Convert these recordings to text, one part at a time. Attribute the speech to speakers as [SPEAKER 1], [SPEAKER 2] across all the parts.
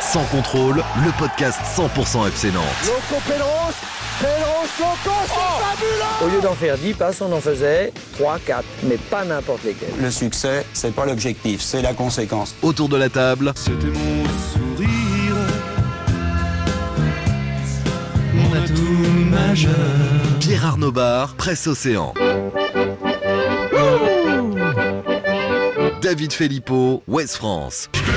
[SPEAKER 1] Sans contrôle, le podcast 100% FC Nantes.
[SPEAKER 2] Loco Pedros, Pedros Loco, c'est
[SPEAKER 3] Oh.
[SPEAKER 2] fabuleux
[SPEAKER 4] Au lieu d'en faire 10 passes, on en faisait 3, 4, mais pas n'importe lesquels.
[SPEAKER 5] Le succès, c'est pas l'objectif, c'est la conséquence.
[SPEAKER 1] Autour de la table,
[SPEAKER 6] C'était mon sourire. Mon atout majeur.
[SPEAKER 1] Pierre Arnaud Barre, Presse Océan. David Filippo, Ouest France.
[SPEAKER 6] Clous des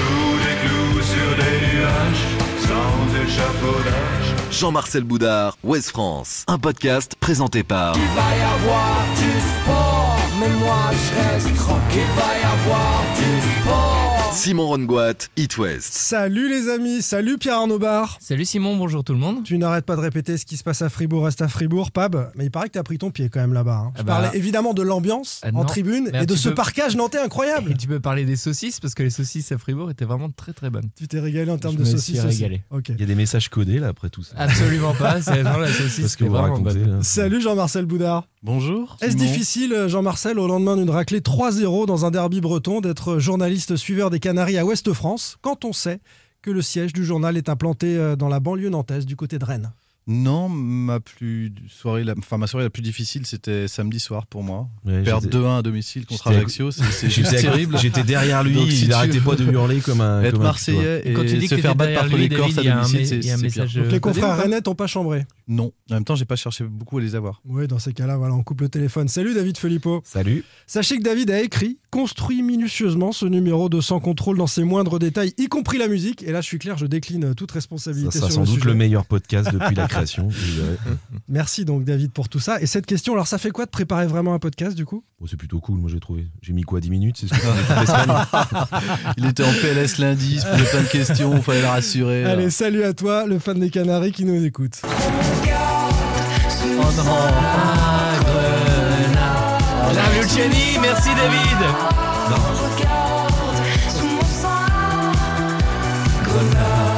[SPEAKER 6] clous sur des nuages, sans échafaudage.
[SPEAKER 1] Jean-Marcel Boudard, Ouest France. Un podcast présenté par
[SPEAKER 2] va y avoir du sport, mais moi je reste tranquille, il va y avoir du sport.
[SPEAKER 1] Simon Rongoat, It West.
[SPEAKER 7] Salut les amis, salut Pierre Arnaud Barre.
[SPEAKER 8] Salut Simon, bonjour tout le monde.
[SPEAKER 7] Tu n'arrêtes pas de répéter ce qui se passe à Fribourg, reste à Fribourg, Pab. Mais il paraît que t'as pris ton pied quand même là-bas. hein.
[SPEAKER 8] Ah
[SPEAKER 7] Je
[SPEAKER 8] bah.
[SPEAKER 7] parlais évidemment de l'ambiance
[SPEAKER 8] Ah
[SPEAKER 7] en
[SPEAKER 8] non,
[SPEAKER 7] tribune
[SPEAKER 8] mais un
[SPEAKER 7] et de
[SPEAKER 8] petit
[SPEAKER 7] ce
[SPEAKER 8] peu.
[SPEAKER 7] parquage nantais incroyable.
[SPEAKER 8] Et tu peux parler des saucisses parce que les saucisses à Fribourg étaient vraiment très très bonnes.
[SPEAKER 7] Tu t'es régalé en termes
[SPEAKER 8] Je
[SPEAKER 7] de
[SPEAKER 8] me suis
[SPEAKER 7] saucisses. aussi.
[SPEAKER 8] régalé.
[SPEAKER 7] Ok.
[SPEAKER 9] Il y a des messages codés là après tout ça.
[SPEAKER 8] Absolument pas, c'est vraiment la saucisse.
[SPEAKER 9] Parce que
[SPEAKER 8] était
[SPEAKER 9] vous
[SPEAKER 8] vraiment
[SPEAKER 9] racontez.
[SPEAKER 8] bonne.
[SPEAKER 9] là.
[SPEAKER 7] Salut Jean-Marcel Boudard.
[SPEAKER 9] Bonjour.
[SPEAKER 7] Est-ce difficile, euh, Jean-Marcel, au lendemain d'une raclée 3-0 dans un derby breton, d'être journaliste suiveur des Canaries à Ouest-France quand on sait que le siège du journal est implanté euh, dans la banlieue nantaise du côté de Rennes
[SPEAKER 10] Non, ma plus soirée, la... enfin ma soirée la plus difficile, c'était samedi soir pour moi.
[SPEAKER 9] Ouais,
[SPEAKER 10] Perdre
[SPEAKER 9] j'étais-
[SPEAKER 10] 2-1 à domicile contre
[SPEAKER 9] j'étais à
[SPEAKER 10] Ajaccio, c'est c'est
[SPEAKER 9] j'étais
[SPEAKER 10] juste
[SPEAKER 9] à côté-
[SPEAKER 10] terrible.
[SPEAKER 9] J'étais derrière lui,
[SPEAKER 10] Donc, si
[SPEAKER 9] il
[SPEAKER 10] tu
[SPEAKER 9] n'arrêtait pas de hurler comme un.
[SPEAKER 10] Être
[SPEAKER 9] comme un-
[SPEAKER 10] Marseillais
[SPEAKER 8] Et quand tu
[SPEAKER 10] et
[SPEAKER 8] dis que
[SPEAKER 10] se faire
[SPEAKER 8] t'étais
[SPEAKER 10] battre
[SPEAKER 8] derrière
[SPEAKER 10] par tous
[SPEAKER 8] lui,
[SPEAKER 10] les
[SPEAKER 8] David,
[SPEAKER 10] corps à
[SPEAKER 8] il y a un
[SPEAKER 10] domicile,
[SPEAKER 8] mé-
[SPEAKER 10] c'est
[SPEAKER 8] il y a un
[SPEAKER 10] c'est pire.
[SPEAKER 8] message.
[SPEAKER 7] Donc les
[SPEAKER 8] euh, codé ou
[SPEAKER 7] confrères
[SPEAKER 8] pas
[SPEAKER 7] rennais t'ont pas chambré.
[SPEAKER 10] Non, en même temps, j'ai pas cherché beaucoup à les avoir.
[SPEAKER 7] Oui, dans ces cas-là, voilà, on coupe le téléphone. Salut David Filippo.
[SPEAKER 9] Salut.
[SPEAKER 7] Sachez que David a écrit, construit minutieusement ce numéro de Sans Contrôle dans ses moindres détails, y compris la musique. Et là, je suis clair, je décline toute
[SPEAKER 9] Ça
[SPEAKER 7] responsabilité
[SPEAKER 9] sera
[SPEAKER 7] sur
[SPEAKER 9] sans
[SPEAKER 7] le
[SPEAKER 9] doute
[SPEAKER 7] sujet.
[SPEAKER 9] le meilleur podcast depuis la création. euh, je dirais.
[SPEAKER 7] Merci donc David pour tout ça. Et cette question, alors ça fait quoi de préparer vraiment un podcast du coup
[SPEAKER 9] Bon, c'est plutôt cool, moi j'ai trouvé. J'ai mis quoi 10 minutes C'est ce que tu mets toutes les semaines
[SPEAKER 8] Ah.
[SPEAKER 10] Il était en PLS lundi, il se posait plein de questions, fallait le rassurer.
[SPEAKER 7] Allez, salut à toi, le fan des Canaries qui nous écoute.
[SPEAKER 9] Ah.
[SPEAKER 10] Oh non
[SPEAKER 8] Madame Luciani, merci David.
[SPEAKER 7] Ah,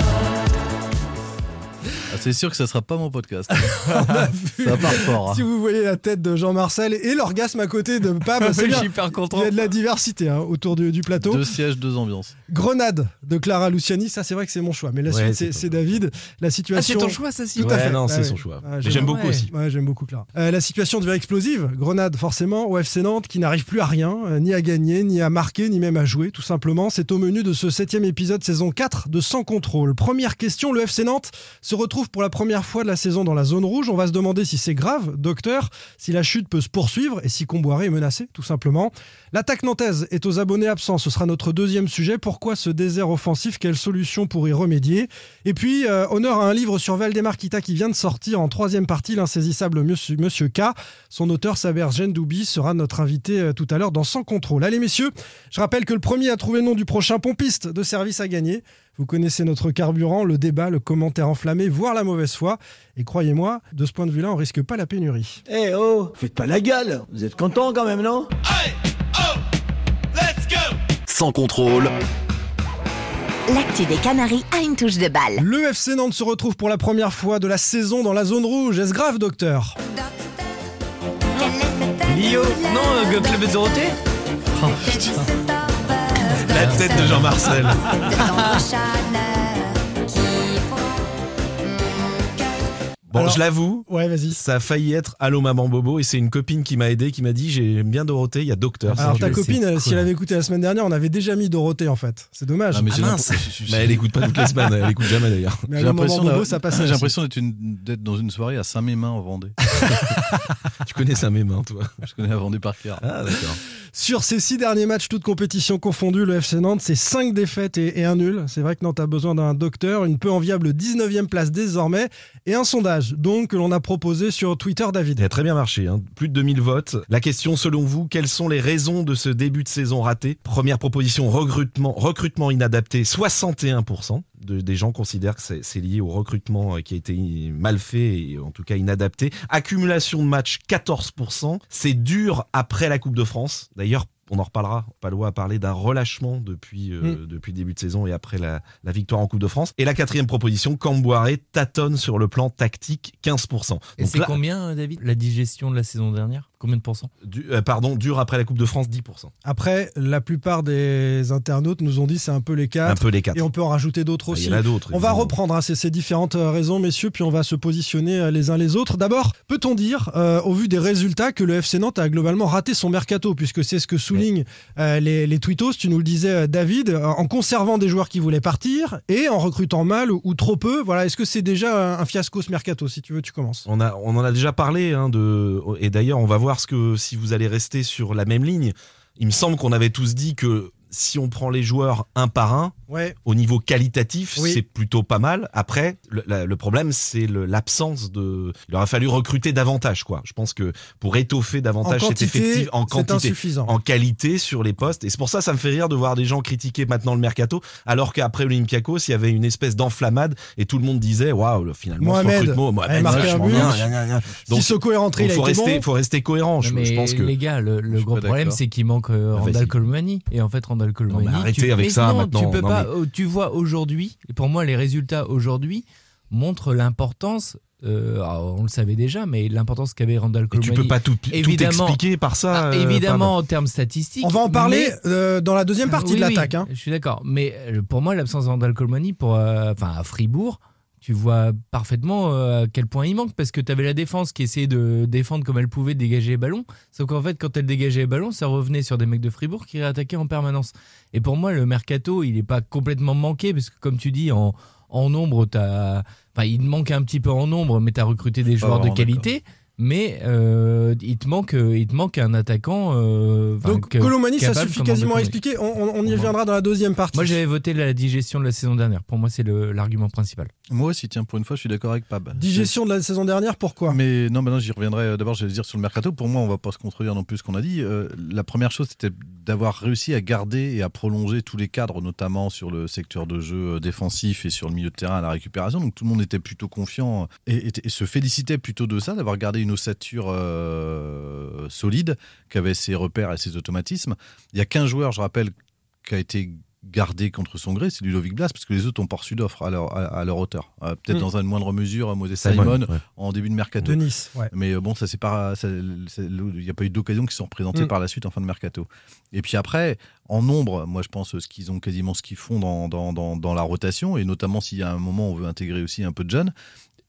[SPEAKER 10] Ah, C'est sûr que ça sera pas mon podcast. ça part fort. hein.
[SPEAKER 7] Si vous voyez la tête de Jean-Marcel et l'orgasme à côté de Pab, bah, c'est
[SPEAKER 8] je
[SPEAKER 7] bien.
[SPEAKER 8] suis hyper
[SPEAKER 7] Il
[SPEAKER 8] content. Ah,
[SPEAKER 7] y a de la diversité hein, autour du, du plateau.
[SPEAKER 10] Deux sièges, deux ambiances.
[SPEAKER 7] Grenade de Clara Luciani, ça c'est vrai que c'est mon choix. Mais la
[SPEAKER 9] Ouais,
[SPEAKER 7] suite,
[SPEAKER 9] c'est
[SPEAKER 7] c'est-
[SPEAKER 9] ton-
[SPEAKER 7] c'est David. La
[SPEAKER 8] Ah,
[SPEAKER 7] situation. Ah,
[SPEAKER 8] c'est ton choix, ça, si
[SPEAKER 7] Tout à
[SPEAKER 9] Ouais,
[SPEAKER 7] fait.
[SPEAKER 9] Non,
[SPEAKER 7] Ouais,
[SPEAKER 9] c'est son
[SPEAKER 7] ouais.
[SPEAKER 9] choix.
[SPEAKER 7] Ouais,
[SPEAKER 9] Mais j'aime beaucoup
[SPEAKER 8] ouais.
[SPEAKER 9] aussi.
[SPEAKER 7] Ouais, j'aime beaucoup Clara. Euh, la situation devient explosive. Grenade, forcément, au FC Nantes qui n'arrive plus à rien, euh, ni à gagner, ni à marquer, ni même à jouer, tout simplement. C'est au menu de ce septième épisode saison 4 de Sans Contrôle. Première question, le FC Nantes se retrouve pour la première fois de la saison dans la zone rouge. On va se demander si c'est grave, docteur, si la chute peut se poursuivre et si Comboiré est menacé, tout simplement. L'attaque nantaise est aux abonnés absents. Ce sera notre deuxième sujet. Pourquoi ce désert offensif Quelle solution pour y remédier et puis, euh, honneur à un livre sur Valdemar Kita qui vient de sortir en troisième partie, l'insaisissable Monsieur, Monsieur K. Son auteur, Saber Gendoubi, sera notre invité euh, tout à l'heure dans Sans Contrôle. Allez, messieurs, je rappelle que le premier à trouver le nom du prochain pompiste de service à gagner. Vous connaissez notre carburant, le débat, le commentaire enflammé, voire la mauvaise foi. Et croyez-moi, de ce point de vue-là, on risque pas la pénurie.
[SPEAKER 2] Eh oh, faites pas la gueule, vous êtes contents quand même, non
[SPEAKER 1] Sans contrôle,
[SPEAKER 11] L'actu des Canaries a une touche de balle.
[SPEAKER 7] Le FC Nantes se retrouve pour la première fois de la saison dans la zone rouge. Est-ce grave, docteur
[SPEAKER 8] Lio, non, euh, Club de Dorothée Oh,
[SPEAKER 9] La tête de Jean-Marcel. Bon,
[SPEAKER 7] Alors-
[SPEAKER 9] je l'avoue.
[SPEAKER 7] Ouais, vas-y.
[SPEAKER 9] Ça a failli être Allô Maman Bobo et c'est une copine qui m'a aidé qui m'a dit j'aime bien Dorothée, il y a Docteur.
[SPEAKER 7] Alors
[SPEAKER 9] C'est
[SPEAKER 7] ta
[SPEAKER 9] cool.
[SPEAKER 7] copine,
[SPEAKER 9] C'est
[SPEAKER 7] elle, si
[SPEAKER 9] cool.
[SPEAKER 7] elle avait écouté la semaine dernière, on avait déjà mis Dorothée en fait. C'est dommage.
[SPEAKER 10] Ah, mais j'ai
[SPEAKER 9] Ah,
[SPEAKER 10] l'impression-
[SPEAKER 9] Mais elle écoute pas toutes les semaines, elle écoute jamais d'ailleurs.
[SPEAKER 7] Mais à
[SPEAKER 10] J'ai
[SPEAKER 7] le moment
[SPEAKER 10] l'impression
[SPEAKER 7] bobo,
[SPEAKER 10] d'avoir-
[SPEAKER 7] ça passe.
[SPEAKER 10] j'ai l'impression d'être une- d'être dans une soirée à Saint-Mémin en Vendée.
[SPEAKER 9] Tu connais ça mes mains toi.
[SPEAKER 10] Je connais la Vendée par cœur.
[SPEAKER 9] Ah d'accord.
[SPEAKER 7] Sur ces six derniers matchs, toutes compétitions confondues, le FC Nantes, c'est cinq défaites et, et un nul. C'est vrai que Nantes a besoin d'un docteur, une peu enviable 19e place désormais, et un sondage, donc, que l'on a proposé sur Twitter,
[SPEAKER 9] Il
[SPEAKER 7] David.
[SPEAKER 9] a très bien marché, hein. plus de 2000 votes. La question selon vous, quelles sont les raisons de ce début de saison raté Première proposition, recrutement, recrutement inadapté, 61%. De- des gens considèrent que c'est c'est lié au recrutement euh, qui a été i- mal fait et en tout cas inadapté. Accumulation de matchs, 14%. C'est dur après la Coupe de France. D'ailleurs, on en reparlera. Palois a parlé d'un relâchement depuis, euh,
[SPEAKER 8] Mm.
[SPEAKER 9] depuis le début de saison et après la, la victoire en Coupe de France. Et la quatrième proposition, Camboiré tâtonne sur le plan tactique, 15%.
[SPEAKER 8] Et
[SPEAKER 9] Donc
[SPEAKER 8] c'est
[SPEAKER 9] là-
[SPEAKER 8] combien, euh, David La digestion de la saison dernière Combien de pourcents
[SPEAKER 9] Du- euh, pardon, dur après la Coupe de France, 10%.
[SPEAKER 7] Après, la plupart des internautes nous ont dit c'est un peu les
[SPEAKER 9] Un
[SPEAKER 7] quatre.
[SPEAKER 9] peu les 4.
[SPEAKER 7] Ah, Et on peut en rajouter d'autres
[SPEAKER 9] Il
[SPEAKER 7] aussi.
[SPEAKER 9] y en a d'autres.
[SPEAKER 7] On va
[SPEAKER 9] évidemment.
[SPEAKER 7] reprendre hein, ces, ces différentes euh, raisons, messieurs, puis on va se positionner euh, les uns les autres. D'abord, peut-on dire, euh, au vu des résultats, que le FC Nantes a globalement raté son mercato, puisque c'est ce que soulignent euh, les, les twittos, tu nous le disais, euh, David, euh, en conservant des joueurs qui voulaient partir et en recrutant mal ou, ou trop peu. Voilà, est-ce que c'est déjà un, un fiasco ce mercato Si tu veux, tu commences.
[SPEAKER 9] On, a, on en a déjà parlé, hein, de, et d'ailleurs, on va voir ce que, si vous allez rester sur la même ligne. Il me semble qu'on avait tous dit que si on prend les joueurs un par un,
[SPEAKER 7] Ouais,
[SPEAKER 9] au niveau qualitatif,
[SPEAKER 7] Oui.
[SPEAKER 9] c'est plutôt pas mal. Après, le, la- le problème, c'est le- l'absence de. Il aurait fallu recruter davantage, quoi. Je pense que pour étoffer
[SPEAKER 7] en
[SPEAKER 9] davantage cet
[SPEAKER 7] quantité,
[SPEAKER 9] effectif en
[SPEAKER 7] c'est
[SPEAKER 9] quantité.
[SPEAKER 7] insuffisant.
[SPEAKER 9] En qualité sur les postes. Et c'est pour ça, ça me fait rire de voir des gens critiquer maintenant le mercato, alors qu'après Olympiakos, il y avait une espèce d'enflammade et tout le monde disait Waouh, finalement, ce
[SPEAKER 7] Mohamed
[SPEAKER 9] recrutement,
[SPEAKER 7] a marqué
[SPEAKER 9] vachement
[SPEAKER 7] un but.
[SPEAKER 9] bien, gna, gna, gna. Donc,
[SPEAKER 7] si Soko est rentré,
[SPEAKER 9] il
[SPEAKER 7] il a
[SPEAKER 9] faut,
[SPEAKER 7] été
[SPEAKER 9] rester,
[SPEAKER 7] bon.
[SPEAKER 9] faut rester cohérent. Je,
[SPEAKER 8] Non, mais
[SPEAKER 9] je pense que.
[SPEAKER 8] Les gars, le, le
[SPEAKER 10] suis
[SPEAKER 8] gros
[SPEAKER 10] pas
[SPEAKER 8] problème,
[SPEAKER 10] d'accord.
[SPEAKER 8] c'est qu'il manque euh,
[SPEAKER 9] Ah,
[SPEAKER 8] Randall
[SPEAKER 9] vas-y.
[SPEAKER 8] Colomani. Et en fait, Randall Colomani.
[SPEAKER 9] mais arrêtez
[SPEAKER 8] tu-
[SPEAKER 9] avec
[SPEAKER 8] mais
[SPEAKER 9] ça,
[SPEAKER 8] non,
[SPEAKER 9] maintenant.
[SPEAKER 8] Tu, peux
[SPEAKER 9] Non,
[SPEAKER 8] pas, oh, tu vois aujourd'hui, et pour moi, les résultats aujourd'hui montrent l'importance. euh, ah, on le savait déjà, mais l'importance qu'avait Randall
[SPEAKER 9] Et
[SPEAKER 8] Colomani.
[SPEAKER 9] tu peux pas tout, tout
[SPEAKER 8] Évidemment.
[SPEAKER 9] expliquer par ça.
[SPEAKER 8] Ah,
[SPEAKER 9] euh,
[SPEAKER 8] évidemment, en termes statistiques.
[SPEAKER 7] On va en parler
[SPEAKER 8] mais- Ah
[SPEAKER 7] euh, dans la deuxième partie de
[SPEAKER 8] Oui, oui,
[SPEAKER 7] l'attaque. hein.
[SPEAKER 8] Je suis d'accord. Mais euh, pour moi, l'absence d'Andal Colmani pour, euh, enfin, à Fribourg, tu vois parfaitement euh, à quel point il manque parce que tu avais la défense qui essayait de défendre comme elle pouvait, de dégager les ballons. Sauf qu'en fait, quand elle dégageait les ballons, ça revenait sur des mecs de Fribourg qui réattaquaient en permanence. Et pour moi, le mercato, il n'est pas complètement manqué parce que, comme tu dis, en, en nombre, t'as- enfin, il te manque un petit peu en nombre, mais tu as recruté des joueurs de
[SPEAKER 10] vraiment
[SPEAKER 8] qualité. Mais euh, il, te manque, il te manque un attaquant. euh, enfin,
[SPEAKER 7] Donc
[SPEAKER 8] que-
[SPEAKER 7] Colomani, ça
[SPEAKER 8] capable
[SPEAKER 7] suffit
[SPEAKER 8] comme
[SPEAKER 7] quasiment à
[SPEAKER 8] Andokounmpo.
[SPEAKER 7] expliquer. On, on- on y
[SPEAKER 8] Moi-
[SPEAKER 7] reviendra dans la deuxième partie.
[SPEAKER 8] Moi, j'avais voté la digestion de la saison dernière. Pour moi, c'est le- l'argument principal.
[SPEAKER 10] Moi aussi, tiens, pour une fois, je suis d'accord avec Pab.
[SPEAKER 7] Digestion de la saison dernière, pourquoi
[SPEAKER 10] Mais non, maintenant j'y reviendrai. Euh, D'abord, j'allais dire sur le mercato. Pour moi, on va pas se contredire non plus ce qu'on a dit. Euh, la première chose, c'était d'avoir réussi à garder et à prolonger tous les cadres, notamment sur le secteur de jeu euh, défensif et sur le milieu de terrain à la récupération. Donc tout le monde était plutôt confiant euh, et, et- et se félicitait plutôt de ça, d'avoir gardé une ossature euh, solide, qui avait ses repères et ses automatismes. Il y a qu'un joueur, je rappelle, qui a été gardé contre son gré, c'est Ludovic Blas, parce que les autres ont pas reçu d'offres à leur, à, à leur hauteur. Euh, Peut-être
[SPEAKER 7] Mm.
[SPEAKER 10] dans une moindre mesure, Moses
[SPEAKER 9] Simon,
[SPEAKER 10] Simon,
[SPEAKER 9] ouais.
[SPEAKER 10] en début de mercato.
[SPEAKER 7] De Nice, ouais.
[SPEAKER 10] Mais euh, bon, ça c'est pas, ça- c'est- il n'y a pas eu d'occasion qui sont représentées
[SPEAKER 7] Mm.
[SPEAKER 10] par la suite en fin de mercato. Et puis après, en nombre, moi je pense euh, ce qu'ils ont quasiment ce qu'ils font dans, dans, dans, dans la rotation, et notamment s'il y a un moment où on veut intégrer aussi un peu de jeunes.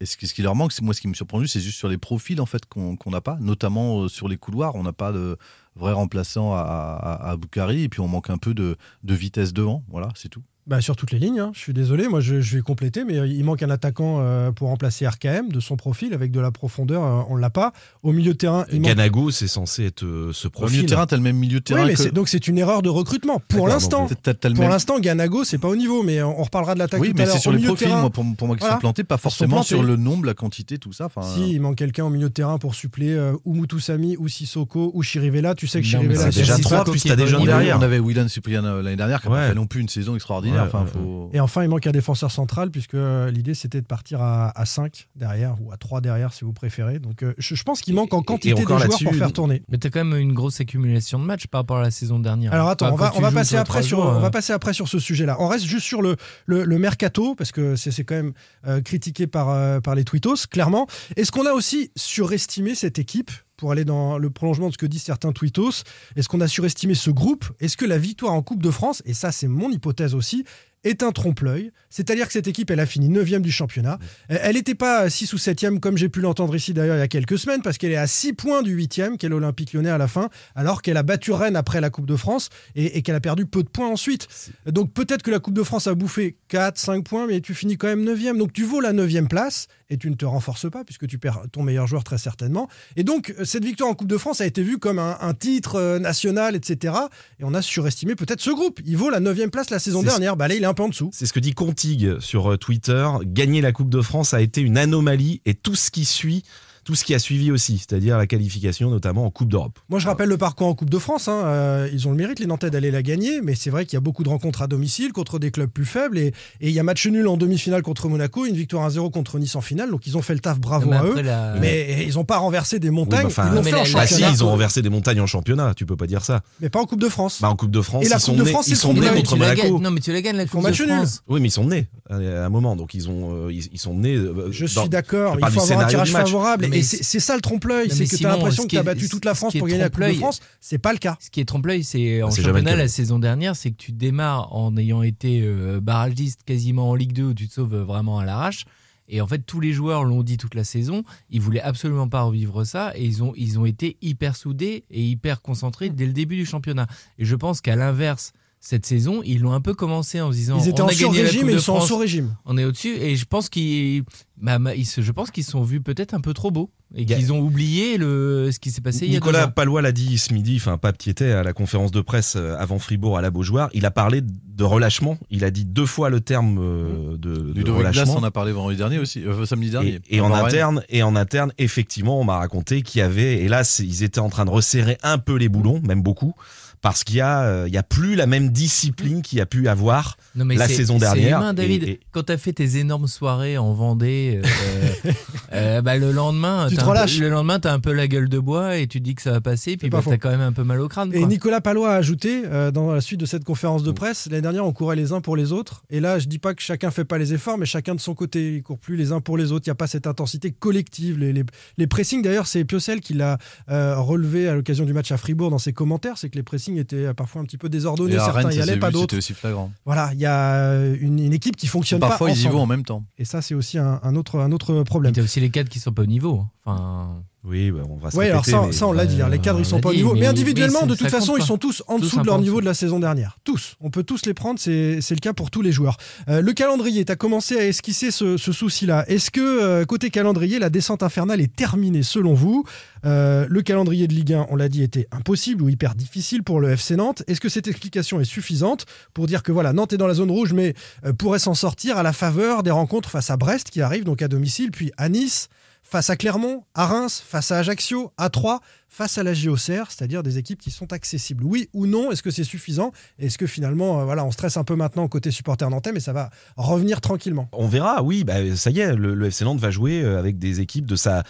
[SPEAKER 10] Et ce qui, ce qui leur manque, c'est moi ce qui me surprend juste, c'est juste sur les profils en fait qu'on qu'on n'a pas, notamment euh, sur les couloirs, on n'a pas de vrai remplaçant à, à, à Boukari, et puis on manque un peu de, de vitesse devant, voilà, c'est tout.
[SPEAKER 7] Bah, sur toutes les lignes, hein. je suis désolé, moi je, je vais compléter, mais il manque un attaquant euh, pour remplacer RKM de son profil, avec de la profondeur, euh, on l'a pas. Au milieu de terrain, il manque...
[SPEAKER 9] Ganago, c'est censé être euh, ce
[SPEAKER 10] Au milieu
[SPEAKER 9] profil.
[SPEAKER 10] de terrain, Ah, t'as le même milieu de
[SPEAKER 7] Oui,
[SPEAKER 10] terrain
[SPEAKER 7] mais
[SPEAKER 10] que-
[SPEAKER 7] c'est- donc c'est une erreur de recrutement, pour
[SPEAKER 9] D'accord,
[SPEAKER 7] l'instant.
[SPEAKER 9] donc,
[SPEAKER 10] t'as- t'as le
[SPEAKER 7] Pour
[SPEAKER 10] même-
[SPEAKER 7] l'instant, Ganago, c'est pas au niveau, mais on, on reparlera de l'attaque
[SPEAKER 10] Oui,
[SPEAKER 7] tout à
[SPEAKER 10] mais
[SPEAKER 7] l'heure.
[SPEAKER 10] c'est sur
[SPEAKER 7] Au
[SPEAKER 10] les
[SPEAKER 7] milieu de
[SPEAKER 10] profils,
[SPEAKER 7] terrain,
[SPEAKER 10] moi, pour, pour moi, qui
[SPEAKER 7] Voilà.
[SPEAKER 10] sont plantés, pas
[SPEAKER 7] sont
[SPEAKER 10] forcément sur
[SPEAKER 7] plantés.
[SPEAKER 10] le nombre, la quantité, tout ça. Enfin,
[SPEAKER 7] Si, il manque quelqu'un au milieu de terrain pour suppléer euh, ou Mutusami, ou Sissoko, ou Chirivella. Tu sais que
[SPEAKER 8] Non, mais
[SPEAKER 7] Chirivella,
[SPEAKER 9] c'est déjà
[SPEAKER 8] Sissoko
[SPEAKER 9] trois, plus
[SPEAKER 8] qui
[SPEAKER 9] t'as des
[SPEAKER 8] est
[SPEAKER 9] jeunes
[SPEAKER 10] on
[SPEAKER 8] revenu.
[SPEAKER 9] derrière.
[SPEAKER 10] avait- On avait Willan Cyprien euh, l'année dernière, qui n'a
[SPEAKER 9] Ouais.
[SPEAKER 10] pas fait non plus une saison extraordinaire.
[SPEAKER 9] Ouais,
[SPEAKER 10] enfin,
[SPEAKER 9] ouais,
[SPEAKER 10] faut-
[SPEAKER 7] Et enfin, il manque un défenseur central, puisque euh, l'idée c'était de partir à, 5 derrière, ou à 3 derrière si vous préférez. Donc euh, je, je pense qu'il manque en
[SPEAKER 9] Et- et
[SPEAKER 7] quantité de
[SPEAKER 9] encore
[SPEAKER 7] joueurs
[SPEAKER 9] là-dessus,
[SPEAKER 7] pour faire tourner.
[SPEAKER 8] Mais t'as quand même une grosse accumulation de matchs par rapport à la saison dernière. hein.
[SPEAKER 7] Alors attends,
[SPEAKER 8] Enfin,
[SPEAKER 7] on va,
[SPEAKER 8] quand tu
[SPEAKER 7] on va
[SPEAKER 8] joues
[SPEAKER 7] passer
[SPEAKER 8] trois,
[SPEAKER 7] après
[SPEAKER 8] trois
[SPEAKER 7] sur,
[SPEAKER 8] jours,
[SPEAKER 7] on
[SPEAKER 8] euh,
[SPEAKER 7] va passer après sur ce sujet-là. On reste juste sur le, le, le mercato, parce que c'est c'est quand même euh, critiqué par, euh, par les twittos, clairement. Est-ce qu'on a aussi surestimé cette équipe pour aller dans le prolongement de ce que disent certains twittos, est-ce qu'on a surestimé ce groupe Est-ce que la victoire en Coupe de France, et ça c'est mon hypothèse aussi, est un trompe-l'œil C'est-à-dire que cette équipe, elle a fini 9 du championnat. Euh, Elle n'était pas 6 ou 7 comme j'ai pu l'entendre ici d'ailleurs il y a quelques semaines, parce qu'elle est à 6 points du 8 qu'elle est olympique lyonnais à la fin, alors qu'elle a battu Rennes après la Coupe de France et, et qu'elle a perdu peu de points ensuite. Donc peut-être que la Coupe de France a bouffé 4, 5 points, mais tu finis quand même 9 Donc tu vaux la 9 place et tu ne te renforces pas, puisque tu perds ton meilleur joueur très certainement. Et donc euh, cette victoire en Coupe de France a été vue comme un, un titre euh, national, etc. Et on a surestimé peut-être ce groupe. Il vaut la 9 place la saison
[SPEAKER 9] C'est ce-
[SPEAKER 7] dernière. Bah là, il est un peu en dessous.
[SPEAKER 9] C'est ce que dit Contig sur euh, Twitter. Gagner la Coupe de France a été une anomalie et tout ce qui suit, tout ce qui a suivi aussi, c'est-à-dire la qualification notamment en Coupe d'Europe.
[SPEAKER 7] Moi, je rappelle le parcours en Coupe de France. hein. Euh, ils ont le mérite, les Nantais, d'aller la gagner. Mais c'est vrai qu'il y a beaucoup de rencontres à domicile contre des clubs plus faibles. Et et il y a match nul en demi-finale contre Monaco, une victoire 1-0 contre Nice en finale. Donc, ils ont fait le taf, bravo
[SPEAKER 8] mais
[SPEAKER 7] à
[SPEAKER 8] après,
[SPEAKER 7] eux.
[SPEAKER 8] la-
[SPEAKER 7] Mais ils n'ont pas renversé des montagnes.
[SPEAKER 9] Oui, mais enfin,
[SPEAKER 7] ils l'ont
[SPEAKER 8] mais
[SPEAKER 7] fait en
[SPEAKER 8] la- la-
[SPEAKER 9] Bah si,
[SPEAKER 7] championnat,
[SPEAKER 9] ils ont renversé des montagnes en championnat, tu peux pas dire ça.
[SPEAKER 7] mais pas en Coupe de France.
[SPEAKER 9] Bah en Coupe de France,
[SPEAKER 7] Et la
[SPEAKER 9] ils
[SPEAKER 7] Coupe
[SPEAKER 9] sont
[SPEAKER 7] de
[SPEAKER 9] nés,
[SPEAKER 7] France, c'est
[SPEAKER 9] ils sont
[SPEAKER 7] le
[SPEAKER 9] nés
[SPEAKER 8] Ouais, mais
[SPEAKER 9] contre
[SPEAKER 8] tu la gagnes.
[SPEAKER 9] Monaco.
[SPEAKER 8] Non, mais tu la gagnes la Coupe
[SPEAKER 7] match
[SPEAKER 8] de
[SPEAKER 7] nul.
[SPEAKER 8] France.
[SPEAKER 9] Oui, mais ils sont nés. euh, à un moment. Donc ils ont, euh, ils, ils sont menés. euh,
[SPEAKER 7] Je
[SPEAKER 9] dans-
[SPEAKER 7] suis d'accord,
[SPEAKER 9] je
[SPEAKER 7] il
[SPEAKER 9] parle
[SPEAKER 7] faut
[SPEAKER 9] du
[SPEAKER 7] avoir un
[SPEAKER 9] scénario
[SPEAKER 7] tirage
[SPEAKER 9] du match.
[SPEAKER 7] favorable.
[SPEAKER 8] Non, mais
[SPEAKER 7] Et c'est c'est ça le trompe-l'œil,
[SPEAKER 8] Non,
[SPEAKER 7] c'est
[SPEAKER 8] mais
[SPEAKER 7] que tu as
[SPEAKER 8] Simon,
[SPEAKER 7] l'impression
[SPEAKER 8] ce
[SPEAKER 7] que
[SPEAKER 8] qui
[SPEAKER 7] tu as
[SPEAKER 8] est-
[SPEAKER 7] battu toute la France
[SPEAKER 8] ce qui
[SPEAKER 7] pour
[SPEAKER 8] est
[SPEAKER 7] gagner la Coupe de
[SPEAKER 8] trompe-l'œil-
[SPEAKER 7] France. C'est pas le cas.
[SPEAKER 8] Ce qui est trompe-l'œil, c'est en
[SPEAKER 9] Ah, c'est jamais le
[SPEAKER 8] championnat
[SPEAKER 9] cas.
[SPEAKER 8] la saison dernière, c'est que tu démarres en ayant été euh, barragiste quasiment en Ligue 2 où tu te sauves euh, vraiment à l'arrache. Et en fait, tous les joueurs l'ont dit toute la saison, ils voulaient absolument pas revivre ça et ils ont, ils ont été hyper soudés et hyper concentrés dès le début du championnat. Et je pense qu'à l'inverse, cette saison, ils l'ont un peu commencé en se disant
[SPEAKER 7] Ils étaient
[SPEAKER 8] on
[SPEAKER 7] en
[SPEAKER 8] a gagné la Coupe
[SPEAKER 7] sur-régime et
[SPEAKER 8] de
[SPEAKER 7] ils sont en
[SPEAKER 8] France,
[SPEAKER 7] sous-régime.
[SPEAKER 8] on est au-dessus et je pense qu'ils bah, bah, ils se- je pense qu'ils se sont vus peut-être un peu trop beaux et
[SPEAKER 9] Il y a-
[SPEAKER 8] qu'ils ont oublié le, ce qui s'est passé il y a
[SPEAKER 9] Nicolas
[SPEAKER 8] deux ans.
[SPEAKER 9] Palois l'a dit ce midi, enfin Pape qui était à la conférence de presse euh, avant Fribourg à la Beaujoire, il a parlé de relâchement, il a dit deux fois le terme euh, de, de
[SPEAKER 10] Ludovic Blas
[SPEAKER 9] relâchement.
[SPEAKER 10] en a parlé vendredi dernier aussi, euh, samedi dernier.
[SPEAKER 9] Et, et en
[SPEAKER 10] Dans Rennes.
[SPEAKER 9] interne, et en interne, effectivement, on m'a raconté qu'il y avait, et là, c'est- ils étaient en train de resserrer un peu les boulons, même beaucoup, parce qu'il y a, euh, il y a plus la même discipline qu'il y a pu avoir.
[SPEAKER 8] Non, mais
[SPEAKER 9] la
[SPEAKER 8] c'est-
[SPEAKER 9] saison dernière.
[SPEAKER 8] C'est humain, David.
[SPEAKER 9] Et- et-
[SPEAKER 8] Quand t'as fait tes énormes soirées en Vendée, euh, euh, bah, le lendemain,
[SPEAKER 7] Tu
[SPEAKER 8] t'as
[SPEAKER 7] te
[SPEAKER 8] un peu-
[SPEAKER 7] relâches.
[SPEAKER 8] le lendemain, t'as un peu la gueule de bois et tu te dis que ça va passer, puis
[SPEAKER 7] pas
[SPEAKER 8] bah,
[SPEAKER 7] faux.
[SPEAKER 8] t'as quand même un peu mal au crâne.
[SPEAKER 7] Et
[SPEAKER 8] quoi.
[SPEAKER 7] Nicolas Palois a ajouté euh, dans la suite de cette conférence
[SPEAKER 10] Mm.
[SPEAKER 7] de presse, l'année dernière on courait les uns pour les autres, et là je dis pas que chacun fait pas les efforts, mais chacun de son côté, il court plus les uns pour les autres, il n'y a pas cette intensité collective. Les, les- les pressings d'ailleurs, c'est Piocel qui l'a euh, relevé à l'occasion du match à Fribourg dans ses commentaires, c'est que les pressings étaient euh, parfois un petit peu désordonnés,
[SPEAKER 10] Et à
[SPEAKER 7] certains
[SPEAKER 10] Rennes,
[SPEAKER 7] y
[SPEAKER 10] ça s'est
[SPEAKER 7] allaient, pas
[SPEAKER 10] vu,
[SPEAKER 7] d'autres.
[SPEAKER 10] c'était aussi flagrant.
[SPEAKER 7] Voilà, il y a euh, une, une équipe qui fonctionne
[SPEAKER 10] Parfois,
[SPEAKER 7] pas
[SPEAKER 10] ils y
[SPEAKER 7] ensemble.
[SPEAKER 10] vont en même temps.
[SPEAKER 7] Et ça c'est aussi un, un autre, un autre
[SPEAKER 8] Et
[SPEAKER 7] problème.
[SPEAKER 8] t'as aussi les cadres qui sont pas au niveau. hein. Enfin,
[SPEAKER 9] Oui, bah, on va se
[SPEAKER 7] Oui, alors
[SPEAKER 9] répéter,
[SPEAKER 7] ça,
[SPEAKER 9] mais-
[SPEAKER 7] ça, on l'a dit, hein, les
[SPEAKER 8] euh,
[SPEAKER 7] cadres ils
[SPEAKER 8] on
[SPEAKER 7] sont
[SPEAKER 8] l'a
[SPEAKER 7] pas au
[SPEAKER 8] dit,
[SPEAKER 7] niveau. Mais,
[SPEAKER 8] mais-
[SPEAKER 7] individuellement,
[SPEAKER 8] mais
[SPEAKER 7] de
[SPEAKER 8] ça-
[SPEAKER 7] toute
[SPEAKER 8] ça
[SPEAKER 7] façon,
[SPEAKER 8] compte
[SPEAKER 7] ils
[SPEAKER 8] pas.
[SPEAKER 7] sont tous en
[SPEAKER 8] Tous
[SPEAKER 7] dessous de leur
[SPEAKER 8] importants.
[SPEAKER 7] niveau de la saison dernière. Tous. On peut tous les prendre, c'est c'est le cas pour tous les joueurs. Euh, le calendrier, tu as commencé à esquisser ce, ce souci-là. Est-ce que, euh, côté calendrier, la descente infernale est terminée selon vous Euh, Le calendrier de Ligue 1, on l'a dit, était impossible ou hyper difficile pour le FC Nantes. Est-ce que cette explication est suffisante pour dire que voilà, Nantes est dans la zone rouge, mais euh, pourrait s'en sortir à la faveur des rencontres face à Brest qui arrive donc à domicile, puis à Nice face à Clermont, à Reims, face à Ajaccio, à Troyes, face à la JOCR, c'est-à-dire des équipes qui sont accessibles. Oui ou non, est-ce que c'est suffisant Est-ce que finalement, euh, voilà, on stresse un peu maintenant côté supporter nantais, mais ça va revenir tranquillement
[SPEAKER 9] On verra, oui, bah, ça y est, le, le FC Nantes va jouer euh, avec des équipes de sa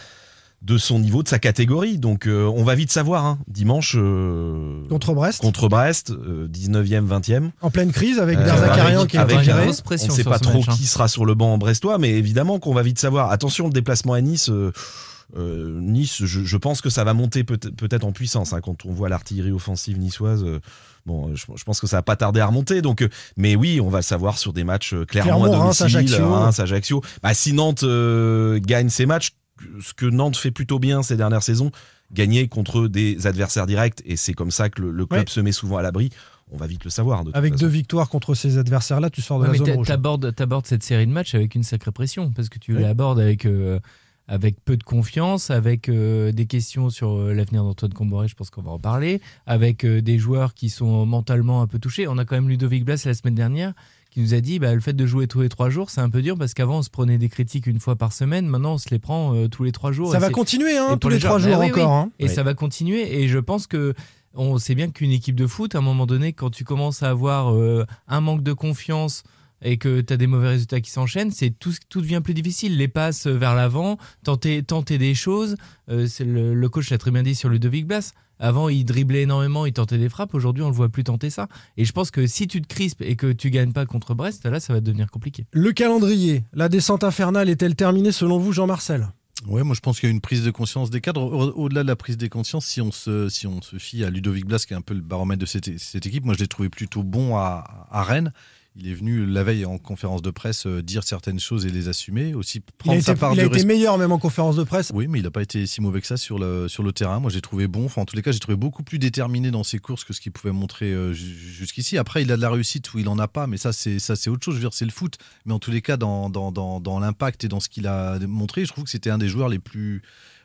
[SPEAKER 9] de son niveau, de sa catégorie. Donc euh, on va vite savoir, hein. dimanche, euh,
[SPEAKER 7] Contre Brest,
[SPEAKER 9] contre Brest, euh, 19e, 20e.
[SPEAKER 7] en pleine crise, avec
[SPEAKER 9] Euh,
[SPEAKER 7] Derzakarian qui est
[SPEAKER 9] avec
[SPEAKER 8] une
[SPEAKER 9] un-
[SPEAKER 7] retiré.
[SPEAKER 8] grosse pression
[SPEAKER 9] on ne sait
[SPEAKER 8] sur
[SPEAKER 9] pas
[SPEAKER 8] ce
[SPEAKER 9] trop
[SPEAKER 8] match, hein.
[SPEAKER 9] qui sera sur le banc en brestois, mais évidemment qu'on va vite savoir. Attention, le déplacement à Nice. euh, euh, nice, je, je pense que ça va monter peut- peut-être en puissance hein, quand on voit l'artillerie offensive niçoise. euh, bon, euh, je, je pense que ça va pas tarder à remonter. Donc, euh, mais oui, on va le savoir sur des matchs euh, clairement
[SPEAKER 7] Clermont,
[SPEAKER 9] à
[SPEAKER 7] Reims,
[SPEAKER 9] domicile,
[SPEAKER 7] Ajaccio.
[SPEAKER 9] Reims, Ajaccio. Bah, si Nantes euh, gagne ses matchs, ce que Nantes fait plutôt bien ces dernières saisons, gagner contre des adversaires directs, et c'est comme ça que le, le club
[SPEAKER 7] Ouais.
[SPEAKER 9] se met souvent à l'abri. On va vite le savoir. de toute
[SPEAKER 7] Avec
[SPEAKER 9] façon.
[SPEAKER 7] deux victoires contre ces adversaires-là, tu sors de
[SPEAKER 8] Ouais,
[SPEAKER 7] la
[SPEAKER 8] mais
[SPEAKER 7] zone
[SPEAKER 8] t'a-
[SPEAKER 7] rouge.
[SPEAKER 8] t'abordes, t'abordes cette série de matchs avec une sacrée pression parce que tu
[SPEAKER 7] Oui.
[SPEAKER 8] l'abordes avec, euh, avec peu de confiance, avec euh, des questions sur euh, l'avenir d'Antoine Comboré, je pense qu'on va en parler, avec euh, des joueurs qui sont mentalement un peu touchés. On a quand même Ludovic Blas la semaine dernière qui nous a dit bah, le fait de jouer tous les trois jours, c'est un peu dur parce qu'avant on se prenait des critiques une fois par semaine, maintenant on se les prend euh, tous les trois jours.
[SPEAKER 7] Ça
[SPEAKER 8] Et
[SPEAKER 7] va
[SPEAKER 8] c'est-
[SPEAKER 7] continuer, hein,
[SPEAKER 8] et
[SPEAKER 7] tous
[SPEAKER 8] pour
[SPEAKER 7] les,
[SPEAKER 8] les
[SPEAKER 7] trois
[SPEAKER 8] gens-
[SPEAKER 7] jours
[SPEAKER 8] Bah oui,
[SPEAKER 7] encore. hein.
[SPEAKER 8] et
[SPEAKER 9] Oui.
[SPEAKER 8] ça va continuer. Et je pense que on sait bien qu'une équipe de foot, à un moment donné, quand tu commences à avoir euh, un manque de confiance et que tu as des mauvais résultats qui s'enchaînent, c'est tout, ce- tout devient plus difficile. Les passes vers l'avant, tenter, tenter des choses. Euh, c'est le, le coach l'a très bien dit sur Ludovic Blas. Avant, il driblait énormément, il tentait des frappes. Aujourd'hui, on le voit plus tenter ça. Et je pense que si tu te crispes et que tu gagnes pas contre Brest, là, ça va devenir compliqué.
[SPEAKER 7] Le calendrier, la descente infernale est-elle terminée selon vous, Jean-Marcel
[SPEAKER 10] Ouais, moi je pense qu'il y a une prise de conscience des cadres. Au- Au-delà de la prise des consciences, si on se, si on se fie à Ludovic Blas, qui est un peu le baromètre de cette, cette équipe, moi je l'ai trouvé plutôt bon à, à Rennes. Il est venu la veille en conférence de presse euh, dire certaines choses et les assumer, aussi
[SPEAKER 7] Il
[SPEAKER 10] prendre
[SPEAKER 7] a
[SPEAKER 10] sa
[SPEAKER 7] été,
[SPEAKER 10] part
[SPEAKER 7] il a
[SPEAKER 10] de
[SPEAKER 7] été
[SPEAKER 10] responsabilité.
[SPEAKER 7] meilleur même en conférence de presse.
[SPEAKER 10] Oui, mais il n'a pas été si mauvais que ça sur le, sur le terrain. Moi, j'ai trouvé bon. Enfin, en tous les cas, j'ai trouvé beaucoup plus déterminé dans ses courses que ce qu'il pouvait montrer euh, ju- jusqu'ici. Après, il a de la réussite ou il n'en a pas, mais ça, c'est ça, c'est autre chose. Je veux dire, c'est le foot. Mais en tous les cas, dans, dans, dans, dans l'impact et dans ce qu'il a montré, je trouve que c'était un des joueurs les plus,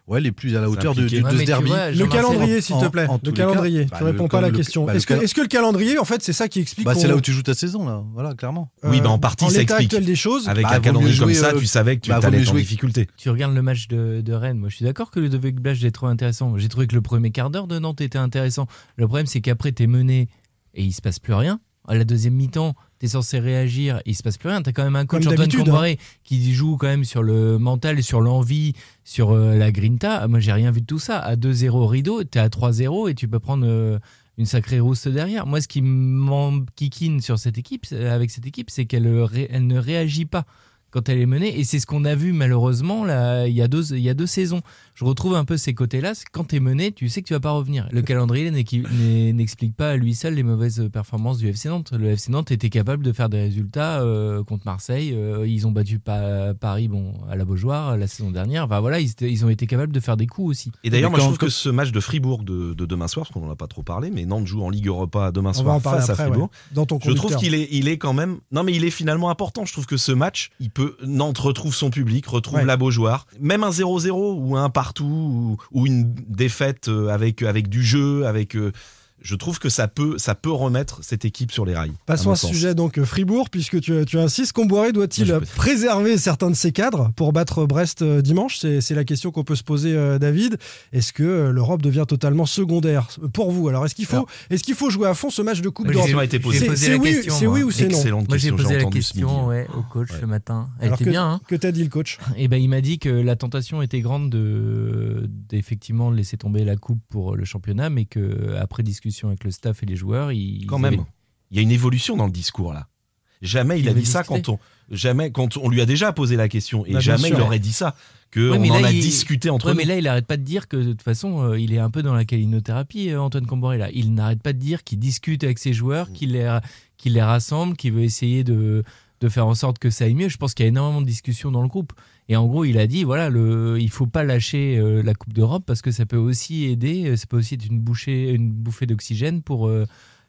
[SPEAKER 10] ouais, les plus à la hauteur de,
[SPEAKER 9] Impliqué.
[SPEAKER 10] du- de
[SPEAKER 8] Ouais, mais
[SPEAKER 10] ce
[SPEAKER 8] tu
[SPEAKER 10] derby.
[SPEAKER 8] vois,
[SPEAKER 7] Le
[SPEAKER 8] Jean-Marcel,
[SPEAKER 7] calendrier,
[SPEAKER 10] en-
[SPEAKER 7] s'il te
[SPEAKER 10] en-
[SPEAKER 7] plaît.
[SPEAKER 10] en
[SPEAKER 7] le
[SPEAKER 10] tous les cas,
[SPEAKER 7] calendrier,
[SPEAKER 10] bah,
[SPEAKER 7] tu
[SPEAKER 10] le-
[SPEAKER 7] réponds pas à la
[SPEAKER 10] comme le-
[SPEAKER 7] question.
[SPEAKER 10] bah, le
[SPEAKER 7] Est-ce que,
[SPEAKER 10] cal-
[SPEAKER 7] est-ce que le calendrier, en fait, c'est ça qui explique
[SPEAKER 10] Bah, c'est
[SPEAKER 7] qu'on-
[SPEAKER 10] là où tu joues ta saison, là. Voilà, clairement.
[SPEAKER 9] Oui, bah, en partie, ça
[SPEAKER 7] Euh, l'état
[SPEAKER 9] explique.
[SPEAKER 7] actuel des choses,
[SPEAKER 9] Avec
[SPEAKER 10] Bah,
[SPEAKER 9] un
[SPEAKER 10] vaut mieux
[SPEAKER 9] calendrier comme
[SPEAKER 10] jouer,
[SPEAKER 9] ça,
[SPEAKER 10] euh,
[SPEAKER 9] tu savais que tu
[SPEAKER 10] bah, vaut
[SPEAKER 9] allais
[SPEAKER 10] mieux
[SPEAKER 9] être en
[SPEAKER 10] jouer.
[SPEAKER 9] difficulté.
[SPEAKER 8] Tu regardes le match de, de Rennes. Moi, je suis d'accord que le Ludovic Blas, je l'ai trouvé intéressant. J'ai trouvé que le premier quart d'heure de Nantes était intéressant. Le problème, c'est qu'après, t'es mené et il se passe plus rien. À la deuxième mi-temps, t'es censé réagir, il se passe plus rien. T'as quand même un coach
[SPEAKER 7] Comme
[SPEAKER 8] Antoine
[SPEAKER 7] d'habitude, hein.
[SPEAKER 8] Comboré qui joue quand même sur le mental, sur l'envie, sur euh, la grinta. Moi, j'ai rien vu de tout ça. À 2-0 rideau, t'es à 3-0 et tu peux prendre euh, une sacrée rousse derrière. Moi, ce qui m'enquiquine sur cette équipe, euh, avec cette équipe, c'est qu'elle euh, ré- elle ne réagit pas quand elle est menée. Et c'est ce qu'on a vu malheureusement là, il, y a deux, il y a deux saisons. Je retrouve un peu ces côtés-là. C'est Quand tu es mené, tu sais que tu vas pas revenir. Le calendrier n'équi- n'est- n'explique pas à lui seul les mauvaises performances du FC Nantes. Le FC Nantes était capable de faire des résultats euh, contre Marseille. Euh, ils ont battu Pa- Paris bon, à la Beaujoire la saison dernière. Enfin voilà, ils, étaient- ils ont été capables de faire des coups aussi.
[SPEAKER 9] Et d'ailleurs,
[SPEAKER 10] Mais
[SPEAKER 9] moi, je
[SPEAKER 10] quand-
[SPEAKER 9] trouve que ce match de Fribourg de, de demain soir, parce qu'on n'en a pas trop parlé, mais Nantes joue en Ligue Europa demain
[SPEAKER 7] On va
[SPEAKER 9] soir
[SPEAKER 7] en parler
[SPEAKER 9] face
[SPEAKER 7] après.
[SPEAKER 9] à Fribourg.
[SPEAKER 7] ouais. Dans ton
[SPEAKER 9] Je trouve
[SPEAKER 7] conducteur.
[SPEAKER 9] qu'il est, il est quand même. Non, mais il est finalement important. Je trouve que ce match, il peut. Nantes retrouve son public, retrouve
[SPEAKER 7] Ouais.
[SPEAKER 9] la Beaujoire. Même un 0-0 ou un partout ou, ou une défaite euh, avec, avec du jeu, avec. euh, Je trouve que ça peut, ça peut remettre cette équipe sur les rails.
[SPEAKER 7] Passons
[SPEAKER 9] mon
[SPEAKER 7] à ce
[SPEAKER 9] sens.
[SPEAKER 7] sujet, donc euh, Fribourg, puisque tu, tu insistes. Comboiré doit-il
[SPEAKER 9] Moi, je peux-
[SPEAKER 7] préserver certains de ses cadres pour battre Brest euh, dimanche C'est c'est la question qu'on peut se poser, euh, David. Est-ce que euh, l'europe devient totalement secondaire euh, pour vous Alors, est-ce qu'il faut,
[SPEAKER 9] Alors-
[SPEAKER 7] est qu'il faut jouer à fond ce match de Coupe
[SPEAKER 8] Moi, j'ai-
[SPEAKER 7] d'Europe
[SPEAKER 9] Question a été posée.
[SPEAKER 8] j'ai
[SPEAKER 7] C'est-
[SPEAKER 8] posé
[SPEAKER 7] c'est
[SPEAKER 8] la
[SPEAKER 7] oui-
[SPEAKER 8] question,
[SPEAKER 7] c'est
[SPEAKER 8] moi.
[SPEAKER 7] oui ou c'est non
[SPEAKER 9] Excellente
[SPEAKER 8] Moi, j'ai
[SPEAKER 9] question,
[SPEAKER 8] posé la
[SPEAKER 9] entendu ce midi.
[SPEAKER 8] question ouais, au coach
[SPEAKER 9] Ouais.
[SPEAKER 8] ce matin. Elle
[SPEAKER 7] Alors
[SPEAKER 8] était
[SPEAKER 7] que-
[SPEAKER 8] bien, hein
[SPEAKER 7] Que t'a dit le coach
[SPEAKER 8] Eh ben, il m'a dit que la tentation était grande de d'effectivement laisser tomber la coupe pour le championnat, mais que après discussion avec le staff et les joueurs, il
[SPEAKER 9] Quand même, il y a une évolution dans le discours là. Jamais il,
[SPEAKER 8] Il
[SPEAKER 9] a
[SPEAKER 8] veut
[SPEAKER 9] dit ça
[SPEAKER 8] discuter.
[SPEAKER 9] quand on, jamais quand on lui a déjà posé la question et
[SPEAKER 7] Bah, bien
[SPEAKER 9] jamais
[SPEAKER 7] sûr.
[SPEAKER 9] il aurait dit ça. Que
[SPEAKER 8] Ouais, mais
[SPEAKER 9] on en
[SPEAKER 8] là,
[SPEAKER 9] a
[SPEAKER 8] il-
[SPEAKER 9] discuté entre
[SPEAKER 8] Ouais,
[SPEAKER 9] nous.
[SPEAKER 8] mais là, il n'arrête pas de dire que de toute façon, euh, il est un peu dans la calinothérapie, euh, Antoine Comboré. Là, il n'arrête pas de dire qu'il discute avec ses joueurs, qu'il les, ra- qu'il les rassemble, qu'il veut essayer de, de faire en sorte que ça aille mieux. Je pense qu'il y a énormément de discussions dans le groupe. Et en gros, il a dit voilà, le, il faut pas lâcher euh, la Coupe d'Europe parce que ça peut aussi aider, euh, ça peut aussi être une bouchée, une bouffée d'oxygène pour. euh,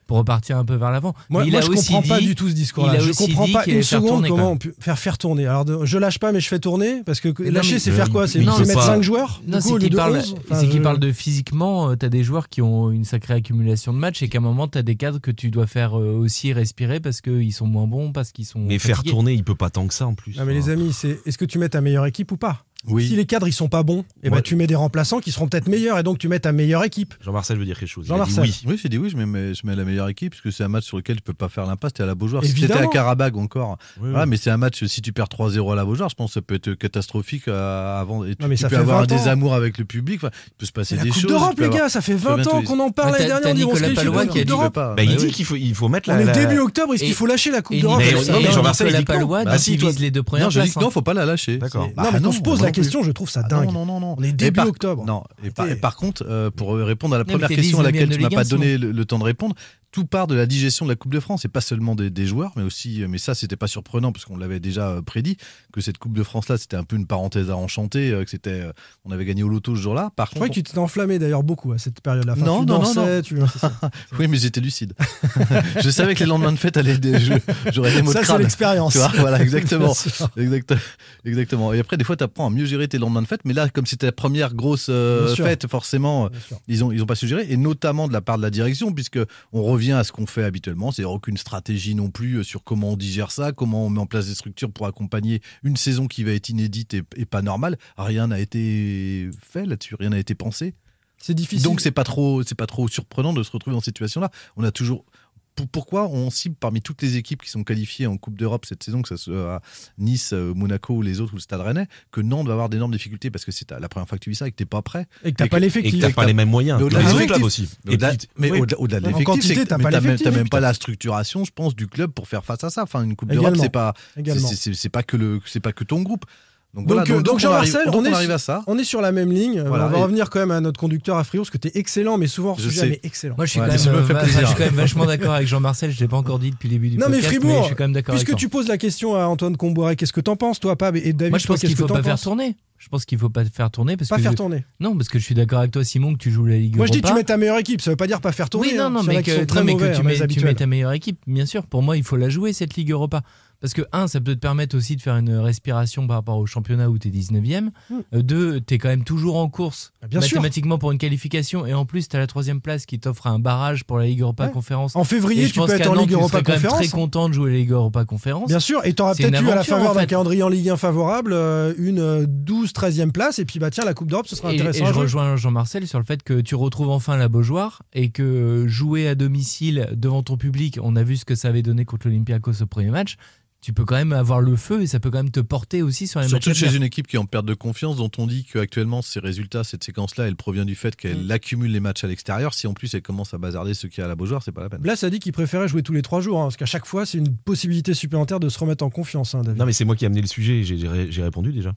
[SPEAKER 8] pour repartir un peu vers l'avant.
[SPEAKER 7] Moi,
[SPEAKER 8] Mais il
[SPEAKER 7] moi,
[SPEAKER 8] a
[SPEAKER 7] je
[SPEAKER 8] aussi
[SPEAKER 7] comprends pas
[SPEAKER 8] dit-
[SPEAKER 7] du tout ce discours-là.
[SPEAKER 8] il a
[SPEAKER 7] Je
[SPEAKER 8] aussi
[SPEAKER 7] comprends
[SPEAKER 8] dit
[SPEAKER 7] pas
[SPEAKER 8] qu'il
[SPEAKER 7] une
[SPEAKER 8] allait faire
[SPEAKER 7] seconde
[SPEAKER 8] tourner, quand
[SPEAKER 7] comment on
[SPEAKER 8] même.
[SPEAKER 7] peut faire faire tourner. Alors, de- je lâche pas, mais je fais tourner parce que
[SPEAKER 8] Mais non,
[SPEAKER 7] lâcher,
[SPEAKER 8] mais-
[SPEAKER 7] c'est faire quoi C'est
[SPEAKER 9] il
[SPEAKER 7] c'est
[SPEAKER 9] peut
[SPEAKER 7] mettre
[SPEAKER 9] pas-
[SPEAKER 7] 5 joueurs
[SPEAKER 8] Non,
[SPEAKER 7] du
[SPEAKER 8] c'est
[SPEAKER 7] coup, au lieu
[SPEAKER 8] qu'il
[SPEAKER 7] de
[SPEAKER 8] parle,
[SPEAKER 7] 11? Enfin,
[SPEAKER 8] c'est qu'il
[SPEAKER 7] je-
[SPEAKER 8] parle de physiquement, euh, t'as des joueurs qui ont une sacrée accumulation de matchs et qu'à un moment, t'as des cadres que tu dois faire euh, aussi respirer parce qu'ils sont moins bons, parce qu'ils sont.
[SPEAKER 9] Mais faire
[SPEAKER 8] fatigués.
[SPEAKER 9] tourner, il peut pas tant que ça en plus.
[SPEAKER 8] Ah,
[SPEAKER 9] Euh,
[SPEAKER 7] Non, mais les amis, c'est est-ce que tu mets ta meilleure équipe ou pas Si
[SPEAKER 10] Oui.
[SPEAKER 7] les cadres ils sont pas bons, eh ben,
[SPEAKER 9] Ouais.
[SPEAKER 7] tu mets des remplaçants qui seront peut-être meilleurs et donc tu mets ta meilleure équipe.
[SPEAKER 9] Jean-Marcel veut dire quelque chose. Il a dit
[SPEAKER 7] Jean-Marcel.
[SPEAKER 9] oui.
[SPEAKER 10] Oui, j'ai dit oui, je mets- mets, je mets la meilleure équipe, parce que c'est un match sur lequel tu peux pas faire l'impasse, t'es à la Beaujoire. Si
[SPEAKER 7] Évidemment.
[SPEAKER 10] t'étais à Karabag encore,
[SPEAKER 9] Oui,
[SPEAKER 10] voilà,
[SPEAKER 9] oui.
[SPEAKER 10] mais c'est un match, si tu perds 3-0 à la Beaujoire, je pense que ça peut être catastrophique euh, avant. Et tu,
[SPEAKER 7] Non, mais
[SPEAKER 10] tu
[SPEAKER 7] ça
[SPEAKER 10] peux
[SPEAKER 7] fait
[SPEAKER 10] avoir
[SPEAKER 7] 20 ans.
[SPEAKER 10] des amours avec le public, enfin, il peut se passer
[SPEAKER 7] C'est la
[SPEAKER 10] des
[SPEAKER 7] Coupe
[SPEAKER 10] choses. tu
[SPEAKER 7] d'Europe,
[SPEAKER 10] peux
[SPEAKER 7] les
[SPEAKER 10] avoir-
[SPEAKER 7] gars, ça fait 20
[SPEAKER 10] bientôt,
[SPEAKER 7] ans
[SPEAKER 10] ils-
[SPEAKER 7] qu'on en parle
[SPEAKER 8] Bah,
[SPEAKER 7] l'année dernière,
[SPEAKER 8] t'as-
[SPEAKER 7] on
[SPEAKER 8] t'as
[SPEAKER 7] dit on se
[SPEAKER 8] Nicolas
[SPEAKER 7] qualifie pour
[SPEAKER 8] Palois
[SPEAKER 7] la
[SPEAKER 8] qui
[SPEAKER 7] Coupe
[SPEAKER 8] a
[SPEAKER 10] Tu
[SPEAKER 8] dit-
[SPEAKER 10] peux
[SPEAKER 7] d'Europe.
[SPEAKER 10] pas.
[SPEAKER 9] Bah, il
[SPEAKER 10] Bah
[SPEAKER 9] dit
[SPEAKER 10] oui.
[SPEAKER 9] qu'il faut, il faut mettre la.
[SPEAKER 7] On est
[SPEAKER 9] la-
[SPEAKER 7] début octobre, est-ce qu'il
[SPEAKER 8] Et-
[SPEAKER 7] faut lâcher la Coupe
[SPEAKER 8] Et
[SPEAKER 7] d'Europe
[SPEAKER 9] Mais-
[SPEAKER 7] comme
[SPEAKER 9] mais-
[SPEAKER 7] ça
[SPEAKER 9] mais
[SPEAKER 8] Nicolas
[SPEAKER 9] Jean-Marc,
[SPEAKER 8] Nicolas
[SPEAKER 9] il dit quoi
[SPEAKER 8] Palois
[SPEAKER 9] Bah, si,
[SPEAKER 8] divise
[SPEAKER 9] toi-
[SPEAKER 8] les deux
[SPEAKER 10] Non,
[SPEAKER 8] premières
[SPEAKER 10] je dis
[SPEAKER 8] places.
[SPEAKER 10] que non, faut pas la lâcher.
[SPEAKER 9] D'accord.
[SPEAKER 10] Bah
[SPEAKER 7] Eh, Non, mais qu'on se pose
[SPEAKER 10] moi
[SPEAKER 7] la
[SPEAKER 10] non plus.
[SPEAKER 7] question, je trouve ça
[SPEAKER 10] Ah
[SPEAKER 7] dingue.
[SPEAKER 10] Non, non, non, non.
[SPEAKER 7] On est
[SPEAKER 10] Et
[SPEAKER 7] début
[SPEAKER 10] par-
[SPEAKER 7] octobre.
[SPEAKER 10] Non, et par,
[SPEAKER 7] Arrêtez.
[SPEAKER 10] et par contre, euh, pour répondre à la
[SPEAKER 8] Non,
[SPEAKER 10] première
[SPEAKER 8] mais t'es
[SPEAKER 10] question à
[SPEAKER 8] 19e
[SPEAKER 10] laquelle
[SPEAKER 8] de
[SPEAKER 10] tu m'as
[SPEAKER 8] Ligue
[SPEAKER 10] pas
[SPEAKER 8] un,
[SPEAKER 10] donné le, le temps de répondre, tout part de la digestion de la Coupe de France et pas seulement des, des joueurs, mais aussi, euh, mais ça, c'était pas surprenant parce qu'on l'avait déjà euh, prédit que cette Coupe de France là, c'était un peu une parenthèse à enchanter, euh, que c'était, euh, on avait gagné au loto ce jour-là. Par
[SPEAKER 7] Je crois
[SPEAKER 10] contre,
[SPEAKER 7] que tu t'es enflammé d'ailleurs beaucoup à cette période-là. Enfin,
[SPEAKER 10] Non,
[SPEAKER 7] tu
[SPEAKER 10] non, non,
[SPEAKER 7] dansais, tu-
[SPEAKER 10] oui, mais j'étais lucide. je savais que les lendemains de fête allaient, des- je- j'aurais des mots de
[SPEAKER 7] Ça, c'est
[SPEAKER 10] crâne.
[SPEAKER 7] l'expérience.
[SPEAKER 10] Tu vois, voilà, exactement.
[SPEAKER 7] Bien sûr.
[SPEAKER 10] Exact- exactement. Et après, des fois, tu apprends à mieux gérer tes lendemains de fête. Mais là, comme c'était la première grosse euh,
[SPEAKER 7] Bien sûr.
[SPEAKER 10] fête, forcément,
[SPEAKER 7] Bien sûr.
[SPEAKER 10] ils ont, ils ont pas suggéré, et notamment de la part de la direction, puisque on revient à ce qu'on fait habituellement, c'est-à-dire aucune stratégie non plus euh, sur comment on digère ça, comment on met en place des structures pour accompagner une saison qui va être inédite et, et pas normale. Rien n'a été fait là-dessus, rien n'a été pensé.
[SPEAKER 7] C'est difficile.
[SPEAKER 10] Donc c'est pas trop, c'est pas trop surprenant de se retrouver dans cette situation-là. On a toujours Pour- pourquoi on cible parmi toutes les équipes qui sont qualifiées en Coupe d'Europe cette saison, que ce soit Nice, euh, Monaco ou les autres ou le Stade Rennais, que Nantes va avoir d'énormes difficultés parce que c'est la première fois que tu vis ça et que t'es pas prêt.
[SPEAKER 7] et que t'as
[SPEAKER 10] et
[SPEAKER 7] pas
[SPEAKER 10] que-
[SPEAKER 9] Et que
[SPEAKER 7] l'effectif.
[SPEAKER 9] t'as pas les mêmes moyens.
[SPEAKER 10] Mais
[SPEAKER 9] que
[SPEAKER 10] au-delà
[SPEAKER 9] les
[SPEAKER 10] du
[SPEAKER 9] autres
[SPEAKER 10] effectif.
[SPEAKER 9] clubs aussi.
[SPEAKER 10] Mais au-delà- mais
[SPEAKER 9] oui.
[SPEAKER 10] au-delà au-delà de
[SPEAKER 7] En
[SPEAKER 10] l'effectif,
[SPEAKER 7] quantité,
[SPEAKER 10] c'est que
[SPEAKER 7] t'as
[SPEAKER 10] mais
[SPEAKER 7] pas
[SPEAKER 10] t'as même,
[SPEAKER 7] l'effectif,
[SPEAKER 10] t'as même
[SPEAKER 7] putain.
[SPEAKER 10] pas la structuration, je pense, du club pour faire face à ça. Enfin, une Coupe d'Europe,
[SPEAKER 7] Également.
[SPEAKER 10] c'est pas, c'est-
[SPEAKER 7] Également.
[SPEAKER 10] c'est c'est- c'est pas que le, c'est pas que ton groupe. Donc,
[SPEAKER 7] Donc,
[SPEAKER 10] voilà,
[SPEAKER 7] euh,
[SPEAKER 10] on
[SPEAKER 7] donc,
[SPEAKER 10] arrive-
[SPEAKER 7] Jean-Marcel,
[SPEAKER 10] donc
[SPEAKER 7] on est
[SPEAKER 10] arrive à ça.
[SPEAKER 7] On est sur la même ligne.
[SPEAKER 10] Voilà,
[SPEAKER 7] on va
[SPEAKER 10] et-
[SPEAKER 7] revenir quand même à notre conducteur à Fribourg, parce que t'es excellent, mais souvent hors
[SPEAKER 10] Je
[SPEAKER 7] sujet,
[SPEAKER 10] sais.
[SPEAKER 7] mais excellent.
[SPEAKER 8] Moi, je suis,
[SPEAKER 10] Ouais,
[SPEAKER 8] quand,
[SPEAKER 10] ça
[SPEAKER 8] même,
[SPEAKER 10] me fait
[SPEAKER 8] euh, va-
[SPEAKER 10] plaisir.
[SPEAKER 8] je suis quand même vachement d'accord avec Jean-Marcel. Je l'ai pas encore dit depuis le début du
[SPEAKER 7] Non, mais
[SPEAKER 8] podcast,
[SPEAKER 7] Fribourg,
[SPEAKER 8] je suis quand même d'accord avec
[SPEAKER 7] Puisque
[SPEAKER 8] toi.
[SPEAKER 7] tu poses la question à Antoine Comboiré, qu'est-ce que t'en penses, toi, Pab Et David,
[SPEAKER 8] Moi, je
[SPEAKER 7] toi,
[SPEAKER 8] pense
[SPEAKER 7] qu'est-ce
[SPEAKER 8] qu'il faut
[SPEAKER 7] que
[SPEAKER 8] pas
[SPEAKER 7] t'en
[SPEAKER 8] faire
[SPEAKER 7] penses
[SPEAKER 8] tourner. Je pense qu'il faut pas faire tourner parce
[SPEAKER 7] Pas
[SPEAKER 8] que
[SPEAKER 7] faire
[SPEAKER 8] je-
[SPEAKER 7] tourner.
[SPEAKER 8] non, parce que je suis d'accord avec toi, Simon, que tu joues la Ligue
[SPEAKER 7] Moi, je dis tu
[SPEAKER 8] Europa.
[SPEAKER 7] mets ta meilleure équipe. Ça veut pas dire pas faire tourner.
[SPEAKER 8] Oui, non,
[SPEAKER 7] hein.
[SPEAKER 8] non,
[SPEAKER 7] Il y en a
[SPEAKER 8] mais
[SPEAKER 7] qui
[SPEAKER 8] que,
[SPEAKER 7] sont très
[SPEAKER 8] non, mais que
[SPEAKER 7] mauvais, hein,
[SPEAKER 8] tu,
[SPEAKER 7] les
[SPEAKER 8] mets, tu
[SPEAKER 7] habituels.
[SPEAKER 8] mets ta meilleure équipe, bien sûr. Pour moi, il faut la jouer, cette Ligue Europa. Parce que, un, ça peut te permettre aussi de faire une respiration par rapport au championnat où tu es 19e.
[SPEAKER 7] Hmm.
[SPEAKER 8] Euh, Deux, tu es quand même toujours en course
[SPEAKER 7] Ah, bien sûr.
[SPEAKER 8] mathématiquement pour une qualification. Et en plus, tu as la troisième place qui t'offre un barrage pour la Ligue Europa
[SPEAKER 7] Ouais.
[SPEAKER 8] Conférence.
[SPEAKER 7] En
[SPEAKER 8] et
[SPEAKER 7] février,
[SPEAKER 8] je
[SPEAKER 7] tu
[SPEAKER 8] pense
[SPEAKER 7] peux
[SPEAKER 8] qu'à
[SPEAKER 7] être en
[SPEAKER 8] Nantes,
[SPEAKER 7] Ligue
[SPEAKER 8] tu serais
[SPEAKER 7] Europa
[SPEAKER 8] quand même
[SPEAKER 7] Conférence.
[SPEAKER 8] très content de jouer la Ligue Europa Conférence.
[SPEAKER 7] Bien sûr, et t'auras
[SPEAKER 8] C'est une
[SPEAKER 7] peut-être eu à la
[SPEAKER 8] aventure,
[SPEAKER 7] faveur
[SPEAKER 8] en
[SPEAKER 7] d'un
[SPEAKER 8] fait.
[SPEAKER 7] calendrier en Ligue 1 favorable euh, une euh, 12, 13e place, et puis bah tiens, la Coupe d'Europe, ce sera
[SPEAKER 8] Et, et
[SPEAKER 7] intéressant. à
[SPEAKER 8] je
[SPEAKER 7] jouer.
[SPEAKER 8] rejoins Jean-Marcel sur le fait que tu retrouves enfin la Beaujoire et que jouer à domicile devant ton public, on a vu ce que ça avait donné contre l'Olympiakos au premier match. tu peux quand même avoir le feu et ça peut quand même te porter aussi sur les matchs.
[SPEAKER 10] Surtout
[SPEAKER 8] à
[SPEAKER 10] chez
[SPEAKER 8] venir.
[SPEAKER 10] une équipe qui est en perte de confiance, dont on dit qu'actuellement, ces résultats, cette séquence-là, elle provient du fait
[SPEAKER 7] Mm.
[SPEAKER 10] qu'elle accumule les matchs à l'extérieur. Si en plus elle commence à bazarder ce qu'il y a à la Beaujoire, c'est pas la peine.
[SPEAKER 7] Blas a dit qu'il préférait jouer tous les trois jours, hein, parce qu'à chaque fois, c'est une possibilité supplémentaire de se remettre en confiance, hein, David.
[SPEAKER 9] Non, mais c'est moi qui ai amené le sujet, j'ai- j'ai ré- j'ai répondu déjà.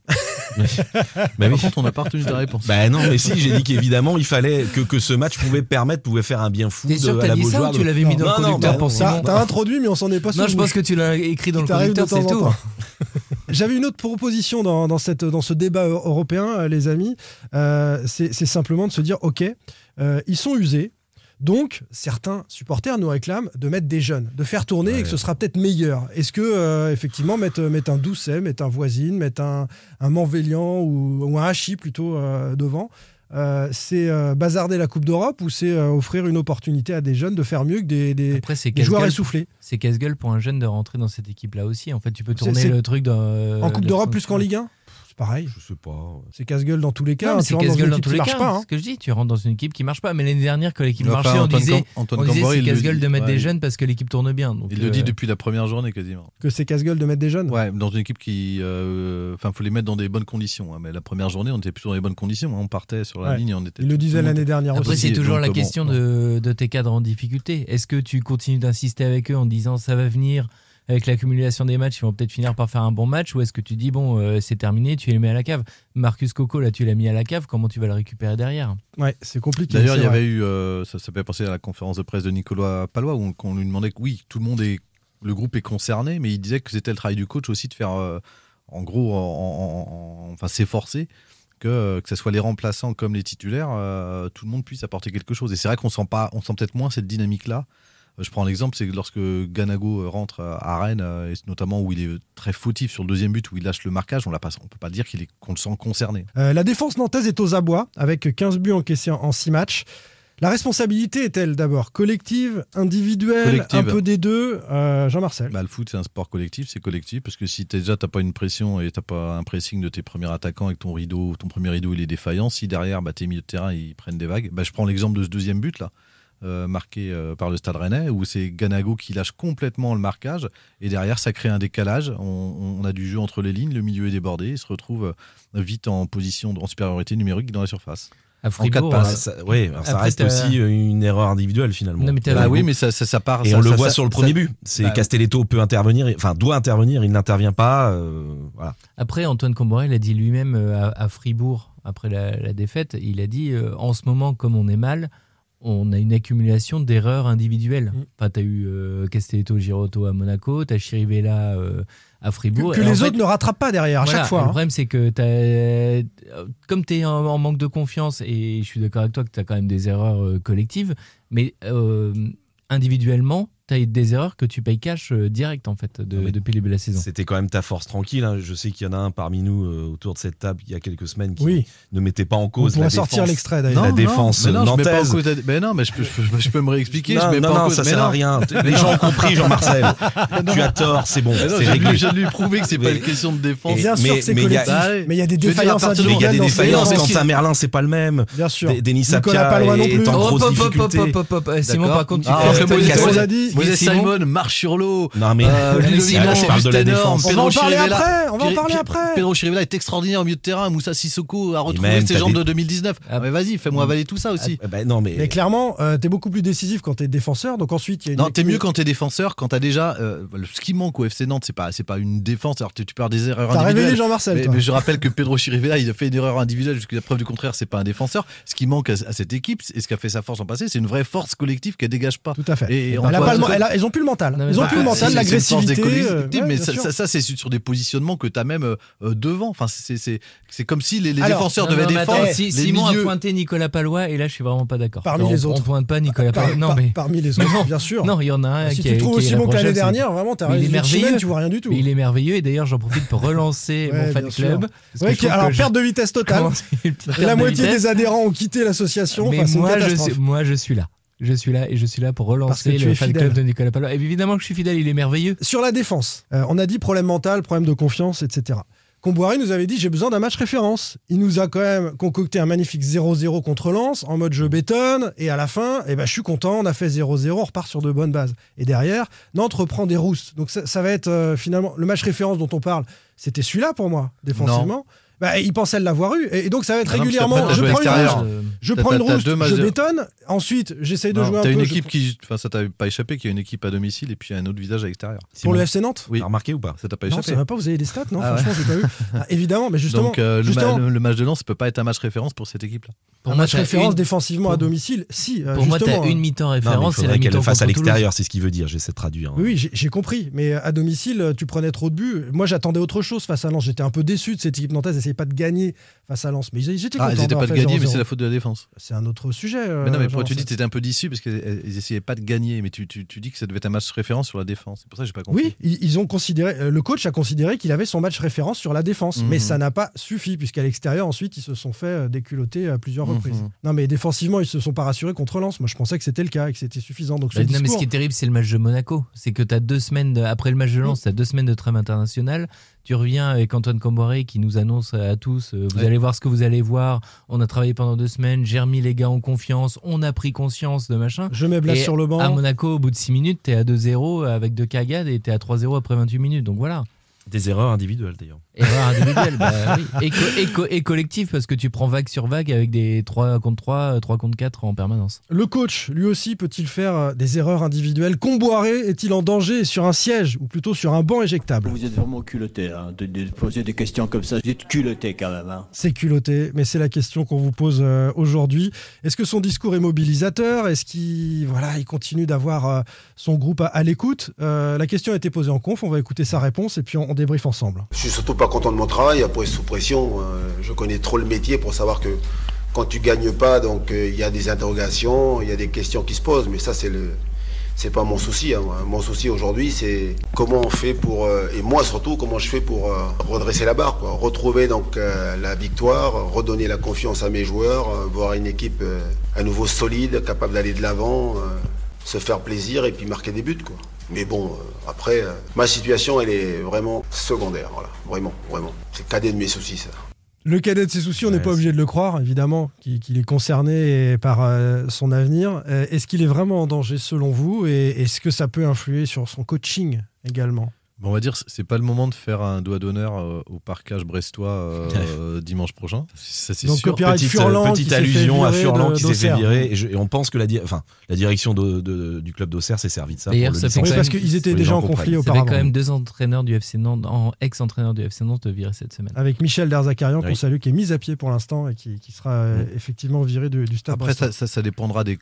[SPEAKER 9] mais
[SPEAKER 10] Par contre, on n'a pas retenu ta réponse.
[SPEAKER 9] Bah non, mais si, j'ai dit qu'évidemment, il fallait que, que ce match pouvait permettre, pouvait faire un bien fou
[SPEAKER 8] T'es sûr
[SPEAKER 9] de-
[SPEAKER 8] que
[SPEAKER 9] à la
[SPEAKER 8] t'as dit ça
[SPEAKER 9] Beaujoire.
[SPEAKER 8] ou tu l'avais mis dans
[SPEAKER 9] Non, non,
[SPEAKER 8] le conducteur
[SPEAKER 9] bah
[SPEAKER 8] pour
[SPEAKER 9] non,
[SPEAKER 7] T'as
[SPEAKER 8] Simon
[SPEAKER 7] t'as introduit, mais on s'en est pas
[SPEAKER 8] Non,
[SPEAKER 7] souvenu.
[SPEAKER 8] je pense que tu l'as écrit dans
[SPEAKER 7] Il
[SPEAKER 8] le
[SPEAKER 7] t'arrive de
[SPEAKER 8] conducteur, c'est
[SPEAKER 7] temps en
[SPEAKER 8] tout.
[SPEAKER 7] temps. J'avais une autre proposition dans, dans cette, dans ce débat eu- européen, euh, les amis. Euh, c'est c'est simplement de se dire, OK, euh, ils sont usés. Donc, certains supporters nous réclament de mettre des jeunes, de faire tourner et que ce sera peut-être meilleur. Est-ce que, euh, effectivement, mettre, mettre un Doucet, mettre un Voisine, mettre un, un Manvélian ou, ou un Hachi plutôt euh, devant, euh, c'est euh, bazarder la Coupe d'Europe ou c'est euh, offrir une opportunité à des jeunes de faire mieux que des, des-
[SPEAKER 8] Après, c'est
[SPEAKER 7] des joueurs
[SPEAKER 8] casse-gueule.
[SPEAKER 7] essoufflés
[SPEAKER 8] C'est casse-gueule pour un jeune de rentrer dans cette équipe-là aussi. En fait, tu peux
[SPEAKER 7] C'est-
[SPEAKER 8] tourner
[SPEAKER 7] c'est-
[SPEAKER 8] le truc dans. euh,
[SPEAKER 7] En Coupe
[SPEAKER 8] dans-
[SPEAKER 7] d'Europe plus qu'en Ligue 1 Pff, C'est pareil.
[SPEAKER 9] Je sais pas.
[SPEAKER 7] C'est casse-gueule dans tous les cas.
[SPEAKER 8] Non,
[SPEAKER 7] hein,
[SPEAKER 8] mais
[SPEAKER 7] tu
[SPEAKER 8] c'est
[SPEAKER 7] rentres dans
[SPEAKER 8] casse-gueule
[SPEAKER 7] une
[SPEAKER 8] dans
[SPEAKER 7] équipe
[SPEAKER 8] tous
[SPEAKER 7] qui
[SPEAKER 8] les
[SPEAKER 7] marche
[SPEAKER 8] cas.
[SPEAKER 7] pas.
[SPEAKER 8] hein.
[SPEAKER 7] hein.
[SPEAKER 8] C'est ce que je dis, tu rentres dans une équipe qui marche pas. Mais l'année dernière, que l'équipe
[SPEAKER 10] Enfin,
[SPEAKER 8] marchait, on
[SPEAKER 10] Antoine
[SPEAKER 8] disait,
[SPEAKER 10] Cam- Antoine
[SPEAKER 8] on disait
[SPEAKER 10] Camboire,
[SPEAKER 8] c'est
[SPEAKER 10] il le
[SPEAKER 8] casse-gueule
[SPEAKER 10] dit.
[SPEAKER 8] de mettre
[SPEAKER 10] Ouais.
[SPEAKER 8] des jeunes parce que l'équipe tourne bien. Donc,
[SPEAKER 10] Il le dit
[SPEAKER 8] euh,
[SPEAKER 10] depuis la première journée quasiment.
[SPEAKER 7] hein, Que c'est casse-gueule de mettre des jeunes.
[SPEAKER 10] Ouais, dans une équipe qui. euh, Enfin, faut les mettre dans des bonnes conditions. hein. Mais la première journée, on était plutôt dans les bonnes conditions. hein. On partait sur la
[SPEAKER 7] Ouais.
[SPEAKER 10] ligne. On était
[SPEAKER 7] Il le
[SPEAKER 10] tout-
[SPEAKER 7] disait
[SPEAKER 10] tout
[SPEAKER 7] l'année dernière
[SPEAKER 8] Après,
[SPEAKER 7] aussi.
[SPEAKER 10] aussi,
[SPEAKER 8] c'est toujours
[SPEAKER 10] donc,
[SPEAKER 8] la
[SPEAKER 10] bon,
[SPEAKER 8] question
[SPEAKER 10] bon.
[SPEAKER 8] de, de tes cadres en difficulté. Est-ce que tu continues d'insister avec eux en disant ça va venir avec l'accumulation des matchs, ils vont peut-être finir par faire un bon match Ou est-ce que tu dis bon, euh, c'est terminé, tu les mets à la cave Marcus Coco, là, tu l'as mis à la cave, comment tu vas le récupérer derrière
[SPEAKER 7] Ouais, c'est compliqué.
[SPEAKER 10] D'ailleurs,
[SPEAKER 7] c'est
[SPEAKER 10] il y
[SPEAKER 7] vrai.
[SPEAKER 10] avait eu, euh, ça, ça fait penser à la conférence de presse de Nicolas Palois où on, qu'on lui demandait que oui, tout le monde est, le groupe est concerné, mais il disait que c'était le travail du coach aussi de faire, euh, en gros, en- en- en- enfin s'efforcer que euh, que ce soit les remplaçants comme les titulaires, euh, tout le monde puisse apporter quelque chose. Et c'est vrai qu'on sent pas, on sent peut-être moins cette dynamique-là. Euh, Je prends un exemple, c'est que lorsque Ganago euh, rentre euh, à Rennes, euh, et notamment où il est très fautif sur le deuxième but, où il lâche le marquage, on ne peut pas dire qu'il est, qu'on le sent concerné.
[SPEAKER 7] Euh, la défense nantaise est aux abois, avec 15 buts encaissés en 6 matchs. La responsabilité est-elle d'abord collective, individuelle,
[SPEAKER 10] Collective.
[SPEAKER 7] un peu des deux Euh, Jean-Marcel.
[SPEAKER 10] Bah, le foot, c'est un sport collectif, c'est collectif, parce que si t'es- déjà t'as pas une pression et t'as pas un pressing de tes premiers attaquants et que ton rideau, ton premier rideau il est défaillant, si derrière bah, tes milieux de terrain ils prennent des vagues, bah, je prends l'exemple de ce deuxième but là, euh, marqué euh, par le Stade Rennais, où c'est Ganago qui lâche complètement le marquage et derrière ça crée un décalage, on, on a du jeu entre les lignes, le milieu est débordé, il se retrouve euh, vite en position de- en supériorité numérique dans la surface. cas
[SPEAKER 8] À
[SPEAKER 10] de
[SPEAKER 8] Fribourg,
[SPEAKER 10] passe.
[SPEAKER 8] euh,
[SPEAKER 9] Ça, oui, alors ça
[SPEAKER 8] Après,
[SPEAKER 9] reste
[SPEAKER 8] t'as-
[SPEAKER 9] aussi une erreur individuelle finalement.
[SPEAKER 8] Non, mais t'as-
[SPEAKER 9] Là,
[SPEAKER 10] Bah
[SPEAKER 9] le
[SPEAKER 10] oui,
[SPEAKER 9] groupe-
[SPEAKER 10] mais ça, ça, ça part.
[SPEAKER 9] Et
[SPEAKER 10] ça-
[SPEAKER 9] on le
[SPEAKER 10] ça-
[SPEAKER 9] voit
[SPEAKER 10] ça-
[SPEAKER 9] sur le
[SPEAKER 10] ça-
[SPEAKER 9] premier but. C'est
[SPEAKER 10] Bah,
[SPEAKER 9] Castelletto peut intervenir, enfin doit intervenir, il n'intervient pas. euh, voilà.
[SPEAKER 8] Après, Antoine Comboré l'a dit lui-même euh, à, à Fribourg, après la, la défaite, il a dit euh, en ce moment, comme on est mal, on a une accumulation d'erreurs individuelles.
[SPEAKER 7] Mm.
[SPEAKER 8] Enfin, t'as eu euh, Castelletto Girotto à Monaco, t'as Chirivella euh, à
[SPEAKER 7] Que,
[SPEAKER 8] Fribourg.
[SPEAKER 7] que
[SPEAKER 8] Et en
[SPEAKER 7] les
[SPEAKER 8] fait,
[SPEAKER 7] autres ne rattrapent pas derrière à
[SPEAKER 8] voilà,
[SPEAKER 7] chaque fois.
[SPEAKER 8] Le
[SPEAKER 7] hein.
[SPEAKER 8] problème, c'est que t'as- euh, comme tu es en, en manque de confiance, et je suis d'accord avec toi que tu as quand même des erreurs euh, collectives, mais euh, individuellement, tu as des erreurs que tu payes cash euh, direct, en fait, de-
[SPEAKER 7] Ah,
[SPEAKER 9] Non, mais-
[SPEAKER 8] depuis le début de la saison.
[SPEAKER 9] C'était quand même ta force tranquille. hein. Je sais qu'il y en a un parmi nous euh, autour de cette table il y a quelques semaines qui
[SPEAKER 7] Oui,
[SPEAKER 9] ne mettait pas en
[SPEAKER 7] on
[SPEAKER 9] cause la
[SPEAKER 7] pourrait sortir
[SPEAKER 9] défense.
[SPEAKER 7] l'extrait d'ailleurs.
[SPEAKER 9] la défense
[SPEAKER 10] mais non, je mets pas en
[SPEAKER 9] nantaise.
[SPEAKER 10] cause la- mais non, mais je peux, je peux- je peux me réexpliquer. je
[SPEAKER 9] non,
[SPEAKER 10] mets
[SPEAKER 9] non,
[SPEAKER 10] pas en
[SPEAKER 9] non,
[SPEAKER 10] cause-
[SPEAKER 9] ça
[SPEAKER 10] mais
[SPEAKER 9] sert
[SPEAKER 10] non.
[SPEAKER 9] à rien. Les gens ont compris, Jean-Marcel. tu as tort, c'est bon,
[SPEAKER 10] Mais non,
[SPEAKER 9] c'est
[SPEAKER 10] j'ai dû,
[SPEAKER 9] réglé.
[SPEAKER 10] j'ai dû lui prouver que c'est pas
[SPEAKER 9] Mais-
[SPEAKER 10] une question de défense.
[SPEAKER 7] Bien sûr
[SPEAKER 9] mais-
[SPEAKER 7] que c'est
[SPEAKER 9] mais il y a-
[SPEAKER 7] collectif, mais il y a
[SPEAKER 10] Je
[SPEAKER 7] des
[SPEAKER 10] veux dire, à
[SPEAKER 7] défaillances
[SPEAKER 10] partir du
[SPEAKER 9] Mais il y a
[SPEAKER 7] individuelles
[SPEAKER 9] des
[SPEAKER 7] dans ces
[SPEAKER 9] défaillances.
[SPEAKER 7] défenses.
[SPEAKER 9] Quentin Merlin, c'est pas le même.
[SPEAKER 7] Bien sûr.
[SPEAKER 9] Des- Denis
[SPEAKER 7] Nicolas
[SPEAKER 9] Sapia
[SPEAKER 7] Palois non
[SPEAKER 9] est, est
[SPEAKER 7] plus.
[SPEAKER 9] en
[SPEAKER 8] Hop,
[SPEAKER 9] grosse
[SPEAKER 8] hop, hop, hop,
[SPEAKER 9] difficulté.
[SPEAKER 8] hop, hop, hop. Euh, Simon,
[SPEAKER 10] D'accord.
[SPEAKER 8] par contre, tu
[SPEAKER 10] Ah,
[SPEAKER 8] fais-
[SPEAKER 10] après, Moses
[SPEAKER 8] t'as-
[SPEAKER 9] Simon,
[SPEAKER 8] t'as-
[SPEAKER 7] a dit-
[SPEAKER 10] Moses
[SPEAKER 8] Simon-
[SPEAKER 10] Simon marche sur l'eau.
[SPEAKER 9] Non mais
[SPEAKER 10] Euh,
[SPEAKER 8] Alex
[SPEAKER 10] Ludovic
[SPEAKER 8] Simon,
[SPEAKER 10] Blanc,
[SPEAKER 8] on
[SPEAKER 10] c'est
[SPEAKER 9] parle
[SPEAKER 10] juste
[SPEAKER 9] de la
[SPEAKER 10] énorme.
[SPEAKER 9] défense.
[SPEAKER 7] On va en parler après. On va en
[SPEAKER 10] Pierre-
[SPEAKER 7] parler
[SPEAKER 10] Pierre-
[SPEAKER 7] après.
[SPEAKER 10] Pedro Chirivella est extraordinaire au milieu de terrain. Moussa Sissoko a retrouvé
[SPEAKER 9] même,
[SPEAKER 10] ses
[SPEAKER 9] t'as
[SPEAKER 10] jambes
[SPEAKER 9] des-
[SPEAKER 10] de 2019.
[SPEAKER 8] Ah.
[SPEAKER 10] Mais vas-y, fais-moi avaler tout ça aussi.
[SPEAKER 9] Eh ben, non mais,
[SPEAKER 7] Mais clairement, tu t'es beaucoup plus décisif quand t'es défenseur. Donc ensuite,
[SPEAKER 9] bah,
[SPEAKER 7] il y a une
[SPEAKER 10] Non, t'es mieux quand t'es défenseur, quand t'as déjà. euh, ce qui manque au FC Nantes, c'est pas, c'est pas une défense. Alors tu tu perds des erreurs
[SPEAKER 7] T'as révélé
[SPEAKER 10] individuelles.
[SPEAKER 7] Jean-Marcel.
[SPEAKER 10] Mais,
[SPEAKER 7] toi.
[SPEAKER 10] mais je rappelle que Pedro Chirivella, il a fait une erreur individuelle jusqu'à la preuve du contraire. C'est pas un défenseur. Ce qui manque à, à cette équipe et ce qui a fait sa force en passé, c'est une vraie force collective qu'elle dégage pas.
[SPEAKER 7] Tout à fait.
[SPEAKER 10] Et
[SPEAKER 7] Elle
[SPEAKER 10] Antoine-
[SPEAKER 7] a pas le men- elle a- ils ont plus le mental.
[SPEAKER 8] Non, mais
[SPEAKER 7] ils ont
[SPEAKER 8] bah,
[SPEAKER 7] plus le
[SPEAKER 10] c'est-
[SPEAKER 7] mental,
[SPEAKER 10] c'est une force
[SPEAKER 7] l'agressivité.
[SPEAKER 10] des
[SPEAKER 7] euh,
[SPEAKER 10] collectivités,
[SPEAKER 7] ouais,
[SPEAKER 10] mais
[SPEAKER 7] bien
[SPEAKER 10] ça,
[SPEAKER 7] sûr.
[SPEAKER 10] ça- ça, c'est sur des positionnements que tu as même euh, euh, devant. Enfin, c'est- c'est- c'est c'est comme si les, les
[SPEAKER 7] Alors,
[SPEAKER 10] défenseurs
[SPEAKER 8] Non, non,
[SPEAKER 10] devaient
[SPEAKER 8] mais
[SPEAKER 10] défendre.
[SPEAKER 8] attends,
[SPEAKER 10] les
[SPEAKER 8] si- Simon
[SPEAKER 10] milieux.
[SPEAKER 8] a pointé Nicolas Palois, et là, je suis vraiment pas d'accord.
[SPEAKER 7] Parmi
[SPEAKER 8] on,
[SPEAKER 7] les autres.
[SPEAKER 8] On pointe pas Nicolas
[SPEAKER 7] Par-
[SPEAKER 8] Palois. Non,
[SPEAKER 7] par-
[SPEAKER 8] mais.
[SPEAKER 7] Parmi les
[SPEAKER 8] Mais
[SPEAKER 7] autres,
[SPEAKER 8] non.
[SPEAKER 7] bien sûr.
[SPEAKER 8] Non, il y en a un
[SPEAKER 7] si
[SPEAKER 8] qui
[SPEAKER 7] tu
[SPEAKER 8] est-
[SPEAKER 7] trouves
[SPEAKER 8] qui est
[SPEAKER 7] aussi bon que l'année
[SPEAKER 8] irréprochable, c'est-
[SPEAKER 7] dernière, vraiment, t'as
[SPEAKER 8] Mais il est
[SPEAKER 7] raison. Chimène,
[SPEAKER 8] merveilleux.
[SPEAKER 7] tu vois rien du tout.
[SPEAKER 8] Mais il est merveilleux et d'ailleurs j'en profite pour relancer
[SPEAKER 7] Ouais,
[SPEAKER 8] mon fan
[SPEAKER 7] bien sûr.
[SPEAKER 8] club. parce que
[SPEAKER 7] Ouais,
[SPEAKER 8] je trouve
[SPEAKER 7] alors,
[SPEAKER 8] que je-
[SPEAKER 7] perte de vitesse totale.
[SPEAKER 8] commence une petite perte
[SPEAKER 7] La
[SPEAKER 8] de
[SPEAKER 7] moitié
[SPEAKER 8] vitesse.
[SPEAKER 7] des adhérents ont quitté l'association.
[SPEAKER 8] Mais
[SPEAKER 7] Enfin, c'est une
[SPEAKER 8] moi je,
[SPEAKER 7] catastrophe.
[SPEAKER 8] suis, moi, je suis là. Je suis là et je suis là pour
[SPEAKER 7] Parce que
[SPEAKER 8] relancer
[SPEAKER 7] tu
[SPEAKER 8] le
[SPEAKER 7] es
[SPEAKER 8] fan
[SPEAKER 7] fidèle.
[SPEAKER 8] club de Nicolas Palois. Et évidemment que je suis fidèle, il est merveilleux.
[SPEAKER 7] Sur la défense, euh, on a dit problème mental, problème de confiance, etc. Comboiré nous avait dit j'ai besoin d'un match référence. Il nous a quand même concocté un magnifique 0-0 contre Lens en mode je
[SPEAKER 10] Mm.
[SPEAKER 7] bétonne et à la fin, eh ben, je suis content, on a fait 0-0, on repart sur de bonnes bases. Et derrière, Nantes reprend des rousses. Donc ça, ça va être euh, finalement le match référence dont on parle, c'était celui-là pour moi, défensivement. Bah, il pensait l'avoir eu. Et, et donc ça va être
[SPEAKER 10] Ah non, parce
[SPEAKER 7] régulièrement.
[SPEAKER 10] qu'après, t'as
[SPEAKER 7] je
[SPEAKER 10] joué à
[SPEAKER 7] prends une
[SPEAKER 10] l'extérieur.
[SPEAKER 7] rousse, je
[SPEAKER 10] T'as-
[SPEAKER 7] prends une
[SPEAKER 10] t'as- t'as
[SPEAKER 7] rousse,
[SPEAKER 10] deux matchs
[SPEAKER 7] je
[SPEAKER 10] de-
[SPEAKER 7] bétonne. Ensuite, j'essaye de
[SPEAKER 10] Non,
[SPEAKER 7] jouer un
[SPEAKER 10] T'as
[SPEAKER 7] peu.
[SPEAKER 10] une
[SPEAKER 7] je-
[SPEAKER 10] équipe qui. Enfin, ça t'a pas échappé, qui a une équipe à domicile et puis un autre visage à l'extérieur.
[SPEAKER 7] Pour
[SPEAKER 10] Simon,
[SPEAKER 7] le FC Nantes
[SPEAKER 10] Oui.
[SPEAKER 9] T'as remarqué ou pas
[SPEAKER 10] Ça t'a pas
[SPEAKER 7] Non, ça
[SPEAKER 10] échappé.
[SPEAKER 7] va pas, vous avez des stats, non
[SPEAKER 10] Ah ouais.
[SPEAKER 7] Franchement, j'ai pas vu. Ah, évidemment, mais justement.
[SPEAKER 10] Donc, euh, le, ma-
[SPEAKER 7] justement.
[SPEAKER 10] le- le match de Lens peut pas être un match référence pour cette équipe-là.
[SPEAKER 8] Pour
[SPEAKER 7] un
[SPEAKER 8] moi,
[SPEAKER 7] match
[SPEAKER 8] t'as
[SPEAKER 7] référence
[SPEAKER 8] une-
[SPEAKER 7] défensivement à
[SPEAKER 8] pour-
[SPEAKER 7] domicile, si. euh,
[SPEAKER 8] Pour moi,
[SPEAKER 7] justement,
[SPEAKER 8] t'as une
[SPEAKER 7] euh,
[SPEAKER 8] mi-temps
[SPEAKER 9] Non, mais il
[SPEAKER 8] référence, c'est la
[SPEAKER 9] faudrait qu'elle
[SPEAKER 8] mi-temps
[SPEAKER 9] le fasse
[SPEAKER 8] contre
[SPEAKER 9] à
[SPEAKER 8] Toulouse.
[SPEAKER 9] l'extérieur, c'est ce qu'il veut dire. J'essaie de traduire. hein.
[SPEAKER 7] Oui, oui, j'ai- j'ai compris. Mais à domicile, euh, tu prenais trop de buts. Moi, j'attendais autre chose face à Lens. J'étais un peu déçu de cette équipe nantaise. Ils n'essayaient pas de gagner face à Lens. Mais ils ils étaient
[SPEAKER 10] Ah,
[SPEAKER 7] contents
[SPEAKER 10] ils étaient
[SPEAKER 7] d'avoir
[SPEAKER 10] pas de
[SPEAKER 7] fait
[SPEAKER 10] gagner, mais
[SPEAKER 7] 0-0.
[SPEAKER 10] c'est la faute de la défense.
[SPEAKER 7] C'est un autre sujet. euh,
[SPEAKER 10] mais non, mais
[SPEAKER 7] pour
[SPEAKER 10] pourquoi tu dis que t'étais un peu déçu parce qu'ils essayaient pas de gagner, mais tu, tu, tu dis que ça devait être un match référence sur la défense. C'est pour ça que j'ai pas compris.
[SPEAKER 7] Oui, ils ils ont considéré, euh, le coach a considéré qu'il avait son match référence sur la défense, mais
[SPEAKER 10] Mhm.
[SPEAKER 7] ça n'a pas suffi, puisqu'à l'extérieur, ensuite, ils se sont fait euh, déculoter à plusieurs
[SPEAKER 10] Mhm.
[SPEAKER 7] reprises. Non, mais défensivement, ils se sont pas rassurés contre Lens. Moi, je pensais que c'était le cas et que c'était suffisant. Donc, ce
[SPEAKER 8] Bah, non, mais ce
[SPEAKER 7] discours,
[SPEAKER 8] qui est terrible, c'est le match de Monaco. C'est que tu as deux semaines, de- après le match de
[SPEAKER 7] Mm.
[SPEAKER 8] Lens, tu as deux semaines de trame internationale. Tu reviens avec Antoine Camboiré qui nous annonce à tous euh, Vous
[SPEAKER 10] Ouais.
[SPEAKER 8] allez voir ce que vous allez voir. On a travaillé pendant deux semaines. J'ai remis les gars en confiance. On a pris conscience de machin.
[SPEAKER 7] je mets Blas
[SPEAKER 8] Et
[SPEAKER 7] sur le banc.
[SPEAKER 8] À Monaco, au bout de 6 minutes, tu es à 2-0 avec deux cagades et tu es à 3-0 après 28 minutes. Donc voilà.
[SPEAKER 9] Des erreurs individuelles d'ailleurs.
[SPEAKER 8] Erreur individuelle, bah oui. Et, co- et co- et collectif, parce que tu prends vague sur vague avec des 3 contre 3, 3 contre 4 en permanence.
[SPEAKER 7] Le coach, lui aussi, peut-il faire euh, des erreurs individuelles Comboiré est-il en danger sur un siège ou plutôt sur un banc éjectable
[SPEAKER 12] Vous êtes vraiment culotté hein, de, de poser des questions comme ça. Vous êtes culotté quand même. Hein.
[SPEAKER 7] C'est culotté, mais c'est la question qu'on vous pose euh, aujourd'hui. Est-ce que son discours est mobilisateur Est-ce qu'il voilà, il continue d'avoir euh, son groupe à, à l'écoute Euh, La question a été posée en conf, on va écouter sa réponse et puis on, on débriefe ensemble.
[SPEAKER 2] Je suis surtout pas content de mon travail, après sous pression. euh, je connais trop le métier pour savoir que quand tu gagnes pas, donc euh, il y a des interrogations, il y a des questions qui se posent, mais ça c'est le. C'est pas mon souci. hein. Mon souci aujourd'hui, c'est comment on fait pour, euh, et moi surtout, comment je fais pour euh, redresser la barre, quoi. retrouver donc euh, la victoire, redonner la confiance à mes joueurs, euh, voir une équipe euh, à nouveau solide, capable d'aller de l'avant, euh, se faire plaisir et puis marquer des buts. Quoi. Mais bon, euh, après, euh, ma situation, elle est vraiment secondaire. Voilà. Vraiment, vraiment. C'est cadet de mes soucis, ça.
[SPEAKER 7] Le cadet de ses soucis, on n'est
[SPEAKER 9] Ouais,
[SPEAKER 7] pas
[SPEAKER 9] c'est-
[SPEAKER 7] obligé de le croire, évidemment, qu'il qu'il est concerné par euh, son avenir. Euh, Est-ce qu'il est vraiment en danger selon vous et est-ce que ça peut influer sur son coaching également
[SPEAKER 10] Bon, on va dire, c- c'est pas le moment de faire un doigt d'honneur euh, au parquage brestois euh, dimanche prochain. Ça, c'est
[SPEAKER 7] Donc,
[SPEAKER 10] sûr.
[SPEAKER 7] copyright
[SPEAKER 9] petite
[SPEAKER 7] Furlan
[SPEAKER 9] euh, petite
[SPEAKER 7] qui s'est fait
[SPEAKER 9] allusion à
[SPEAKER 7] virer hein.
[SPEAKER 9] Furlan
[SPEAKER 7] de-
[SPEAKER 9] qui s'est fait
[SPEAKER 7] d'Auxerre.
[SPEAKER 9] virer. Et, je- et on pense que la, di- enfin, la direction de- de- du club d'Auxerre s'est servi de ça. pour
[SPEAKER 8] D'ailleurs,
[SPEAKER 9] le
[SPEAKER 8] ça fait
[SPEAKER 7] Oui,
[SPEAKER 9] licencier.
[SPEAKER 8] quand
[SPEAKER 7] parce
[SPEAKER 8] même-
[SPEAKER 7] qu'ils étaient
[SPEAKER 9] les
[SPEAKER 7] déjà
[SPEAKER 9] gens
[SPEAKER 7] en conflit
[SPEAKER 9] comprennent.
[SPEAKER 8] Ça fait
[SPEAKER 7] auparavant.
[SPEAKER 8] quand même deux entraîneurs du FC Nantes, en ex-entraîneurs du FC Nantes virés cette semaine.
[SPEAKER 7] Avec Michel Derzakarian, qu'on
[SPEAKER 9] Oui.
[SPEAKER 7] salue, qui est mis à pied pour l'instant et qui, qui sera euh, effectivement viré du, du stade.
[SPEAKER 10] Après,
[SPEAKER 7] brestois.
[SPEAKER 10] ça, ça, ça dépendra des. du-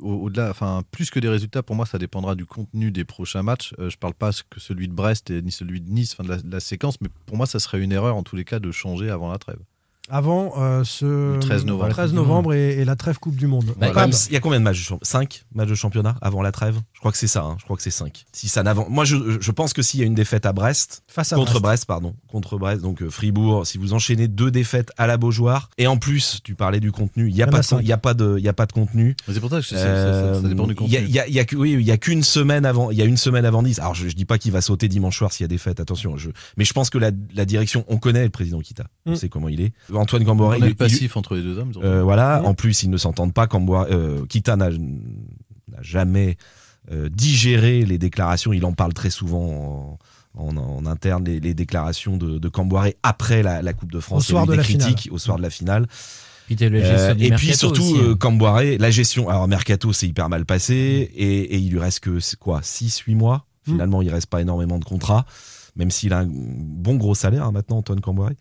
[SPEAKER 10] au- Au-delà, enfin, plus que des résultats, pour moi, ça dépendra du contenu des prochains matchs. Euh, je parle pas ce que celui de Brest et, ni celui de Nice, enfin, de la, de la séquence, mais pour moi, ça serait une erreur en tous les cas de changer avant la trêve.
[SPEAKER 7] avant euh, ce
[SPEAKER 10] Le 13 novembre.
[SPEAKER 7] 13 novembre et, et la trêve Coupe du Monde.
[SPEAKER 9] Quand
[SPEAKER 8] Bah,
[SPEAKER 9] même,
[SPEAKER 7] Pam,
[SPEAKER 9] Il y a combien de matchs 5 matchs de championnat avant la trêve Je crois que c'est ça, hein, je crois que c'est 5. Si ça n'avance. Moi je, je pense que s'il y a une défaite à Brest,
[SPEAKER 7] face à
[SPEAKER 9] contre
[SPEAKER 7] Brest.
[SPEAKER 9] Brest, pardon, contre Brest, donc euh, Fribourg, si vous enchaînez deux défaites à la Beaujoire, et en plus tu parlais du contenu, il n'y
[SPEAKER 7] Il y
[SPEAKER 9] a,
[SPEAKER 7] en
[SPEAKER 9] pas
[SPEAKER 7] a
[SPEAKER 9] de con-
[SPEAKER 7] cinq.
[SPEAKER 9] il y a, pas de- il y a pas de contenu.
[SPEAKER 10] Mais C'est pour ça que je- ça, ça- ça- ça dépend
[SPEAKER 9] Euh,
[SPEAKER 10] du
[SPEAKER 9] Il y a-
[SPEAKER 10] contenu.
[SPEAKER 9] il y a- il y a que- oui, il y a qu'une semaine avant, il y a une semaine avant Nice. Alors je, je dis pas qu'il va sauter dimanche soir s'il y a des fêtes, attention. Je, mais je pense que la, la direction, on connaît le président Kita,
[SPEAKER 7] Mm.
[SPEAKER 9] on sait comment il est. Antoine Gamboré,
[SPEAKER 10] On a
[SPEAKER 9] il,
[SPEAKER 10] le
[SPEAKER 9] il-
[SPEAKER 10] passif entre les deux hommes.
[SPEAKER 9] euh, voilà.
[SPEAKER 7] Mm.
[SPEAKER 9] En plus, ils ne s'entendent pas. Camboire, euh, Kita n'a n'a jamais euh, digéré les déclarations. Il en parle très souvent en, en- en interne, les, les déclarations de, de Camboiré après la, la Coupe de France.
[SPEAKER 7] Au soir
[SPEAKER 9] Il y a eu
[SPEAKER 7] de
[SPEAKER 9] des
[SPEAKER 7] la
[SPEAKER 9] critiques au soir de la finale.
[SPEAKER 8] Puis t'as le
[SPEAKER 9] Euh,
[SPEAKER 8] gestion du
[SPEAKER 9] et puis
[SPEAKER 8] mercato
[SPEAKER 9] surtout,
[SPEAKER 8] aussi, hein.
[SPEAKER 9] euh, Camboiré, la gestion. Alors, Mercato, c'est hyper mal passé. Et, et il lui reste que, c'est quoi, 6-8 mois Finalement, il reste pas énormément de contrats. Même s'il a un bon gros salaire hein, maintenant, Antoine Camboiré.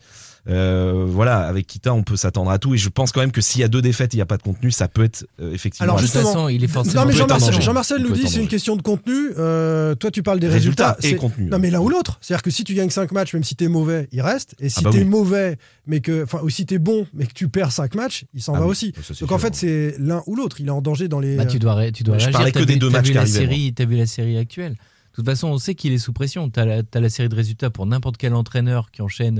[SPEAKER 9] Euh, voilà, avec Kita, on peut s'attendre à tout. Et je pense quand même que s'il y a deux défaites, il n'y a pas de contenu, ça peut être euh, effectivement.
[SPEAKER 7] Alors,
[SPEAKER 8] de toute
[SPEAKER 7] justement-
[SPEAKER 8] façon, il est forcément.
[SPEAKER 7] Non mais
[SPEAKER 9] peut être en
[SPEAKER 7] Jean-Marcel
[SPEAKER 9] danger.
[SPEAKER 7] Jean-Marcel
[SPEAKER 9] Il
[SPEAKER 7] nous
[SPEAKER 9] peut
[SPEAKER 7] dit
[SPEAKER 9] être en
[SPEAKER 7] c'est une
[SPEAKER 9] danger.
[SPEAKER 7] question de contenu. Euh, toi tu parles des résultats.
[SPEAKER 9] résultats et
[SPEAKER 7] c'est-
[SPEAKER 9] contenu.
[SPEAKER 7] Non mais l'un ou l'autre. C'est-à-dire que si tu gagnes 5 matchs, même si t'es mauvais, il reste. Et si
[SPEAKER 9] Ah bah
[SPEAKER 7] t'es
[SPEAKER 9] oui.
[SPEAKER 7] mauvais, mais que, enfin, ou si t'es bon, mais que tu perds 5 matchs, il s'en
[SPEAKER 9] Ah
[SPEAKER 7] va
[SPEAKER 9] oui,
[SPEAKER 7] aussi.
[SPEAKER 9] ça, c'est
[SPEAKER 7] Donc en
[SPEAKER 9] sûr.
[SPEAKER 7] fait c'est l'un ou l'autre. Il est en danger dans les.
[SPEAKER 8] Bah, tu dois, ré- tu dois
[SPEAKER 9] Je
[SPEAKER 8] réagir.
[SPEAKER 9] parlais
[SPEAKER 8] T'as
[SPEAKER 9] que
[SPEAKER 8] vu-
[SPEAKER 9] des deux
[SPEAKER 8] t'as
[SPEAKER 9] matchs
[SPEAKER 8] vu
[SPEAKER 9] qui
[SPEAKER 8] la
[SPEAKER 9] arrivaient, hein.
[SPEAKER 8] série, T'as vu la série actuelle De toute façon, on sait qu'il est sous pression. Tu as, la série de résultats pour n'importe quel entraîneur qui enchaîne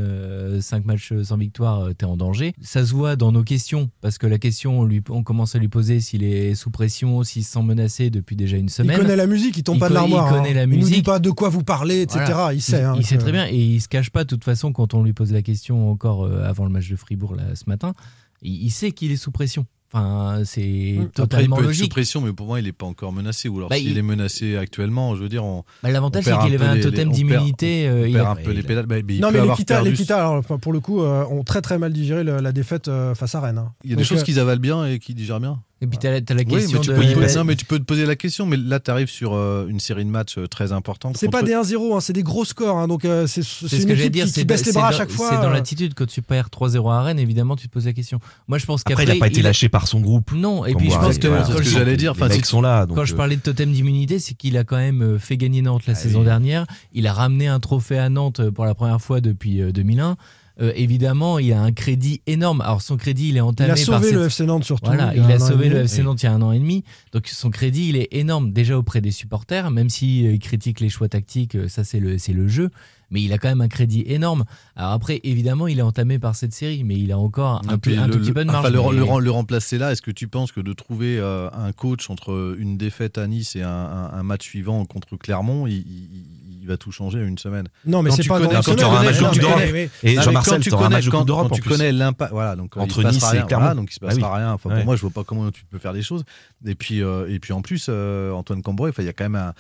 [SPEAKER 8] 5 matchs euh, sans victoire, tu es en danger. Ça se voit dans nos questions, parce que la question, on, lui, on commence à lui poser s'il est sous pression, s'il se sent menacé depuis déjà une semaine.
[SPEAKER 7] Il connaît la musique, il tombe
[SPEAKER 8] Il
[SPEAKER 7] pas de
[SPEAKER 8] co-
[SPEAKER 7] l'armoire.
[SPEAKER 8] il connaît
[SPEAKER 7] hein.
[SPEAKER 8] la
[SPEAKER 7] Il nous dit
[SPEAKER 8] musique.
[SPEAKER 7] pas de quoi vous parlez, etc.
[SPEAKER 8] Voilà.
[SPEAKER 7] Il sait. hein,
[SPEAKER 8] il sait
[SPEAKER 7] que-
[SPEAKER 8] très bien et il se cache pas de toute façon quand on lui pose la question encore euh, avant le match de Fribourg là ce matin. Il, il sait qu'il est sous pression. Enfin,
[SPEAKER 7] Mmh.
[SPEAKER 8] c'est
[SPEAKER 10] Mmh. Après, il
[SPEAKER 8] totalement
[SPEAKER 10] peut être sous
[SPEAKER 8] logique.
[SPEAKER 10] pression, mais pour moi, il n'est pas encore menacé. Ou alors,
[SPEAKER 8] Bah,
[SPEAKER 10] s'il
[SPEAKER 8] il-
[SPEAKER 10] est menacé actuellement, je veux dire, on,
[SPEAKER 8] Bah, L'avantage
[SPEAKER 10] on
[SPEAKER 8] c'est
[SPEAKER 10] perd
[SPEAKER 8] qu'il
[SPEAKER 10] un
[SPEAKER 8] avait
[SPEAKER 10] peu
[SPEAKER 8] un
[SPEAKER 10] les-
[SPEAKER 8] totem
[SPEAKER 10] on perd-
[SPEAKER 8] d'immunité. euh,
[SPEAKER 10] on
[SPEAKER 8] il
[SPEAKER 10] perd
[SPEAKER 8] a-
[SPEAKER 10] un peu les pédales. Bah, mais il
[SPEAKER 7] Non,
[SPEAKER 10] peut
[SPEAKER 7] mais les
[SPEAKER 10] avoir
[SPEAKER 7] Kita,
[SPEAKER 10] perdu
[SPEAKER 7] les Kita, alors, enfin, pour le coup, euh, ont très très mal digéré le- la défaite euh, face à Rennes. hein.
[SPEAKER 10] Il y a
[SPEAKER 7] Donc,
[SPEAKER 10] des choses
[SPEAKER 7] euh,
[SPEAKER 10] qu'ils avalent bien et qui digèrent bien.
[SPEAKER 8] Et puis t'as la, t'as la
[SPEAKER 10] Oui, mais
[SPEAKER 8] question
[SPEAKER 10] tu,
[SPEAKER 8] de.
[SPEAKER 10] peux, te
[SPEAKER 8] Ouais.
[SPEAKER 10] poser- non, mais tu peux te poser la question, mais là, tu arrives sur euh, une série de matchs euh, très importante.
[SPEAKER 7] C'est
[SPEAKER 10] contre-
[SPEAKER 7] pas des 1-0, hein, c'est des gros scores. hein, donc euh, c'est c'est
[SPEAKER 8] C'est ce
[SPEAKER 7] une
[SPEAKER 8] que j'allais
[SPEAKER 7] équipe
[SPEAKER 8] dire,
[SPEAKER 7] qui,
[SPEAKER 8] c'est
[SPEAKER 7] qui baisse
[SPEAKER 8] dans-
[SPEAKER 7] les bras à
[SPEAKER 8] c'est
[SPEAKER 7] chaque
[SPEAKER 8] dans-
[SPEAKER 7] fois.
[SPEAKER 8] C'est dans
[SPEAKER 7] euh.
[SPEAKER 8] l'attitude quand tu perds 3-0 à Rennes, évidemment, tu te poses la question. Moi, je pense qu'après
[SPEAKER 9] Après, il n'a pas été
[SPEAKER 8] il-
[SPEAKER 9] lâché par son groupe.
[SPEAKER 8] Non, et
[SPEAKER 9] Comme
[SPEAKER 8] puis je
[SPEAKER 9] moi,
[SPEAKER 8] pense que
[SPEAKER 9] voilà,
[SPEAKER 10] c'est
[SPEAKER 8] quand
[SPEAKER 10] ce que
[SPEAKER 8] je-
[SPEAKER 10] j'allais dire.
[SPEAKER 9] Les
[SPEAKER 10] Enfin,
[SPEAKER 9] mecs
[SPEAKER 10] c'est-
[SPEAKER 9] sont là. donc,
[SPEAKER 8] Quand je
[SPEAKER 9] euh,
[SPEAKER 8] parlais de totem d'immunité, c'est qu'il a quand même euh, fait gagner Nantes la
[SPEAKER 9] Ah
[SPEAKER 8] saison
[SPEAKER 9] oui.
[SPEAKER 8] dernière. Il a ramené un trophée à Nantes euh, pour la première fois depuis euh, 2001. Euh, évidemment, il a un crédit énorme. Alors son crédit, il est
[SPEAKER 7] Il
[SPEAKER 8] entamé
[SPEAKER 7] a
[SPEAKER 8] par
[SPEAKER 7] sauvé
[SPEAKER 8] cette...
[SPEAKER 7] le FC Nantes surtout.
[SPEAKER 8] Voilà,
[SPEAKER 7] y
[SPEAKER 8] il
[SPEAKER 7] un
[SPEAKER 8] a
[SPEAKER 7] an et
[SPEAKER 8] sauvé
[SPEAKER 7] demi.
[SPEAKER 8] le FC Nantes il y a un an et demi. Donc son crédit, il est énorme déjà auprès des supporters, même s'il euh, critique les choix tactiques, euh, ça c'est le, c'est le jeu. Mais il a quand même un crédit énorme. Alors après, évidemment, il est entamé par cette série, mais il a encore un,
[SPEAKER 10] Et
[SPEAKER 8] peu-
[SPEAKER 10] Ah, puis
[SPEAKER 8] un
[SPEAKER 10] le-
[SPEAKER 8] tout petit peu de
[SPEAKER 10] le-
[SPEAKER 8] marge.
[SPEAKER 10] enfin, le,
[SPEAKER 8] mais-
[SPEAKER 10] le- le remplacer là, est-ce que tu penses que de trouver euh, un coach entre une défaite à Nice et un, un- un match suivant contre Clermont, il, il- il va tout changer en une semaine
[SPEAKER 7] Non, mais
[SPEAKER 9] Quand
[SPEAKER 7] c'est
[SPEAKER 9] tu
[SPEAKER 7] pas
[SPEAKER 9] connais-
[SPEAKER 7] dans-
[SPEAKER 9] quand tu
[SPEAKER 7] non,
[SPEAKER 9] auras un
[SPEAKER 7] mais- non,
[SPEAKER 9] match de Coupe
[SPEAKER 7] mais-
[SPEAKER 9] d'Europe.
[SPEAKER 7] mais-
[SPEAKER 9] Et
[SPEAKER 10] Non, mais quand
[SPEAKER 9] Jean-Marcel,
[SPEAKER 10] tu
[SPEAKER 9] tu auras un
[SPEAKER 10] connais-
[SPEAKER 9] match de
[SPEAKER 10] quand-
[SPEAKER 9] Coupe d'Europe
[SPEAKER 10] quand
[SPEAKER 9] en
[SPEAKER 10] tu
[SPEAKER 9] plus.
[SPEAKER 10] connais l'impact, voilà, donc euh,
[SPEAKER 9] Entre
[SPEAKER 10] il se
[SPEAKER 9] Nice
[SPEAKER 10] passera
[SPEAKER 9] et
[SPEAKER 10] rien,
[SPEAKER 9] Clermont.
[SPEAKER 10] voilà, donc il se
[SPEAKER 9] Ah
[SPEAKER 10] passera
[SPEAKER 9] oui.
[SPEAKER 10] rien. Enfin,
[SPEAKER 9] Ouais.
[SPEAKER 10] pour moi, je vois pas comment tu peux faire des choses. Et puis, euh, et puis en plus, euh, Antoine Cambrai, enfin, il y a quand même un-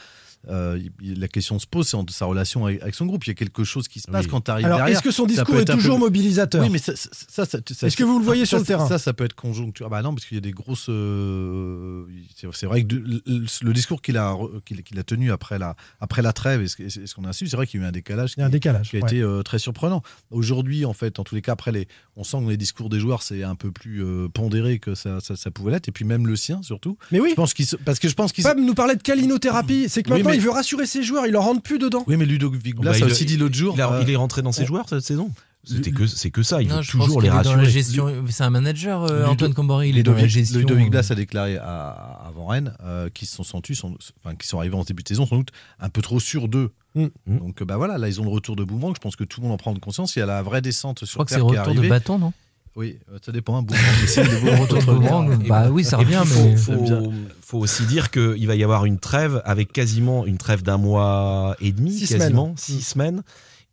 [SPEAKER 10] euh, il- la question se pose, c'est entre sa relation avec, avec son groupe. Il y a quelque chose qui se passe
[SPEAKER 9] Oui.
[SPEAKER 10] quand tu arrives
[SPEAKER 7] Alors,
[SPEAKER 10] derrière.
[SPEAKER 7] est-ce que son
[SPEAKER 10] ça
[SPEAKER 7] discours
[SPEAKER 10] peut
[SPEAKER 7] est
[SPEAKER 10] être un peu-
[SPEAKER 7] toujours mobilisateur
[SPEAKER 10] Oui, mais ça, ça- ça- ça- ça-
[SPEAKER 7] Est-ce que vous le voyez
[SPEAKER 10] ça,
[SPEAKER 7] sur le
[SPEAKER 10] ça-
[SPEAKER 7] terrain
[SPEAKER 10] Ça, ça peut être conjoncture. Ah Bah non, parce qu'il y a des grosses. euh, c'est- c'est vrai que de- le, le discours qu'il a, re- qu'il qu'il a tenu après la, après la trêve, et ce, et ce qu'on a su, c'est vrai qu'il y a eu un décalage.
[SPEAKER 7] Il y a un
[SPEAKER 10] qui-
[SPEAKER 7] décalage.
[SPEAKER 10] qui a
[SPEAKER 7] ouais.
[SPEAKER 10] été euh, très surprenant. Aujourd'hui, en fait, en tous les cas, après, les, on sent que les discours des joueurs, c'est un peu plus euh, pondéré que ça, ça, ça pouvait l'être, et puis même le sien, surtout.
[SPEAKER 7] Mais oui,
[SPEAKER 10] Je pense qu'il se- parce que je pense qu'il se-
[SPEAKER 7] Fab nous parlait de calinothérapie. C'est que
[SPEAKER 10] Oui,
[SPEAKER 7] maintenant,
[SPEAKER 10] mais-
[SPEAKER 7] il veut rassurer ses joueurs, il leur rentre plus dedans.
[SPEAKER 10] Oui, mais Ludovic Blas
[SPEAKER 9] Bah,
[SPEAKER 10] a
[SPEAKER 9] il-
[SPEAKER 10] aussi dit l'autre jour.
[SPEAKER 9] Il, a-
[SPEAKER 10] euh,
[SPEAKER 9] il est rentré dans ses
[SPEAKER 10] on-
[SPEAKER 9] joueurs cette saison.
[SPEAKER 10] Lu-
[SPEAKER 9] C'était que- C'est que, ça, il
[SPEAKER 8] Non,
[SPEAKER 9] veut
[SPEAKER 8] je
[SPEAKER 9] toujours
[SPEAKER 8] pense
[SPEAKER 9] les
[SPEAKER 8] qu'il est dans la
[SPEAKER 9] rassurer.
[SPEAKER 8] gestion. C'est un manager, euh,
[SPEAKER 10] Ludo-
[SPEAKER 8] Antoine Comboré. Il est dans la
[SPEAKER 10] Ludovic,
[SPEAKER 8] gestion.
[SPEAKER 10] Ludovic Blas
[SPEAKER 8] euh,
[SPEAKER 10] a déclaré à- avant Rennes euh, qu'ils se sont sentis, sans- enfin, qu'ils sont arrivés en début de saison, sans doute un peu trop sûrs d'eux.
[SPEAKER 7] Mm.
[SPEAKER 9] Mm.
[SPEAKER 10] Donc euh, bah voilà, là ils ont le retour de boomerang. Je pense que tout le monde en prend conscience. Il y a la vraie descente
[SPEAKER 8] Je
[SPEAKER 10] sur
[SPEAKER 8] crois que c'est
[SPEAKER 10] terre qui est
[SPEAKER 8] retour de
[SPEAKER 10] arrivée.
[SPEAKER 8] bâton, non
[SPEAKER 10] oui, euh, ça dépend. Un boomerang, mais c'est le boomerang
[SPEAKER 8] Retour de
[SPEAKER 10] contre-
[SPEAKER 8] boomerang,
[SPEAKER 9] Et
[SPEAKER 8] Bah oui, ça
[SPEAKER 9] Et puis,
[SPEAKER 8] revient, mais.
[SPEAKER 9] il faut,
[SPEAKER 10] J'aime
[SPEAKER 9] faut-
[SPEAKER 10] bien.
[SPEAKER 9] faut aussi dire qu'il va y avoir une trêve avec quasiment une trêve d'un mois et demi,
[SPEAKER 7] Six
[SPEAKER 9] quasiment
[SPEAKER 7] semaines.
[SPEAKER 9] six semaines.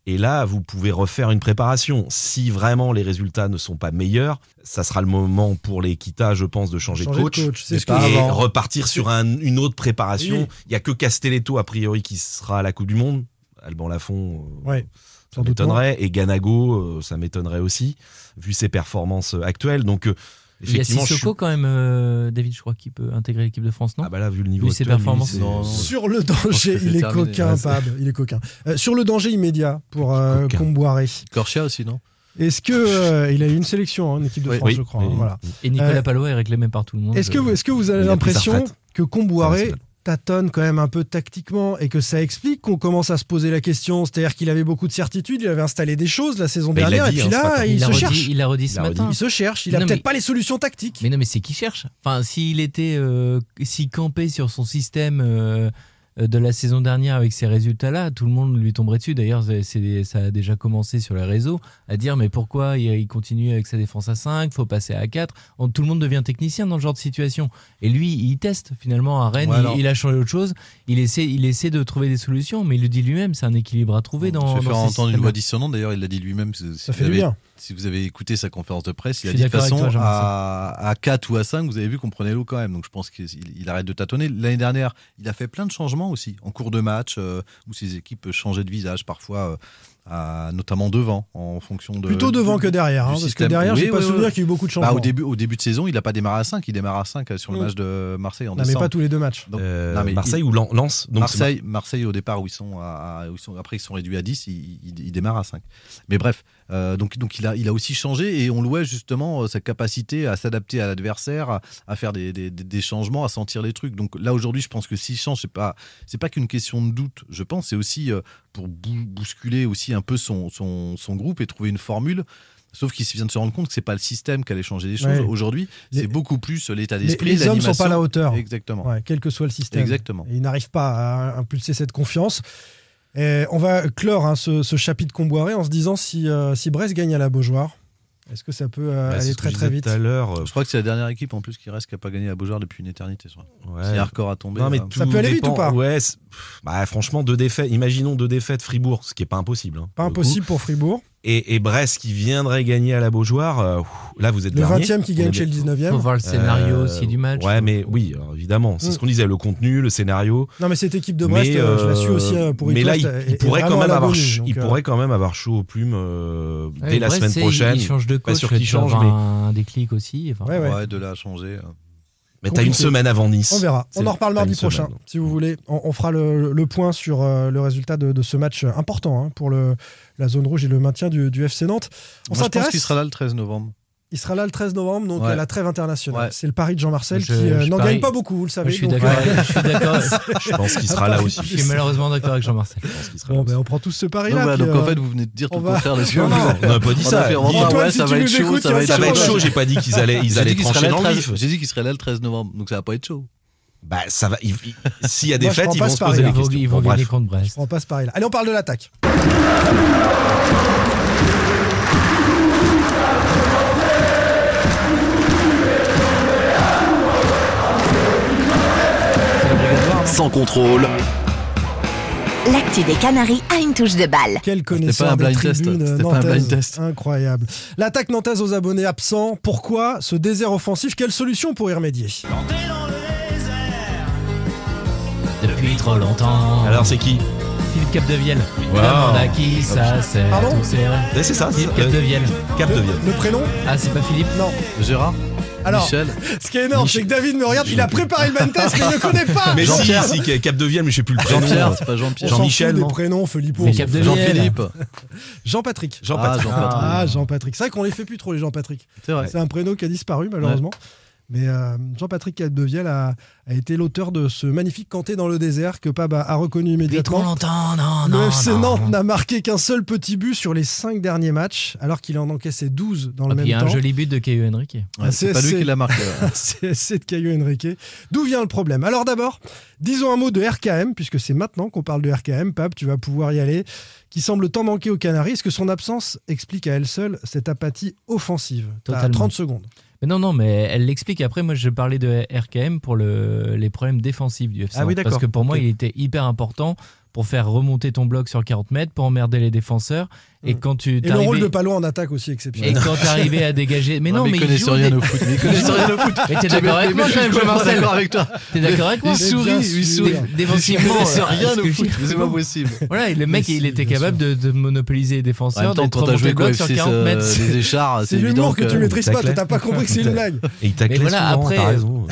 [SPEAKER 9] Et là, vous pouvez refaire une préparation. Si vraiment les résultats ne sont pas meilleurs, ça sera le moment pour les Kita, je pense, de changer,
[SPEAKER 7] Changer de
[SPEAKER 9] de coach.
[SPEAKER 7] coach, c'est
[SPEAKER 9] et
[SPEAKER 7] ce que- avant.
[SPEAKER 9] repartir sur un- une autre préparation. Il
[SPEAKER 7] Oui.
[SPEAKER 9] n'y a que Castelletto, a priori, qui sera à la Coupe du Monde. Alban Lafont, euh,
[SPEAKER 7] Ouais,
[SPEAKER 9] ça
[SPEAKER 7] sans doute
[SPEAKER 9] m'étonnerait. Et Ganago, euh, ça m'étonnerait aussi, vu ses performances euh, actuelles. Donc, euh,
[SPEAKER 8] Il y a
[SPEAKER 9] effectivement, je suis
[SPEAKER 8] Sissoko quand même, euh, David, je crois, qui peut intégrer l'équipe de France, non
[SPEAKER 9] ah bah là, vu le niveau
[SPEAKER 8] Lui, ses
[SPEAKER 9] actuel,
[SPEAKER 8] performances.
[SPEAKER 9] c'est-
[SPEAKER 10] Non, non.
[SPEAKER 7] Sur le
[SPEAKER 10] pense que
[SPEAKER 7] danger,
[SPEAKER 10] c'est
[SPEAKER 7] il est
[SPEAKER 10] terminé. Ouais,
[SPEAKER 7] coquin,
[SPEAKER 10] c'est-
[SPEAKER 7] Fab. Il est coquin. Euh, sur le danger immédiat pour euh,
[SPEAKER 9] Coquin.
[SPEAKER 7] Comboiré.
[SPEAKER 10] Corchia aussi, non
[SPEAKER 7] Est-ce que euh, il a eu une sélection hein, en équipe de
[SPEAKER 10] Oui.
[SPEAKER 7] France,
[SPEAKER 9] Oui.
[SPEAKER 7] je crois. hein,
[SPEAKER 9] Oui.
[SPEAKER 7] voilà.
[SPEAKER 8] Et Nicolas
[SPEAKER 7] Euh,
[SPEAKER 8] Palois est réclamé par tout le monde. euh,
[SPEAKER 7] Est-ce que, vous- est-ce que vous avez
[SPEAKER 9] Il a pris sa
[SPEAKER 7] l'impression
[SPEAKER 9] retraite.
[SPEAKER 7] que
[SPEAKER 9] Ah, c'est
[SPEAKER 7] Comboiré
[SPEAKER 9] mal.
[SPEAKER 7] tâtonne quand même un peu tactiquement et que ça explique qu'on commence à se poser la question C'est-à-dire qu'il avait beaucoup de certitudes, il avait installé des choses la saison
[SPEAKER 9] Bah, il
[SPEAKER 7] dernière et
[SPEAKER 9] l'a dit,
[SPEAKER 7] puis
[SPEAKER 9] hein, ce
[SPEAKER 7] là,
[SPEAKER 9] matin.
[SPEAKER 7] Ah, il,
[SPEAKER 8] l'a
[SPEAKER 7] se
[SPEAKER 8] redit-
[SPEAKER 7] cherche.
[SPEAKER 8] Il l'a redit ce
[SPEAKER 9] Il l'a
[SPEAKER 8] matin.
[SPEAKER 7] Il se cherche, il a
[SPEAKER 8] Non,
[SPEAKER 7] peut-être
[SPEAKER 8] mais-
[SPEAKER 7] pas les solutions tactiques.
[SPEAKER 8] Mais non, mais c'est qui cherche. Enfin, s'il était, euh, s'il campait sur son système euh, euh, de la saison dernière avec ces résultats-là, tout le monde lui tomberait dessus. D'ailleurs, c'est- c'est- ça a déjà commencé sur les réseaux à dire mais pourquoi il, il continue avec sa défense à 5, faut passer à 4. On- tout le monde devient technicien dans ce genre de situation. Et lui, il teste finalement à Rennes,
[SPEAKER 10] Ouais,
[SPEAKER 8] il-
[SPEAKER 10] alors-
[SPEAKER 8] il, a changé autre chose. Il essaie, il essaie de trouver des solutions, mais il le dit lui-même, c'est un équilibre à trouver dans.
[SPEAKER 10] Je vais faire
[SPEAKER 8] dans ces
[SPEAKER 10] entendre une
[SPEAKER 8] systèmes-là.
[SPEAKER 10] voix dissonante. D'ailleurs, il l'a dit lui-même. Si
[SPEAKER 7] Ça
[SPEAKER 10] vous
[SPEAKER 7] fait du
[SPEAKER 10] avez-
[SPEAKER 7] bien.
[SPEAKER 10] Si vous avez écouté sa conférence de presse, il
[SPEAKER 8] Je
[SPEAKER 10] a
[SPEAKER 8] suis
[SPEAKER 10] dit de toute
[SPEAKER 8] d'accord avec
[SPEAKER 10] façon,
[SPEAKER 8] toi, Jean-Marcel.
[SPEAKER 10] à, à 4 ou à 5, vous avez vu qu'on prenait l'eau quand même. Donc je pense qu'il il arrête de tâtonner. L'année dernière, il a fait plein de changements aussi, en cours de match, euh, où ses équipes changeaient de visage parfois, euh, à- notamment devant, en fonction de.
[SPEAKER 7] Plutôt devant
[SPEAKER 10] du-
[SPEAKER 7] que derrière, hein,
[SPEAKER 10] du
[SPEAKER 7] parce
[SPEAKER 10] Euh, système.
[SPEAKER 7] que derrière,
[SPEAKER 10] Oui,
[SPEAKER 7] j'ai pas
[SPEAKER 10] oui,
[SPEAKER 7] souvenir
[SPEAKER 10] oui.
[SPEAKER 7] qu'il y a eu beaucoup de changements.
[SPEAKER 10] Bah, au, début, au début de saison, il n'a pas démarré à 5, il démarre à 5 sur le
[SPEAKER 7] Mm.
[SPEAKER 10] match de Marseille en
[SPEAKER 7] non, mais
[SPEAKER 10] décembre.
[SPEAKER 7] pas tous les deux matchs.
[SPEAKER 10] Donc,
[SPEAKER 9] Euh,
[SPEAKER 10] non, mais
[SPEAKER 9] Marseille ou Lan- Lens donc c'est
[SPEAKER 10] Marseille, Marseille au départ où ils sont, à, à- où ils sont après ils sont réduits à 10, ils, ils- ils démarrent à 5. Mais bref, euh, donc, donc il, a, il a aussi changé et on louait justement euh, sa capacité à s'adapter à l'adversaire, à, à faire des, des- des- des changements, à sentir les trucs. Donc là aujourd'hui, je pense que s'il change, c'est pas c'est pas qu'une question de doute, je pense, c'est aussi euh, pour bou- bousculer aussi un peu son, son, son groupe et trouver une formule Sauf qu'ils viennent de se rendre compte que c'est pas le système qui allait changer les choses.
[SPEAKER 7] Ouais.
[SPEAKER 10] Aujourd'hui,
[SPEAKER 7] Les-
[SPEAKER 10] c'est beaucoup plus l'état
[SPEAKER 7] les-
[SPEAKER 10] d'esprit.
[SPEAKER 7] les hommes sont
[SPEAKER 10] l'animation.
[SPEAKER 7] pas à la hauteur.
[SPEAKER 10] Exactement.
[SPEAKER 7] Ouais, quel que soit le système.
[SPEAKER 10] Exactement.
[SPEAKER 7] Et ils n'arrivent pas à impulser cette confiance. Et on va clore hein, ce, ce chapitre comboiré en se disant si, euh, si Brest gagne à la Beaujoire, est-ce que ça peut euh,
[SPEAKER 9] Bah, c'est
[SPEAKER 7] aller
[SPEAKER 9] ce que
[SPEAKER 7] très
[SPEAKER 9] je
[SPEAKER 7] très
[SPEAKER 9] disais
[SPEAKER 7] vite
[SPEAKER 9] Tout à l'heure, euh,
[SPEAKER 10] Je crois que c'est la dernière équipe en plus qui reste qui a pas gagné à Beaujoire depuis une éternité. je crois.
[SPEAKER 9] ouais.
[SPEAKER 10] C'est un record à tomber.
[SPEAKER 9] Non, mais
[SPEAKER 10] là.
[SPEAKER 9] tout
[SPEAKER 7] Ça peut aller vite
[SPEAKER 9] dépend.
[SPEAKER 7] ou pas
[SPEAKER 9] Ouais, c'est- pff, bah, franchement, deux défaites. Imaginons deux défaites Fribourg, ce qui est pas impossible. hein,
[SPEAKER 7] Pas
[SPEAKER 9] pour le coup.
[SPEAKER 7] impossible pour Fribourg.
[SPEAKER 9] Et, et Brest qui viendrait gagner à la Beaujoire, euh, ouf, là vous êtes
[SPEAKER 7] Le
[SPEAKER 9] dernier.
[SPEAKER 7] 20e qui
[SPEAKER 9] On
[SPEAKER 7] gagne
[SPEAKER 9] est
[SPEAKER 7] chez le
[SPEAKER 9] bien.
[SPEAKER 8] Faut
[SPEAKER 7] 19e.
[SPEAKER 8] voir le scénario
[SPEAKER 9] Euh,
[SPEAKER 8] aussi du match.
[SPEAKER 9] Ouais, mais oui, alors, évidemment. C'est
[SPEAKER 7] Mm.
[SPEAKER 9] ce qu'on disait, le contenu, le scénario.
[SPEAKER 7] Non, mais cette équipe de Brest,
[SPEAKER 9] mais,
[SPEAKER 7] euh, je la
[SPEAKER 9] euh,
[SPEAKER 7] suis aussi euh, pour
[SPEAKER 9] mais là,
[SPEAKER 7] East
[SPEAKER 9] il,
[SPEAKER 7] Coast,
[SPEAKER 9] il
[SPEAKER 7] est- est
[SPEAKER 9] pourrait quand
[SPEAKER 7] vraiment à
[SPEAKER 9] même avoir,
[SPEAKER 7] l'agonie,
[SPEAKER 9] ch- il
[SPEAKER 7] donc, euh,
[SPEAKER 9] pourrait quand même avoir chaud aux plumes euh,
[SPEAKER 8] Ouais,
[SPEAKER 9] dès la
[SPEAKER 8] Brest,
[SPEAKER 9] semaine
[SPEAKER 8] c'est-
[SPEAKER 9] prochaine.
[SPEAKER 8] Il change de coach.
[SPEAKER 9] sûr qu'il
[SPEAKER 8] tu vas
[SPEAKER 9] change,
[SPEAKER 8] avoir
[SPEAKER 9] mais-
[SPEAKER 8] un déclic aussi. enfin.
[SPEAKER 7] Ouais, ouais.
[SPEAKER 10] Ouais, de là à changer. euh.
[SPEAKER 9] Mais t'as une
[SPEAKER 7] compliqué.
[SPEAKER 9] semaine avant Nice.
[SPEAKER 7] On verra.
[SPEAKER 9] C'est-
[SPEAKER 7] On en reparle
[SPEAKER 9] t'as
[SPEAKER 7] mardi
[SPEAKER 9] une semaine,
[SPEAKER 7] prochain,
[SPEAKER 9] donc.
[SPEAKER 7] si vous voulez. On, on fera le, le point sur euh, le résultat de, de ce match euh, important hein, pour le, la zone rouge et le maintien du, du FC Nantes. On
[SPEAKER 10] Moi, je pense
[SPEAKER 7] s'intéresse.
[SPEAKER 10] qu'il sera là le 13 novembre.
[SPEAKER 7] Il sera là le 13 novembre, donc
[SPEAKER 10] Ouais.
[SPEAKER 7] à la trêve internationale.
[SPEAKER 10] Ouais.
[SPEAKER 7] C'est le pari de Jean-Marcel
[SPEAKER 8] Je-
[SPEAKER 7] qui euh,
[SPEAKER 8] je
[SPEAKER 7] n'en
[SPEAKER 8] parie.
[SPEAKER 7] gagne pas beaucoup, vous le savez.
[SPEAKER 8] je suis
[SPEAKER 7] donc,
[SPEAKER 8] d'accord.
[SPEAKER 7] euh,
[SPEAKER 8] avec- Je suis d'accord.
[SPEAKER 9] Je pense qu'il sera là
[SPEAKER 8] Je
[SPEAKER 9] aussi.
[SPEAKER 8] suis malheureusement d'accord avec Jean-Marcel.
[SPEAKER 9] Je pense qu'il sera là
[SPEAKER 7] Bon,
[SPEAKER 9] aussi.
[SPEAKER 7] ben, on prend tous ce pari
[SPEAKER 10] Non,
[SPEAKER 7] là.
[SPEAKER 10] bah,
[SPEAKER 7] euh,
[SPEAKER 10] donc en fait, vous venez de dire tout
[SPEAKER 7] on
[SPEAKER 10] le
[SPEAKER 7] va-
[SPEAKER 10] contraire là-dessus.
[SPEAKER 9] Non, non, on n'a pas dit
[SPEAKER 10] On a
[SPEAKER 9] ça.
[SPEAKER 10] fait,
[SPEAKER 9] Dis-
[SPEAKER 10] enfin,
[SPEAKER 7] Antoine,
[SPEAKER 10] ouais,
[SPEAKER 7] si
[SPEAKER 10] ça
[SPEAKER 7] tu
[SPEAKER 10] va
[SPEAKER 7] nous
[SPEAKER 10] être chaud,
[SPEAKER 7] écoutes,
[SPEAKER 10] ça va
[SPEAKER 7] tiens,
[SPEAKER 10] être
[SPEAKER 9] Ça va être
[SPEAKER 7] Ouais.
[SPEAKER 9] chaud, j'ai pas dit qu'ils allaient, ils
[SPEAKER 10] J'ai
[SPEAKER 9] allaient
[SPEAKER 10] dit qu'il serait
[SPEAKER 9] trancher
[SPEAKER 10] là
[SPEAKER 9] dans
[SPEAKER 10] le
[SPEAKER 9] le
[SPEAKER 10] 13
[SPEAKER 9] vif.
[SPEAKER 10] J'ai dit qu'il serait là le 13 novembre, donc ça va pas être chaud.
[SPEAKER 9] Bah, ça va. il- il- S'il y a des
[SPEAKER 7] Moi, je
[SPEAKER 9] fêtes,
[SPEAKER 7] prends
[SPEAKER 9] ils
[SPEAKER 7] pas
[SPEAKER 9] vont
[SPEAKER 7] ce
[SPEAKER 9] se
[SPEAKER 7] pari,
[SPEAKER 9] poser
[SPEAKER 7] hein.
[SPEAKER 9] des
[SPEAKER 8] Ils vont,
[SPEAKER 9] questions.
[SPEAKER 8] ils vont
[SPEAKER 9] Bon, bref.
[SPEAKER 8] gagner contre Brest.
[SPEAKER 7] On passe pari là. Allez, on parle de l'attaque.
[SPEAKER 1] Sans contrôle,
[SPEAKER 11] L'actu des Canaries a une touche de balle.
[SPEAKER 7] Quel
[SPEAKER 10] pas
[SPEAKER 7] connaisseur
[SPEAKER 10] un
[SPEAKER 7] des
[SPEAKER 10] blind test,
[SPEAKER 7] tribunes
[SPEAKER 10] c'était pas un
[SPEAKER 7] nantaise.
[SPEAKER 10] blind test.
[SPEAKER 7] Incroyable. L'attaque nantaise aux abonnés absents. Pourquoi ce désert offensif Quelle solution pour y remédier
[SPEAKER 8] Depuis trop longtemps.
[SPEAKER 9] Alors, c'est qui
[SPEAKER 8] Philippe Capdevielle.
[SPEAKER 9] Wow.
[SPEAKER 8] Demande à qui ça sert.
[SPEAKER 7] Pardon
[SPEAKER 8] tout sert.
[SPEAKER 9] Eh, C'est ça.
[SPEAKER 8] Philippe
[SPEAKER 9] c'est-
[SPEAKER 8] Capdevielle.
[SPEAKER 9] Cap de Vienne.
[SPEAKER 7] Le prénom
[SPEAKER 8] Ah, c'est pas Philippe
[SPEAKER 7] Non.
[SPEAKER 10] Gérard
[SPEAKER 7] Alors,
[SPEAKER 10] Michel
[SPEAKER 7] ce qui est énorme, c'est que David me regarde, il a préparé le blind test, mais il ne connaît pas
[SPEAKER 9] Mais si,
[SPEAKER 10] Jean-Pierre.
[SPEAKER 9] si, Cap de Vienne, mais je sais plus le prénom.
[SPEAKER 10] Jean-Pierre, c'est pas
[SPEAKER 7] On
[SPEAKER 10] Jean-Pierre.
[SPEAKER 7] s'en
[SPEAKER 9] Jean-Michel,
[SPEAKER 7] fout des
[SPEAKER 9] non
[SPEAKER 7] prénoms, Filippo.
[SPEAKER 8] Mais Capdevielle.
[SPEAKER 10] Jean-Philippe.
[SPEAKER 7] Jean-Patrick.
[SPEAKER 10] Ah,
[SPEAKER 9] Jean-Patrick.
[SPEAKER 10] Jean-Patrick.
[SPEAKER 7] Ah, Jean-Patrick. C'est vrai qu'on les fait plus trop, les Jean-Patrick.
[SPEAKER 10] C'est vrai.
[SPEAKER 7] C'est un prénom qui a disparu, malheureusement. Mais euh, Jean-Patrick Capdevielle a, a été l'auteur de ce magnifique canté dans le désert que Pab a, a reconnu
[SPEAKER 8] Depuis trop
[SPEAKER 7] immédiatement.
[SPEAKER 8] longtemps. Non,
[SPEAKER 7] Le
[SPEAKER 8] non.
[SPEAKER 7] FC
[SPEAKER 8] non.
[SPEAKER 7] Nantes n'a marqué qu'un seul petit but sur les cinq derniers matchs, alors qu'il en encaissait 12 dans le
[SPEAKER 8] Ah, puis
[SPEAKER 7] même
[SPEAKER 8] Il y a
[SPEAKER 7] temps.
[SPEAKER 8] un joli but de K.U. Henrique.
[SPEAKER 10] Ouais, C'est pas lui
[SPEAKER 7] Ah, c'est-
[SPEAKER 10] qui l'a marqué. ouais.
[SPEAKER 7] C'est c'est de Caillou Henrique. D'où vient le problème Alors d'abord, disons un mot de RKM, puisque c'est maintenant qu'on parle de RKM. Pape, tu vas pouvoir y aller. Qui semble tant manquer aux Canaries. Est-ce que son absence explique à elle seule cette apathie offensive T'as
[SPEAKER 8] Totalement.
[SPEAKER 7] 30 secondes.
[SPEAKER 8] Mais non, non, mais elle l'explique. Après, moi, je parlais de RKM pour le- les problèmes défensifs du FC.
[SPEAKER 9] Ah oui,
[SPEAKER 8] Nantes.
[SPEAKER 9] d'accord.
[SPEAKER 8] Parce que pour moi,
[SPEAKER 9] Ok.
[SPEAKER 8] il était hyper important pour faire remonter ton bloc sur 40 mètres, pour emmerder les défenseurs. Et
[SPEAKER 7] Mm.
[SPEAKER 8] quand tu
[SPEAKER 7] Et le rôle
[SPEAKER 8] t'arrivais-
[SPEAKER 7] de Palo en attaque aussi
[SPEAKER 8] et
[SPEAKER 7] exceptionnel.
[SPEAKER 8] quand t'arrivais à dégager. Mais non, mais,
[SPEAKER 10] ils
[SPEAKER 8] il
[SPEAKER 10] connaissent
[SPEAKER 8] joue
[SPEAKER 10] rien
[SPEAKER 8] des-
[SPEAKER 10] au foot. Mais ils connaissent rien au foot.
[SPEAKER 8] Mais t'es d'accord avec moi,
[SPEAKER 10] Mais je
[SPEAKER 8] quand
[SPEAKER 10] suis
[SPEAKER 8] même,
[SPEAKER 10] complètement
[SPEAKER 8] Jean-Marcel
[SPEAKER 10] d'accord avec toi.
[SPEAKER 8] T'es d'accord avec moi
[SPEAKER 10] Il sourit,
[SPEAKER 7] bien
[SPEAKER 10] il
[SPEAKER 7] sûr.
[SPEAKER 10] sourit.
[SPEAKER 8] Dé-
[SPEAKER 10] Ils
[SPEAKER 8] Défensivement,
[SPEAKER 10] connaissent
[SPEAKER 8] euh,
[SPEAKER 10] rien
[SPEAKER 8] ce
[SPEAKER 10] au
[SPEAKER 8] que je
[SPEAKER 10] foot.
[SPEAKER 8] dis.
[SPEAKER 10] C'est pas possible.
[SPEAKER 8] Voilà, et le mec,
[SPEAKER 7] Mais
[SPEAKER 8] il
[SPEAKER 7] si,
[SPEAKER 8] était
[SPEAKER 7] bien
[SPEAKER 8] capable de, de monopoliser les
[SPEAKER 10] En même
[SPEAKER 8] défenseurs,
[SPEAKER 10] temps,
[SPEAKER 8] d'être
[SPEAKER 10] quand t'as
[SPEAKER 8] remonté
[SPEAKER 10] joué
[SPEAKER 8] le
[SPEAKER 10] quoi,
[SPEAKER 8] bloc sur
[SPEAKER 10] FC,
[SPEAKER 8] 40 mètres.
[SPEAKER 10] euh, les échards,
[SPEAKER 7] C'est
[SPEAKER 10] c'est évident
[SPEAKER 7] l'humour que
[SPEAKER 10] que
[SPEAKER 7] tu maîtrises pas,
[SPEAKER 9] taclait.
[SPEAKER 7] t'as pas compris que c'est une blague.
[SPEAKER 9] Et il taclait
[SPEAKER 8] Mais voilà,
[SPEAKER 9] souvent,
[SPEAKER 8] après,
[SPEAKER 9] t'as raison.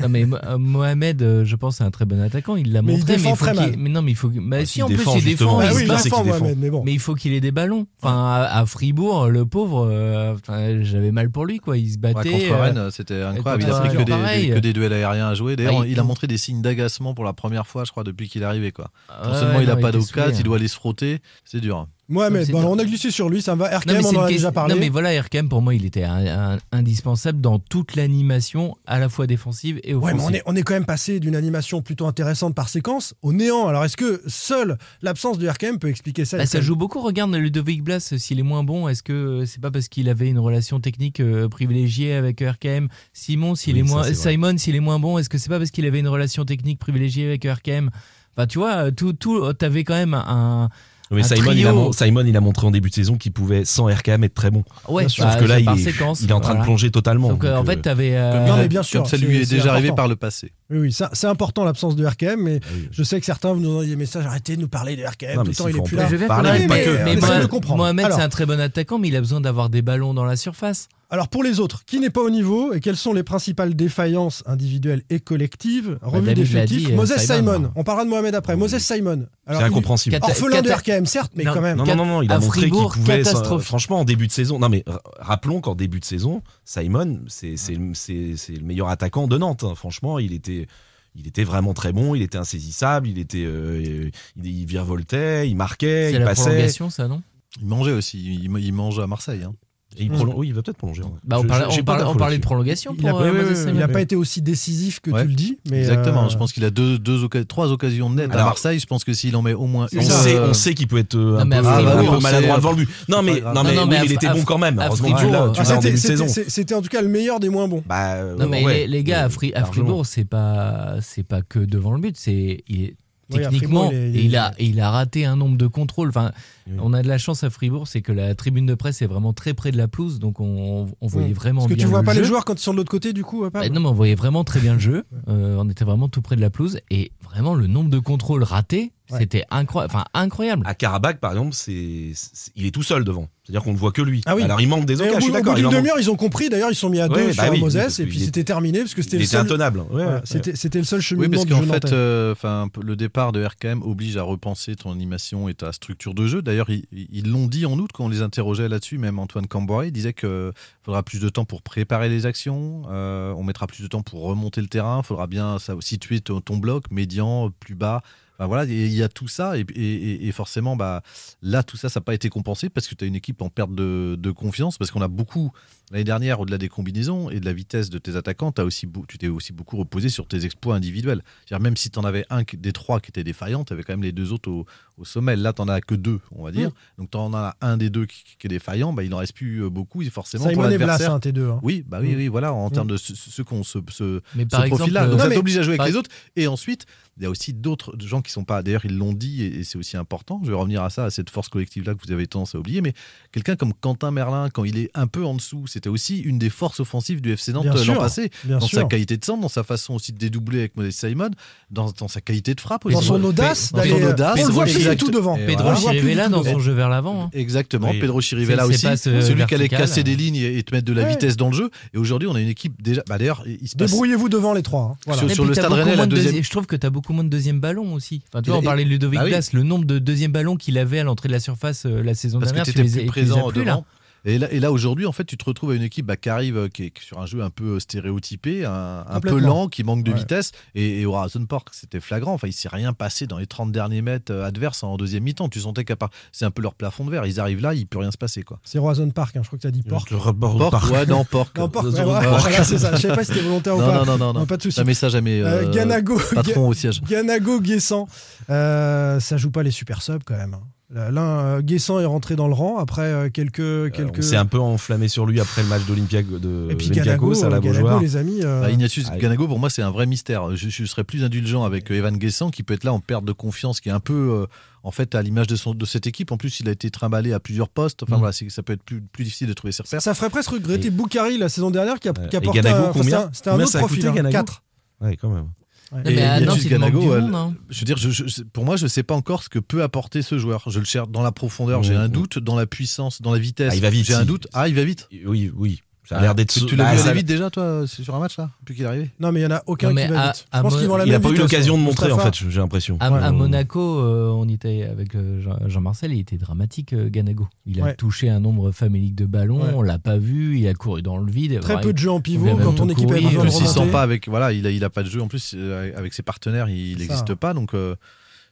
[SPEAKER 8] Non mais Mo- euh, Mohamed, euh, je pense, c'est un très bon attaquant. Il l'a
[SPEAKER 7] Mais il
[SPEAKER 8] montré,
[SPEAKER 7] défend
[SPEAKER 8] mais faut
[SPEAKER 7] très
[SPEAKER 8] qu'il-
[SPEAKER 7] mal.
[SPEAKER 8] Mais non, mais il faut. que-
[SPEAKER 9] Ah,
[SPEAKER 8] Bah, si,
[SPEAKER 9] s'il
[SPEAKER 8] en plus,
[SPEAKER 9] défend,
[SPEAKER 8] il défend.
[SPEAKER 9] justement. Ouais,
[SPEAKER 7] Ah
[SPEAKER 8] il
[SPEAKER 9] c'est
[SPEAKER 7] oui,
[SPEAKER 8] se
[SPEAKER 7] il
[SPEAKER 9] clair,
[SPEAKER 8] bat.
[SPEAKER 9] c'est
[SPEAKER 7] défend,
[SPEAKER 9] qu'il défend.
[SPEAKER 7] Mohamed, mais bon.
[SPEAKER 8] Mais il faut qu'il ait des ballons. Enfin, à, à Fribourg, le pauvre, euh, enfin, j'avais mal pour lui, quoi. Il se
[SPEAKER 10] Ouais,
[SPEAKER 8] battait.
[SPEAKER 10] contre
[SPEAKER 8] euh,
[SPEAKER 10] Rennes, c'était incroyable. Il
[SPEAKER 8] contre
[SPEAKER 10] a pris que
[SPEAKER 8] Rennes,
[SPEAKER 10] des,
[SPEAKER 8] pareil.
[SPEAKER 10] des- que des duels aériens à jouer. D'ailleurs,
[SPEAKER 8] Ah, il-
[SPEAKER 10] il a montré des signes d'agacement pour la première fois, je crois, depuis qu'il est arrivé. Quoi. Non
[SPEAKER 8] euh, ouais,
[SPEAKER 10] seulement
[SPEAKER 8] ouais,
[SPEAKER 10] il a
[SPEAKER 8] non,
[SPEAKER 10] pas
[SPEAKER 8] était
[SPEAKER 10] d'occasion,
[SPEAKER 8] saoulé,
[SPEAKER 10] il
[SPEAKER 8] hein.
[SPEAKER 10] doit aller se frotter. C'est dur.
[SPEAKER 8] Non,
[SPEAKER 7] Mohamed,
[SPEAKER 8] c'est
[SPEAKER 7] bon,
[SPEAKER 8] dingue.
[SPEAKER 7] on a glissé sur lui, ça me va.
[SPEAKER 8] Non, mais
[SPEAKER 7] RKM, on
[SPEAKER 8] c'est
[SPEAKER 7] en
[SPEAKER 8] une
[SPEAKER 7] a
[SPEAKER 8] question-
[SPEAKER 7] déjà parlé.
[SPEAKER 8] Non, mais voilà, RKM, pour moi, il était un- un- indispensable dans toute l'animation, à la fois défensive et
[SPEAKER 7] Ouais,
[SPEAKER 8] offensive.
[SPEAKER 7] mais on est, on est quand même passé d'une animation plutôt intéressante par séquence au néant. Alors est-ce que seule l'absence de RKM peut expliquer ça
[SPEAKER 8] Bah, ça joue beaucoup. Regarde Ludovic Blas, euh, s'il est moins bon, est-ce que euh, c'est pas parce qu'il avait une relation technique euh, privilégiée avec RKM Simon, s'il
[SPEAKER 9] Oui,
[SPEAKER 8] est
[SPEAKER 9] ça,
[SPEAKER 8] moins,
[SPEAKER 9] c'est vrai.
[SPEAKER 8] Simon, s'il est moins bon, est-ce que c'est pas parce qu'il avait une relation technique privilégiée avec RKM Enfin, Bah, tu vois, euh, tout, tout, t'avais quand même un.
[SPEAKER 9] Mais
[SPEAKER 8] Un
[SPEAKER 9] Simon il, a,
[SPEAKER 8] trio.
[SPEAKER 9] mon- Simon, il a montré en début de saison qu'il pouvait, sans RKM, être très bon.
[SPEAKER 8] Ouais,
[SPEAKER 9] Sauf que là,
[SPEAKER 8] c'est
[SPEAKER 9] il
[SPEAKER 8] par
[SPEAKER 9] est,
[SPEAKER 8] séquence.
[SPEAKER 9] il est en train
[SPEAKER 8] Voilà.
[SPEAKER 9] de plonger totalement.
[SPEAKER 8] Donc, euh, en
[SPEAKER 9] Donc, euh,
[SPEAKER 8] fait, t'avais. euh,
[SPEAKER 10] Comme
[SPEAKER 7] non,
[SPEAKER 10] il a-
[SPEAKER 7] mais bien sûr,
[SPEAKER 10] Comme ça
[SPEAKER 7] c'est-
[SPEAKER 10] lui est
[SPEAKER 7] c'est
[SPEAKER 10] déjà arrivé
[SPEAKER 7] important.
[SPEAKER 10] par le passé.
[SPEAKER 7] Oui, oui, ça- c'est important l'absence de RKM, mais
[SPEAKER 9] ah oui.
[SPEAKER 7] je sais que certains vous nous envoient des messages, arrêtez de nous parler de RKM, tout
[SPEAKER 9] Non, mais
[SPEAKER 7] le temps
[SPEAKER 9] s'il
[SPEAKER 7] il
[SPEAKER 9] faut
[SPEAKER 7] est
[SPEAKER 9] en
[SPEAKER 7] plus là.
[SPEAKER 9] parler,
[SPEAKER 8] Je vais
[SPEAKER 9] parler,
[SPEAKER 7] parler,
[SPEAKER 9] mais pas
[SPEAKER 7] mais-
[SPEAKER 9] que.
[SPEAKER 7] mais
[SPEAKER 8] Mais
[SPEAKER 7] Essayez
[SPEAKER 8] Mohamed,
[SPEAKER 7] de comprendre.
[SPEAKER 8] Mohamed,
[SPEAKER 7] Alors.
[SPEAKER 8] c'est un très bon attaquant, mais il a besoin d'avoir des ballons dans la surface.
[SPEAKER 7] Alors pour les autres, qui n'est pas au niveau et quelles sont les principales défaillances individuelles et collectives
[SPEAKER 9] Bah,
[SPEAKER 7] Revue
[SPEAKER 8] David l'a
[SPEAKER 7] d'effectifs,
[SPEAKER 8] dit, euh,
[SPEAKER 7] Moses Simon,
[SPEAKER 8] Simon.
[SPEAKER 7] on parlera de Mohamed
[SPEAKER 9] Ah
[SPEAKER 7] après, Moses Simon.
[SPEAKER 9] C'est
[SPEAKER 7] Alors, il-
[SPEAKER 9] incompréhensible.
[SPEAKER 8] Quatre-
[SPEAKER 7] Orphelin de
[SPEAKER 8] Cata-
[SPEAKER 7] RKM, certes, mais
[SPEAKER 8] Non,
[SPEAKER 7] quand même.
[SPEAKER 9] Non, non, non, non, il a
[SPEAKER 8] à
[SPEAKER 9] montré
[SPEAKER 8] Fribourg,
[SPEAKER 9] qu'il pouvait.
[SPEAKER 8] catastrophe.
[SPEAKER 9] euh, Franchement, en début de saison. Non, mais r- rappelons qu'en début de saison, Simon, c'est c'est le- c'est- c'est le meilleur attaquant de Nantes. hein. Franchement, il était. Il était vraiment très bon, il était insaisissable, il était, euh, il, il virevoltait, il marquait,
[SPEAKER 8] C'est
[SPEAKER 9] il
[SPEAKER 8] la
[SPEAKER 9] passait.
[SPEAKER 8] prolongation, ça, non
[SPEAKER 10] Il mangeait aussi. Il, il mange à Marseille. hein.
[SPEAKER 9] Et il, prolonge- oui, il va peut-être prolonger. ouais.
[SPEAKER 8] Mmh. Bah, on,
[SPEAKER 9] Je-
[SPEAKER 8] parlait,
[SPEAKER 9] j'ai
[SPEAKER 8] on
[SPEAKER 9] pas
[SPEAKER 8] parlait-
[SPEAKER 9] d'infos
[SPEAKER 8] on parlait de
[SPEAKER 9] là-dessus.
[SPEAKER 8] prolongation
[SPEAKER 7] Il n'a
[SPEAKER 8] pour euh, Moses Simon.
[SPEAKER 7] pas été aussi décisif que
[SPEAKER 10] Ouais.
[SPEAKER 7] tu le dis. Mais
[SPEAKER 10] Exactement,
[SPEAKER 7] euh,
[SPEAKER 10] je pense qu'il a deux, deux, oca- trois occasions nettes
[SPEAKER 9] Alors-
[SPEAKER 10] à Marseille. Je pense que s'il en met au moins
[SPEAKER 7] C'est
[SPEAKER 9] On
[SPEAKER 10] une,
[SPEAKER 7] ça.
[SPEAKER 9] sait,
[SPEAKER 10] euh,
[SPEAKER 9] on sait qu'il peut être euh,
[SPEAKER 8] Non,
[SPEAKER 9] un
[SPEAKER 8] mais à
[SPEAKER 9] peu, un
[SPEAKER 8] Fribourg,
[SPEAKER 9] peu
[SPEAKER 10] on
[SPEAKER 9] maladroit
[SPEAKER 10] sait-
[SPEAKER 9] devant le but. Non, mais,
[SPEAKER 10] pas grave.
[SPEAKER 9] non, mais,
[SPEAKER 8] Non, non,
[SPEAKER 9] oui,
[SPEAKER 8] mais
[SPEAKER 9] mais
[SPEAKER 8] à
[SPEAKER 9] il
[SPEAKER 8] Fr-
[SPEAKER 9] était
[SPEAKER 8] à
[SPEAKER 9] bon
[SPEAKER 8] Fr-
[SPEAKER 9] quand même.
[SPEAKER 8] à
[SPEAKER 9] Heureusement, tu
[SPEAKER 8] Fribourg,
[SPEAKER 9] l'as- tu
[SPEAKER 7] ah,
[SPEAKER 9] l'as
[SPEAKER 7] c'était-
[SPEAKER 9] en début de saison.
[SPEAKER 7] c'était c'est- c'était en tout cas le meilleur des moins bons.
[SPEAKER 9] Bah, euh,
[SPEAKER 8] Non, mais
[SPEAKER 9] ouais,
[SPEAKER 8] les, les gars, à, Fri- à
[SPEAKER 9] largement.
[SPEAKER 8] Fribourg, c'est pas, c'est pas que devant le but. C'est il est-
[SPEAKER 7] Oui, à
[SPEAKER 8] techniquement,
[SPEAKER 7] Fribourg, il est- il
[SPEAKER 8] et
[SPEAKER 7] est-
[SPEAKER 8] il, a, et il a raté un nombre de contrôles. Enfin,
[SPEAKER 9] Oui.
[SPEAKER 8] on a de la chance à Fribourg, c'est que la tribune de presse est vraiment très près de la pelouse, donc on, on voyait
[SPEAKER 7] Mm.
[SPEAKER 8] vraiment
[SPEAKER 7] Parce que
[SPEAKER 8] bien
[SPEAKER 7] tu vois
[SPEAKER 8] le
[SPEAKER 7] pas les
[SPEAKER 8] jeu.
[SPEAKER 7] joueurs hein. quand ils sont de l'autre côté, du coup. à part-
[SPEAKER 8] Bah, non, mais on voyait vraiment très bien le jeu. Euh, on était vraiment tout près de la pelouse et vraiment le nombre de contrôles ratés,
[SPEAKER 7] Ouais.
[SPEAKER 8] c'était incroyable. Enfin, incroyable.
[SPEAKER 9] À Karabakh, par exemple, c'est c'est- il est tout seul devant. C'est-à-dire qu'on ne voit que lui.
[SPEAKER 7] Ah oui.
[SPEAKER 9] Alors il manque des
[SPEAKER 7] Mais au
[SPEAKER 9] occasions. Je suis
[SPEAKER 7] bout, au bout
[SPEAKER 9] d'accord. il
[SPEAKER 7] d'une
[SPEAKER 9] en manque.
[SPEAKER 7] demi-heure, ils ont compris. D'ailleurs, ils sont mis à deux
[SPEAKER 9] Ouais, bah
[SPEAKER 7] sur
[SPEAKER 9] oui,
[SPEAKER 7] Moses
[SPEAKER 9] parce
[SPEAKER 7] et
[SPEAKER 9] qu'il
[SPEAKER 7] puis
[SPEAKER 9] est-
[SPEAKER 7] c'était terminé parce que c'était
[SPEAKER 9] Il
[SPEAKER 7] le
[SPEAKER 9] était
[SPEAKER 7] seul.
[SPEAKER 9] intenable. Ouais,
[SPEAKER 7] Voilà,
[SPEAKER 9] ouais.
[SPEAKER 7] C'était c'était le seul
[SPEAKER 10] Oui,
[SPEAKER 7] cheminement
[SPEAKER 10] parce
[SPEAKER 7] du
[SPEAKER 10] qu'en
[SPEAKER 7] jeu
[SPEAKER 10] fait,
[SPEAKER 7] nantais.
[SPEAKER 10] euh, enfin, un peu- le départ de RKM oblige à repenser ton animation et ta structure de jeu. D'ailleurs, ils- ils l'ont dit en août quand on les interrogeait là-dessus. Même Antoine Camboiré disait qu'il faudra plus de temps pour préparer les actions, euh, on mettra plus de temps pour remonter le terrain, il faudra bien sa- situer ton, ton bloc, médian, plus bas. Enfin, voilà, et il y a tout ça. Et, et- et- et forcément, bah, là, tout ça, ça n'a pas été compensé parce que tu as une équipe en perte de, de confiance, parce qu'on a beaucoup L'année dernière, au-delà des combinaisons et de la vitesse de tes attaquants, t'as aussi beau- tu t'es aussi beaucoup reposé sur tes exploits individuels. C'est-à-dire, même si tu en avais un qui- des trois qui était défaillant, tu avais quand même les deux autres au, au sommet. Là, tu n'en as que deux, on va
[SPEAKER 7] Mmh.
[SPEAKER 10] dire. Donc, tu en as un des deux qui, qui est défaillant, bah, il n'en reste plus euh, beaucoup. Et forcément, pour
[SPEAKER 7] Simon et Blas,
[SPEAKER 10] l'adversaire.
[SPEAKER 7] hein, tes deux. hein.
[SPEAKER 10] Oui, bah oui,
[SPEAKER 7] Mm.
[SPEAKER 10] oui, voilà, en
[SPEAKER 7] Mm.
[SPEAKER 10] termes de ce, ce, ce qu'on se- ce-
[SPEAKER 8] Mais
[SPEAKER 10] ce
[SPEAKER 8] par exemple,
[SPEAKER 10] profil-là. Donc,
[SPEAKER 8] euh,
[SPEAKER 10] ça
[SPEAKER 7] mais-
[SPEAKER 10] t'oblige à jouer avec
[SPEAKER 8] par-
[SPEAKER 10] les autres. Et ensuite, il y a aussi d'autres gens qui sont pas. D'ailleurs, ils l'ont dit, et, et c'est aussi important. Je vais revenir à ça, à cette force collective-là que vous avez tendance à oublier. Mais quelqu'un comme Quentin Merlin, quand il est un peu en dessous, c'était aussi une des forces offensives du FC Nantes euh,
[SPEAKER 7] Bien
[SPEAKER 10] l'an
[SPEAKER 7] sûr,
[SPEAKER 10] passé.
[SPEAKER 7] Bien
[SPEAKER 10] Dans sa
[SPEAKER 7] sûr.
[SPEAKER 10] qualité de centre, dans sa façon aussi de dédoubler avec Modest Simon, dans, dans sa qualité de frappe aussi.
[SPEAKER 7] Dans son audace,
[SPEAKER 10] dans son
[SPEAKER 7] d'aller-
[SPEAKER 10] audace,
[SPEAKER 7] on le voit plus du
[SPEAKER 10] exact.
[SPEAKER 7] tout devant.
[SPEAKER 10] Et
[SPEAKER 8] Pedro
[SPEAKER 10] voilà.
[SPEAKER 8] Chirivella
[SPEAKER 7] On le voit
[SPEAKER 8] dans
[SPEAKER 7] plus du
[SPEAKER 8] son
[SPEAKER 7] tout
[SPEAKER 8] jeu vers l'avant. hein.
[SPEAKER 10] Exactement,
[SPEAKER 9] Oui.
[SPEAKER 10] Pedro Chirivella
[SPEAKER 8] C'est- c'est
[SPEAKER 10] aussi,
[SPEAKER 8] pas ce
[SPEAKER 10] celui qui allait
[SPEAKER 8] vertical,
[SPEAKER 10] casser
[SPEAKER 8] hein.
[SPEAKER 10] des lignes et, et te mettre de la
[SPEAKER 7] Ouais.
[SPEAKER 10] vitesse dans le jeu. Et aujourd'hui, on a une équipe déjà. Bah d'ailleurs, il se passe.
[SPEAKER 7] Débrouillez-vous devant les trois. hein. Voilà.
[SPEAKER 10] Sur-
[SPEAKER 8] Et
[SPEAKER 10] sur
[SPEAKER 8] puis
[SPEAKER 10] le
[SPEAKER 8] t'as
[SPEAKER 10] Stade
[SPEAKER 8] beaucoup
[SPEAKER 10] Rennais, la
[SPEAKER 8] moins de
[SPEAKER 10] deuxième-
[SPEAKER 8] deuxi- Je trouve que tu as beaucoup moins de deuxième ballon aussi. Enfin, tu vois,
[SPEAKER 10] Et-
[SPEAKER 8] on parlait de Ludovic
[SPEAKER 10] bah oui.
[SPEAKER 8] Blas, le nombre de deuxième ballon qu'il avait à l'entrée de la surface euh, la saison
[SPEAKER 10] parce que
[SPEAKER 8] dernière.
[SPEAKER 10] tu
[SPEAKER 8] tu les
[SPEAKER 10] plus
[SPEAKER 8] as- tu les as
[SPEAKER 10] présent
[SPEAKER 8] plus, là.
[SPEAKER 10] devant. Et là, et là aujourd'hui, en fait, tu te retrouves à une équipe bah, qui arrive euh, qui est sur un jeu un peu euh, stéréotypé, un, un peu
[SPEAKER 7] Complètement.
[SPEAKER 10] lent, qui manque de
[SPEAKER 7] Ouais.
[SPEAKER 10] vitesse. Et, et au Horizon Park, c'était flagrant. Enfin, il s'est rien passé dans les 30 derniers mètres euh, adverses en deuxième mi-temps. Tu sentais qu'à part, c'est un peu leur plafond de verre. Ils arrivent là, il peut rien se passer quoi.
[SPEAKER 7] C'est Roison Park, hein, je crois que tu as dit Pork.
[SPEAKER 9] Le rebord
[SPEAKER 10] Porc,
[SPEAKER 7] euh,
[SPEAKER 9] par-
[SPEAKER 10] ouais, non, porc.
[SPEAKER 7] Non, Pork,
[SPEAKER 10] Non,
[SPEAKER 7] ouais, voilà, voilà, c'est ça. Je sais pas si c'était volontaire ou
[SPEAKER 10] non,
[SPEAKER 7] pas.
[SPEAKER 10] non, non, non,
[SPEAKER 7] Non, Pas de souci.
[SPEAKER 10] Un message à mes
[SPEAKER 7] Euh,
[SPEAKER 10] euh,
[SPEAKER 7] Ganago,
[SPEAKER 10] patrons au siège.
[SPEAKER 7] Ganago, Guessant, euh, ça joue pas les super subs quand même. hein. L'un, euh, Guessant est rentré dans le rang après euh, quelques.
[SPEAKER 9] Euh,
[SPEAKER 7] quelques...
[SPEAKER 9] On s'est un peu enflammé sur lui après le match d'Olympiak de
[SPEAKER 7] Et puis Ganago,
[SPEAKER 9] Olympiakos à la
[SPEAKER 7] euh, Ganago,
[SPEAKER 9] Beaujoire.
[SPEAKER 7] les amis. euh,
[SPEAKER 10] Bah, Ignatius
[SPEAKER 9] Ah,
[SPEAKER 10] Ganago, pour moi, c'est un vrai mystère. Je, je serais plus indulgent avec euh, Evan Guessant, qui peut être là en perte de confiance, qui est un peu, euh, en fait, à l'image de, son- de cette équipe. En plus, il a été trimballé à plusieurs postes. Enfin,
[SPEAKER 8] Mm.
[SPEAKER 10] voilà, c'est- ça peut être plus, plus difficile de trouver ses repères.
[SPEAKER 7] ça ferait presque regretter Boukari la saison dernière qui a,
[SPEAKER 9] Ouais.
[SPEAKER 7] qui a
[SPEAKER 9] Et
[SPEAKER 7] porté
[SPEAKER 9] Ganago,
[SPEAKER 7] un, enfin,
[SPEAKER 9] combien
[SPEAKER 7] c'était un- c'était un
[SPEAKER 9] Combien
[SPEAKER 7] autre
[SPEAKER 9] ça a coûté,
[SPEAKER 7] profil. hein,
[SPEAKER 9] Ganago
[SPEAKER 7] quatre.
[SPEAKER 9] Ouais, quand même.
[SPEAKER 8] Non, mais
[SPEAKER 10] Et
[SPEAKER 8] à
[SPEAKER 10] Yatus
[SPEAKER 8] Nantes, il manque
[SPEAKER 10] Ganago,
[SPEAKER 8] du
[SPEAKER 10] elle-
[SPEAKER 8] monde. hein.
[SPEAKER 10] Je veux dire, je- je- c'est- pour moi, je ne sais pas encore ce que peut apporter ce joueur. Je le cherche dans la profondeur, j'ai
[SPEAKER 9] Mm,
[SPEAKER 10] un
[SPEAKER 9] mm.
[SPEAKER 10] doute. Dans la puissance, dans la vitesse,
[SPEAKER 9] Ah, il va vite,
[SPEAKER 10] j'ai un
[SPEAKER 9] si.
[SPEAKER 10] doute. Ah, il va vite.
[SPEAKER 9] Oui, oui. Ça a l'air d'être.
[SPEAKER 10] Tu, tu
[SPEAKER 9] Bah,
[SPEAKER 10] l'as vu
[SPEAKER 9] ça-
[SPEAKER 10] aller vite déjà, toi, c'est sur un match, là, depuis qu'il est arrivé
[SPEAKER 7] Non, mais il y en a aucun qui
[SPEAKER 8] Non, mais
[SPEAKER 7] va
[SPEAKER 8] à-
[SPEAKER 7] vite.
[SPEAKER 8] à
[SPEAKER 7] Je pense qu'ils
[SPEAKER 8] Mo-
[SPEAKER 7] vont à la
[SPEAKER 9] Il n'a
[SPEAKER 7] même
[SPEAKER 9] pas eu
[SPEAKER 7] vitesse,
[SPEAKER 9] l'occasion de montrer, en
[SPEAKER 7] Mustafa.
[SPEAKER 9] fait, j'ai l'impression.
[SPEAKER 8] À,
[SPEAKER 7] Ouais.
[SPEAKER 8] à Monaco, euh, on était avec euh, Jean- Jean-Marcel, il était dramatique, euh, Ganago. Il a
[SPEAKER 7] Ouais.
[SPEAKER 8] touché un nombre famélique de ballons,
[SPEAKER 7] Ouais.
[SPEAKER 8] on l'a pas vu, il a couru dans le vide.
[SPEAKER 7] Très
[SPEAKER 8] Ouais,
[SPEAKER 7] peu de jeux en
[SPEAKER 8] Il
[SPEAKER 7] pivot
[SPEAKER 8] a même
[SPEAKER 7] quand ton équipe a
[SPEAKER 8] courir,
[SPEAKER 7] besoin
[SPEAKER 10] En
[SPEAKER 7] de
[SPEAKER 8] il
[SPEAKER 9] euh,
[SPEAKER 10] plus, il
[SPEAKER 7] remonter.
[SPEAKER 10] sent pas avec. Voilà, il a, il a pas de jeu. En plus, euh, avec ses partenaires, il
[SPEAKER 7] C'est ça.
[SPEAKER 9] hein.
[SPEAKER 10] n'existe pas. Donc, euh,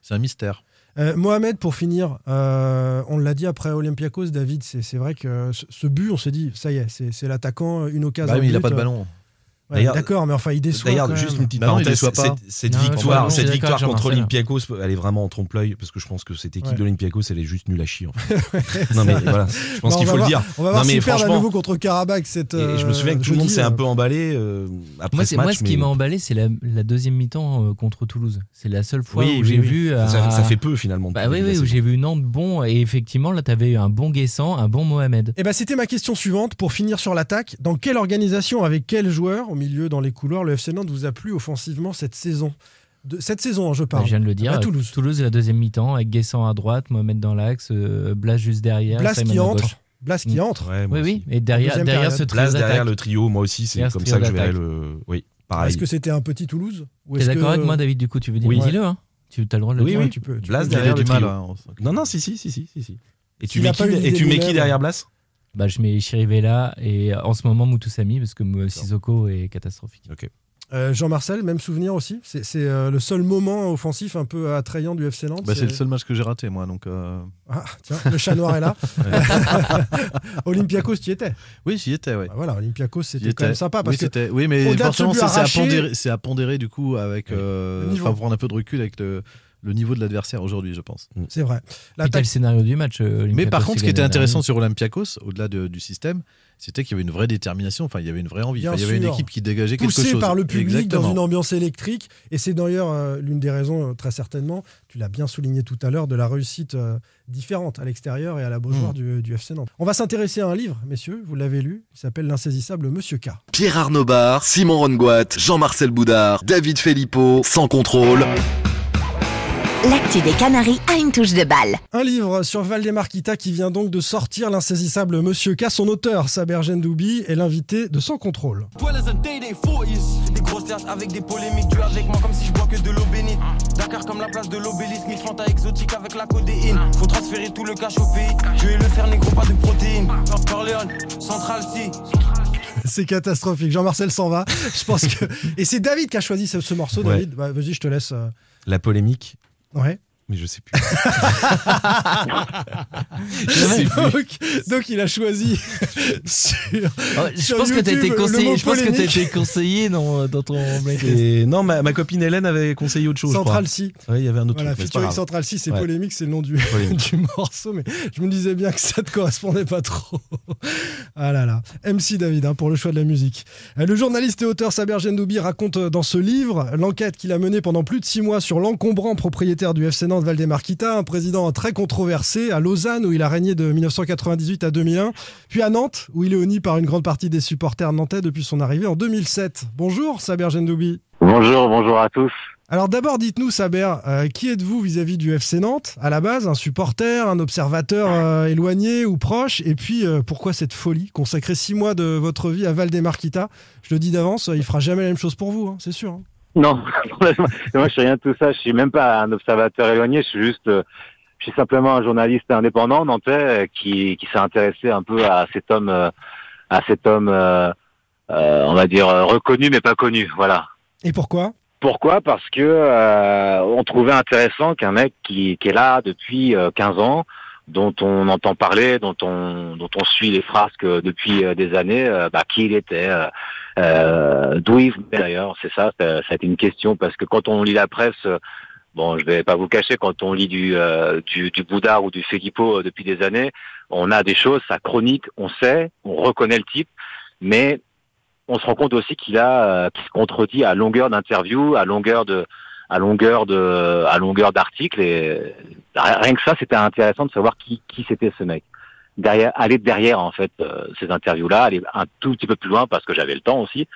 [SPEAKER 10] c'est un mystère.
[SPEAKER 7] Euh, Mohamed, pour finir, euh, on l'a dit après Olympiakos, David, c'est c'est vrai que ce, ce but, on s'est dit, ça y est, c'est c'est l'attaquant, une occasion.
[SPEAKER 10] Bah oui, mais il
[SPEAKER 7] n'a
[SPEAKER 10] n'a pas de ballon.
[SPEAKER 9] D'ailleurs-
[SPEAKER 7] D'accord, mais enfin, il déçoit.
[SPEAKER 9] D'ailleurs,
[SPEAKER 7] quand
[SPEAKER 9] juste
[SPEAKER 7] même.
[SPEAKER 9] une petite
[SPEAKER 10] Bah non, il
[SPEAKER 9] parenthèse,
[SPEAKER 10] déçoit pas.
[SPEAKER 9] cette, cette
[SPEAKER 8] Non, je suis
[SPEAKER 9] victoire,
[SPEAKER 8] d'accord
[SPEAKER 9] cette
[SPEAKER 8] avec
[SPEAKER 9] victoire contre
[SPEAKER 8] Jean-Marcel.
[SPEAKER 9] Olympiakos, elle est vraiment en trompe-l'œil, parce que je pense que cette équipe
[SPEAKER 7] Ouais.
[SPEAKER 9] d'Olympiakos, elle est juste nulle à chier. en fait. non mais voilà, je pense
[SPEAKER 7] Bah, on
[SPEAKER 9] qu'il
[SPEAKER 7] va
[SPEAKER 9] faut le
[SPEAKER 7] voir-
[SPEAKER 9] dire.
[SPEAKER 7] On va
[SPEAKER 9] Non,
[SPEAKER 7] voir
[SPEAKER 9] mais
[SPEAKER 7] s'ils perdent à
[SPEAKER 9] franchement-
[SPEAKER 7] nouveau contre Karabakh cette. euh,
[SPEAKER 9] Et je me souviens que tout le monde s'est un peu emballé euh, après
[SPEAKER 8] Moi,
[SPEAKER 9] ce
[SPEAKER 8] c'est-
[SPEAKER 9] match.
[SPEAKER 8] moi, ce qui
[SPEAKER 9] mais-
[SPEAKER 8] m'a emballé, c'est la, la deuxième mi-temps euh, contre Toulouse. C'est la seule fois
[SPEAKER 9] Oui,
[SPEAKER 8] où
[SPEAKER 9] oui,
[SPEAKER 8] j'ai
[SPEAKER 9] oui.
[SPEAKER 8] vu. euh,
[SPEAKER 9] Ça- Ça,
[SPEAKER 8] un-
[SPEAKER 9] ça fait peu finalement.
[SPEAKER 8] Bah oui,
[SPEAKER 9] depuis la
[SPEAKER 8] oui, où
[SPEAKER 9] saison.
[SPEAKER 8] j'ai vu Nantes bon, et effectivement, là, t'avais eu un bon Guessant, un bon Mohamed.
[SPEAKER 7] Et ben c'était ma question suivante pour finir sur l'attaque. Dans quelle organisation, avec quel joueur, au milieu, dans les couloirs, le FC Nantes vous a plu offensivement cette saison De- Cette saison, hein, je
[SPEAKER 8] Bah,
[SPEAKER 7] parle.
[SPEAKER 8] je viens de le dire.
[SPEAKER 7] à Toulouse.
[SPEAKER 8] Toulouse, la deuxième mi-temps, avec Guessant à droite, Mohamed dans l'axe, euh, Blas juste derrière.
[SPEAKER 7] Blas
[SPEAKER 8] Simon
[SPEAKER 7] qui
[SPEAKER 8] à
[SPEAKER 7] entre.
[SPEAKER 8] gauche.
[SPEAKER 7] Blas qui
[SPEAKER 8] Mm.
[SPEAKER 7] entre.
[SPEAKER 9] Ouais, moi
[SPEAKER 8] Oui, oui.
[SPEAKER 9] aussi.
[SPEAKER 8] Et derrière,
[SPEAKER 7] Deuxième
[SPEAKER 8] derrière
[SPEAKER 7] période.
[SPEAKER 8] ce
[SPEAKER 9] Place
[SPEAKER 8] trio
[SPEAKER 9] derrière
[SPEAKER 8] d'attaque.
[SPEAKER 9] le trio, moi aussi, c'est
[SPEAKER 8] Derrière
[SPEAKER 9] comme
[SPEAKER 8] ce
[SPEAKER 9] ça
[SPEAKER 8] trio
[SPEAKER 9] que je verrais
[SPEAKER 8] d'attaque.
[SPEAKER 9] le. Oui, pareil.
[SPEAKER 7] Est-ce que c'était un petit Toulouse Ou
[SPEAKER 8] T'es
[SPEAKER 7] est-ce
[SPEAKER 8] d'accord
[SPEAKER 7] que-
[SPEAKER 8] avec moi, David, du coup, tu veux dire
[SPEAKER 7] Oui.
[SPEAKER 8] Dis-le, hein. Tu as le droit de le
[SPEAKER 9] Oui,
[SPEAKER 8] dire.
[SPEAKER 9] oui.
[SPEAKER 7] Tu peux. tu
[SPEAKER 9] Blas
[SPEAKER 7] peux-
[SPEAKER 10] Il
[SPEAKER 9] derrière
[SPEAKER 10] a
[SPEAKER 9] le
[SPEAKER 10] du mal.
[SPEAKER 9] trio.
[SPEAKER 10] hein, on sent que-
[SPEAKER 9] Non, non, si, si, si, si, si. si. Et tu
[SPEAKER 7] Il
[SPEAKER 9] mets
[SPEAKER 7] a
[SPEAKER 9] qui,
[SPEAKER 7] pas eu l'idée
[SPEAKER 9] et tu
[SPEAKER 7] de
[SPEAKER 9] mets
[SPEAKER 7] l'aide.
[SPEAKER 9] qui derrière Blas
[SPEAKER 8] Bah, je mets Chirivella et euh, en ce moment Moutoussamy parce que euh, Sissoko est catastrophique.
[SPEAKER 7] Euh, Jean-Marcel, même souvenir aussi. C'est c'est, euh, le seul moment offensif un peu attrayant du FC Nantes.
[SPEAKER 10] Bah, c'est le seul match que j'ai raté, moi. Donc, euh,
[SPEAKER 7] Ah, tiens, le chat noir est là. Olympiakos, tu y étais.
[SPEAKER 10] Oui, j'y étais, ouais.
[SPEAKER 7] Bah voilà, Olympiakos,
[SPEAKER 10] J'y
[SPEAKER 7] c'était
[SPEAKER 10] étais.
[SPEAKER 7] quand même sympa parce
[SPEAKER 10] oui,
[SPEAKER 7] que
[SPEAKER 10] c'était- oui, mais
[SPEAKER 7] au-delà de
[SPEAKER 10] forcément,
[SPEAKER 7] ce but
[SPEAKER 10] ça, c'est à,
[SPEAKER 7] arraché-
[SPEAKER 10] pondérer, c'est à pondérer, du coup, avec. euh,
[SPEAKER 7] Le niveau.
[SPEAKER 10] Enfin, prendre un peu de recul avec le, le niveau de l'adversaire aujourd'hui, je pense.
[SPEAKER 7] c'est vrai.
[SPEAKER 8] Puis t'as le
[SPEAKER 7] L'attaque,
[SPEAKER 8] scénario du match. euh,
[SPEAKER 10] Mais
[SPEAKER 8] Olympiakos,
[SPEAKER 10] par contre, ce
[SPEAKER 8] il
[SPEAKER 10] qui était
[SPEAKER 8] gagne la
[SPEAKER 10] intéressant
[SPEAKER 8] dernière.
[SPEAKER 10] sur Olympiakos, au-delà de- du système, c'était qu'il y avait une vraie détermination, enfin, il y avait une vraie envie.
[SPEAKER 7] Bien
[SPEAKER 10] Enfin, il y avait une
[SPEAKER 7] sûr.
[SPEAKER 10] équipe qui dégageait quelque chose.
[SPEAKER 7] poussée par le public dans
[SPEAKER 10] Exactement.
[SPEAKER 7] une ambiance électrique. Et c'est d'ailleurs euh, l'une des raisons, euh, très certainement, tu l'as bien souligné tout à l'heure, de la réussite euh, différente à l'extérieur et à la Beaujoire
[SPEAKER 10] Mmh.
[SPEAKER 7] du, du FC Nantes. On va s'intéresser à un livre, messieurs, vous l'avez lu, il s'appelle L'insaisissable Monsieur K.
[SPEAKER 1] Pierre Arnaud Bar, Simon Rongoat, Jean-Marcel Boudard, David Filippo, Sans Contrôle.
[SPEAKER 11] L'actu des Canaries a une touche de balle.
[SPEAKER 7] Un livre sur Valdemar Kita qui vient donc de sortir L'insaisissable Monsieur K. Son auteur, Saber Gendoubi, est l'invité de Sans Contrôle.
[SPEAKER 3] Des grosses terres avec des polémiques, tu avec moi comme si je bois que de l'eau bénite. Dakar comme la place de l'obélisque, mix Fanta exotique avec la codéine. Faut transférer tout le cash au pays, je vais le faire négro, pas de protéines. Corleone, Central si.
[SPEAKER 7] C'est catastrophique. Jean-Marcel s'en va. Je pense que. Et c'est David qui a choisi ce, ce morceau,
[SPEAKER 9] Ouais.
[SPEAKER 7] David. Bah, Vas-y, je te laisse. euh,
[SPEAKER 9] La polémique,
[SPEAKER 7] Ouais.
[SPEAKER 9] mais je sais plus.
[SPEAKER 7] donc, donc il a choisi sur-
[SPEAKER 8] Oh, je
[SPEAKER 7] sur
[SPEAKER 8] pense que t'as
[SPEAKER 7] YouTube,
[SPEAKER 8] été
[SPEAKER 7] le mot
[SPEAKER 8] conseillé. Je pense que t'as
[SPEAKER 7] polémique.
[SPEAKER 8] été conseillé dans, dans ton blacklist.
[SPEAKER 9] Et non, ma, ma copine Hélène avait conseillé autre chose. je
[SPEAKER 7] Central C.
[SPEAKER 9] crois. Ouais, il y avait un autre
[SPEAKER 7] Voilà,
[SPEAKER 9] truc. mais c'est
[SPEAKER 7] featuring
[SPEAKER 9] pas grave.
[SPEAKER 7] Central C, c'est
[SPEAKER 9] Ouais.
[SPEAKER 7] polémique, c'est le nom du,
[SPEAKER 9] Polémique.
[SPEAKER 7] du morceau, mais je me disais bien que ça ne correspondait pas trop. Ah là là. MC David, hein, pour le choix de la musique. Euh, Le journaliste et auteur Saber Gendoubi raconte euh, dans ce livre l'enquête qu'il a menée pendant plus de six mois sur l'encombrant propriétaire du FC Nantes, Valdemar Kita, un président très controversé à Lausanne, où il a régné de 1998 à 2001, puis à Nantes, où il est honni par une grande partie des supporters nantais depuis son arrivée en 2007. Bonjour Saber Gendoubi.
[SPEAKER 3] Bonjour, bonjour à tous.
[SPEAKER 7] Alors d'abord, dites-nous, Saber, euh, qui êtes-vous vis-à-vis du FC Nantes À la base, un supporter, un observateur euh, éloigné ou proche Et puis, euh, pourquoi cette folie Consacrer six mois de votre vie à Valdemarquita Je le dis d'avance, euh, il fera jamais la même chose pour vous, hein, c'est sûr. hein.
[SPEAKER 3] Non, moi je suis rien de tout ça, je suis même pas un observateur éloigné, je suis juste, euh, je suis simplement un journaliste indépendant nantais euh, qui, qui s'est intéressé un peu à cet homme, euh, à cet homme, euh, euh, on va dire euh, reconnu mais pas connu, voilà.
[SPEAKER 7] Et pourquoi
[SPEAKER 3] Pourquoi Parce que euh, on trouvait intéressant qu'un mec qui, qui est là depuis euh, 15 ans, dont on entend parler, dont on, dont on suit les frasques depuis euh, des années, euh, bah, qui il était, euh, euh, d'où il venait d'ailleurs, c'est ça, ça, ça a été une question, parce que quand on lit la presse, euh, bon, je vais pas vous cacher, quand on lit du, euh, du, du Boudard ou du Fegipo euh, depuis des années, on a des choses, sa chronique, on sait, on reconnaît le type, mais on se rend compte aussi qu'il a euh, qu'il se contredit à longueur d'interviews, à longueur de à longueur de à longueur d'articles et euh, rien que ça c'était intéressant de savoir qui qui c'était ce mec. Derrière aller derrière en fait euh, ces interviews là, aller un tout petit peu plus loin parce que j'avais le temps aussi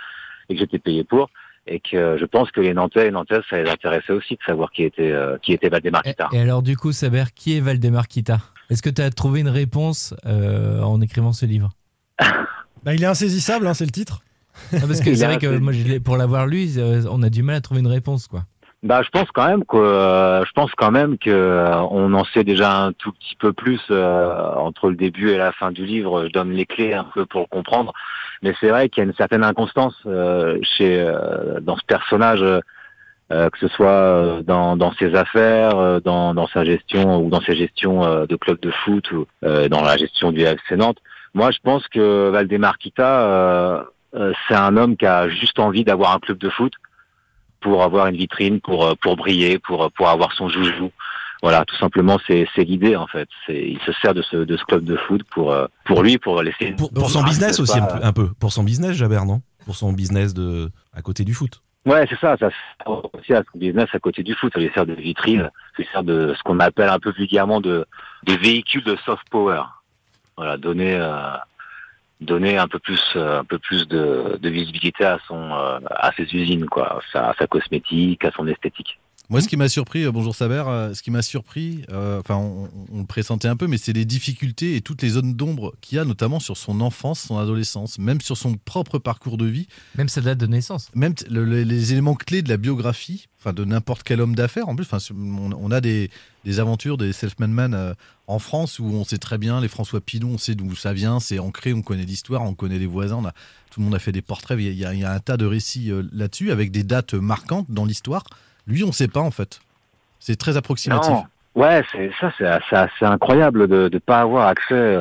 [SPEAKER 3] et que j'étais payé pour et que euh, je pense que les Nantais et Nantaises ça les intéressait aussi de savoir qui était euh, qui était Valdemar
[SPEAKER 8] Et,
[SPEAKER 3] Kita.
[SPEAKER 8] et alors, du coup, Saber, qui est Valdemar Kita Est-ce que t'as trouvé une réponse euh, en écrivant ce livre
[SPEAKER 7] Bah, Il est insaisissable, hein, c'est le titre.
[SPEAKER 8] Ah, Parce que
[SPEAKER 3] Il
[SPEAKER 8] c'est
[SPEAKER 3] a
[SPEAKER 8] vrai que
[SPEAKER 3] fait-
[SPEAKER 8] moi, je l'ai- pour l'avoir lu, euh, on a du mal à trouver une réponse, quoi.
[SPEAKER 3] Bah, je pense quand même que euh, je pense quand même que euh, on en sait déjà un tout petit peu plus euh, entre le début et la fin du livre. Je donne les clés un peu pour comprendre, mais c'est vrai qu'il y a une certaine inconstance euh, chez euh, dans ce personnage, euh, euh, que ce soit euh, dans, dans ses affaires, euh, dans, dans sa gestion ou dans ses gestions euh, de club de foot ou euh, dans la gestion du FC Nantes. Moi, je pense que Valdemar Kita, euh, euh, c'est un homme qui a juste envie d'avoir un club de foot pour avoir une vitrine, pour euh, pour briller, pour euh, pour avoir son joujou. Voilà, tout simplement, c'est c'est l'idée en fait. C'est il se sert de ce de ce club de foot pour euh, pour lui, pour laisser
[SPEAKER 9] Pour, pour son
[SPEAKER 3] Ah,
[SPEAKER 9] business
[SPEAKER 3] c'est
[SPEAKER 9] aussi,
[SPEAKER 3] pas-
[SPEAKER 9] un peu- un peu. Pour son business, Jabert, non Pour son business de à côté du foot.
[SPEAKER 3] Ouais, c'est ça, ça sert aussi à son business à côté du foot, ça lui sert de vitrine, ça lui sert de ce qu'on appelle un peu vulgairement de, de véhicule de soft power. Voilà, donner, euh, donner un peu plus, euh, un peu plus de, de visibilité à son, euh, à ses usines, quoi, à sa, à sa cosmétique, à son esthétique.
[SPEAKER 10] Moi, ce qui m'a surpris, euh, bonjour Saber, euh, ce qui m'a surpris, euh, enfin, on, on- on le pressentait un peu, mais c'est les difficultés et toutes les zones d'ombre qu'il y a, notamment sur son enfance, son adolescence, même sur son propre parcours de vie.
[SPEAKER 8] Même sa date de naissance.
[SPEAKER 10] Même t- le- le- les éléments clés de la biographie, enfin, de n'importe quel homme d'affaires. En plus, enfin, sur- on, on a des, des aventures des self-made man euh, en France où on sait très bien, les François Pidon, on sait d'où ça vient, c'est ancré, on connaît l'histoire, on connaît les voisins, on a- tout le monde a fait des portraits, il y a- il y, a- il y a un tas de récits euh, là-dessus, avec des dates marquantes dans l'histoire. Lui, on ne sait pas, en fait. C'est très approximatif.
[SPEAKER 3] Non. Ouais, c'est ça, c'est c'est assez incroyable de ne pas avoir accès,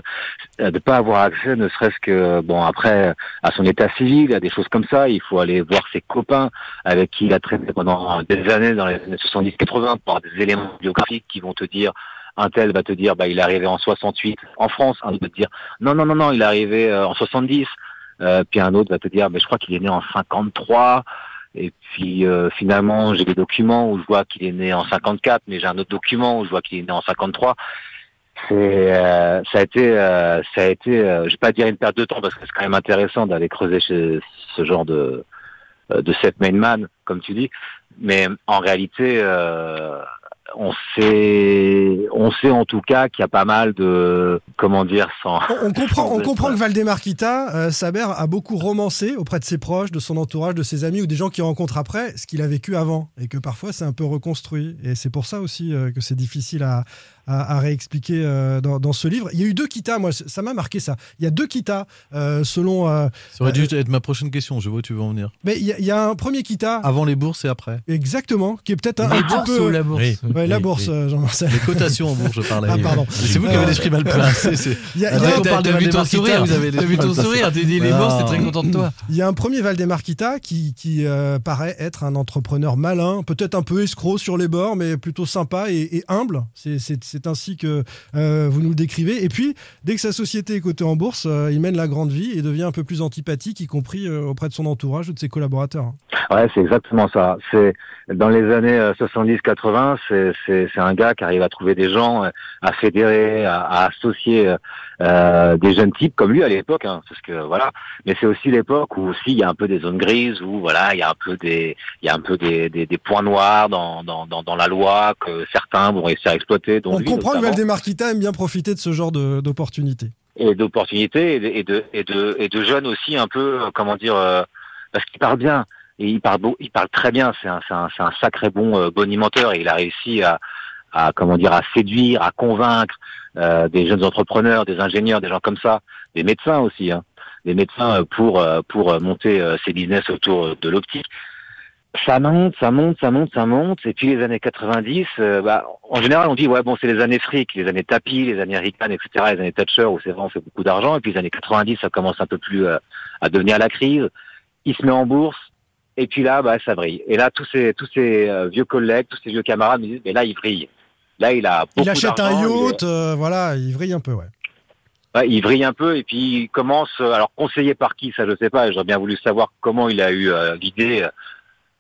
[SPEAKER 3] euh, de pas avoir accès, ne serait-ce que bon après à son état civil, à des choses comme ça. Il faut aller voir ses copains avec qui il a traité pendant des années dans les années 70-80 pour avoir des éléments biographiques qui vont te dire. Un tel va te dire, bah, il est arrivé en 68 en France. Un autre va te dire, non, non, non, non, il est arrivé euh, en 70. Euh, puis un autre va te dire, mais je crois qu'il est né en 53. Et puis euh, finalement, j'ai des documents où je vois qu'il est né en 54, mais j'ai un autre document où je vois qu'il est né en 53. C'est, euh, ça a été, euh, ça a été, euh, je vais pas dire une perte de temps parce que c'est quand même intéressant d'aller creuser chez ce genre de euh, de cette main man, comme tu dis. Mais en réalité, euh, on sait, on sait en tout cas qu'il y a pas mal de, comment dire, sans.
[SPEAKER 7] On, on comprend,
[SPEAKER 3] sans
[SPEAKER 7] on
[SPEAKER 3] être-
[SPEAKER 7] comprend que Valdemarquita, euh, Saber, a beaucoup romancé auprès de ses proches, de son entourage, de ses amis ou des gens qu'il rencontre après ce qu'il a vécu avant et que parfois c'est un peu reconstruit. Et c'est pour ça aussi euh, que c'est difficile à, à- à réexpliquer euh, dans, dans ce livre. Il y a eu deux Kita, moi, c- ça m'a marqué ça. Il y a deux Kita euh, selon. euh,
[SPEAKER 10] Ça aurait dû
[SPEAKER 7] euh,
[SPEAKER 10] être ma prochaine question, je vois où tu veux en venir.
[SPEAKER 7] mais il y, a- il y a un premier Kita.
[SPEAKER 10] Avant les bourses et après
[SPEAKER 7] Exactement, qui est peut-être un,
[SPEAKER 10] Les
[SPEAKER 7] Ah, un petit
[SPEAKER 10] bourses
[SPEAKER 7] peu.
[SPEAKER 10] ou la bourse Oui,
[SPEAKER 7] Ouais, la
[SPEAKER 10] oui,
[SPEAKER 7] bourse,
[SPEAKER 10] oui.
[SPEAKER 7] euh, Jean-Marcel.
[SPEAKER 10] Les cotations en bourse, je parlais.
[SPEAKER 7] Ah, pardon.
[SPEAKER 10] Mais C'est vous qui avez l'esprit mal placé. c'est-
[SPEAKER 7] Il y a- il y a-
[SPEAKER 10] Arrêtez,
[SPEAKER 7] T'as- t'as
[SPEAKER 10] parlez
[SPEAKER 7] vu
[SPEAKER 10] de
[SPEAKER 7] ton
[SPEAKER 10] Valdemar
[SPEAKER 7] sourire,
[SPEAKER 10] Kita, vous avez
[SPEAKER 7] t'as vu
[SPEAKER 10] l'esprit
[SPEAKER 7] ton
[SPEAKER 10] mal
[SPEAKER 7] sourire,
[SPEAKER 10] placé.
[SPEAKER 7] t'es dit, les
[SPEAKER 10] Non.
[SPEAKER 7] bourses, t'es très content de toi. Il y a un premier Valdemar Kita qui, qui, euh, paraît être un entrepreneur malin, peut-être un peu escroc sur les bords, mais plutôt sympa et, et humble. C'est- C'est c'est ainsi que euh, vous nous le décrivez. Et puis, dès que sa société est cotée en bourse, euh, il mène la grande vie et devient un peu plus antipathique, y compris euh, auprès de son entourage ou de ses collaborateurs.
[SPEAKER 3] Ouais, c'est exactement ça. C'est dans les années euh, 70-80, c'est c'est c'est un gars qui arrive à trouver des gens, euh, à fédérer, à, à associer euh, euh, des jeunes types comme lui à l'époque, hein, parce que voilà. Mais c'est aussi l'époque où aussi il y a un peu des zones grises, où voilà, il y a un peu des il y a un peu des, des, des points noirs dans, dans dans dans la loi que certains vont réussir à exploiter. Dont
[SPEAKER 7] On
[SPEAKER 3] lui,
[SPEAKER 7] comprend que
[SPEAKER 3] notamment
[SPEAKER 7] Valdemar Kita aime bien profiter de ce genre de- d'opportunités.
[SPEAKER 3] et d'opportunités et de, et, de, et, de, et de jeunes aussi un peu, euh, comment dire, euh, parce qu'il parle bien. Et il parle, beau, il parle très bien, c'est un, c'est un, c'est un sacré bon euh, bonimenteur et il a réussi à, à, comment dire, à séduire, à convaincre euh, des jeunes entrepreneurs, des ingénieurs, des gens comme ça, des médecins aussi, hein, des médecins euh, pour, euh, pour euh, monter euh, ses business autour euh, de l'optique ça monte, ça monte, ça monte, ça monte. Et puis les années 90, euh, bah, en général, on dit ouais bon, c'est les années fric, les années tapis, les années Rican, etc., les années Thatcher où c'est vrai on fait beaucoup d'argent. Et puis les années 90, ça commence un peu plus euh, à devenir la crise. Il se met en bourse. Et puis là, bah, ça brille. Et là, tous ces tous ces euh, vieux collègues, tous ces vieux camarades me disent mais là, il brille. Là, il a beaucoup
[SPEAKER 7] Il achète un
[SPEAKER 3] d'argent, il est-
[SPEAKER 7] yacht, euh, voilà, il vrille un peu, ouais.
[SPEAKER 3] Ouais, Bah, il vrille un peu et puis il commence. euh, Alors conseillé par qui ça je sais pas. J'aurais bien voulu savoir comment il a eu euh, l'idée,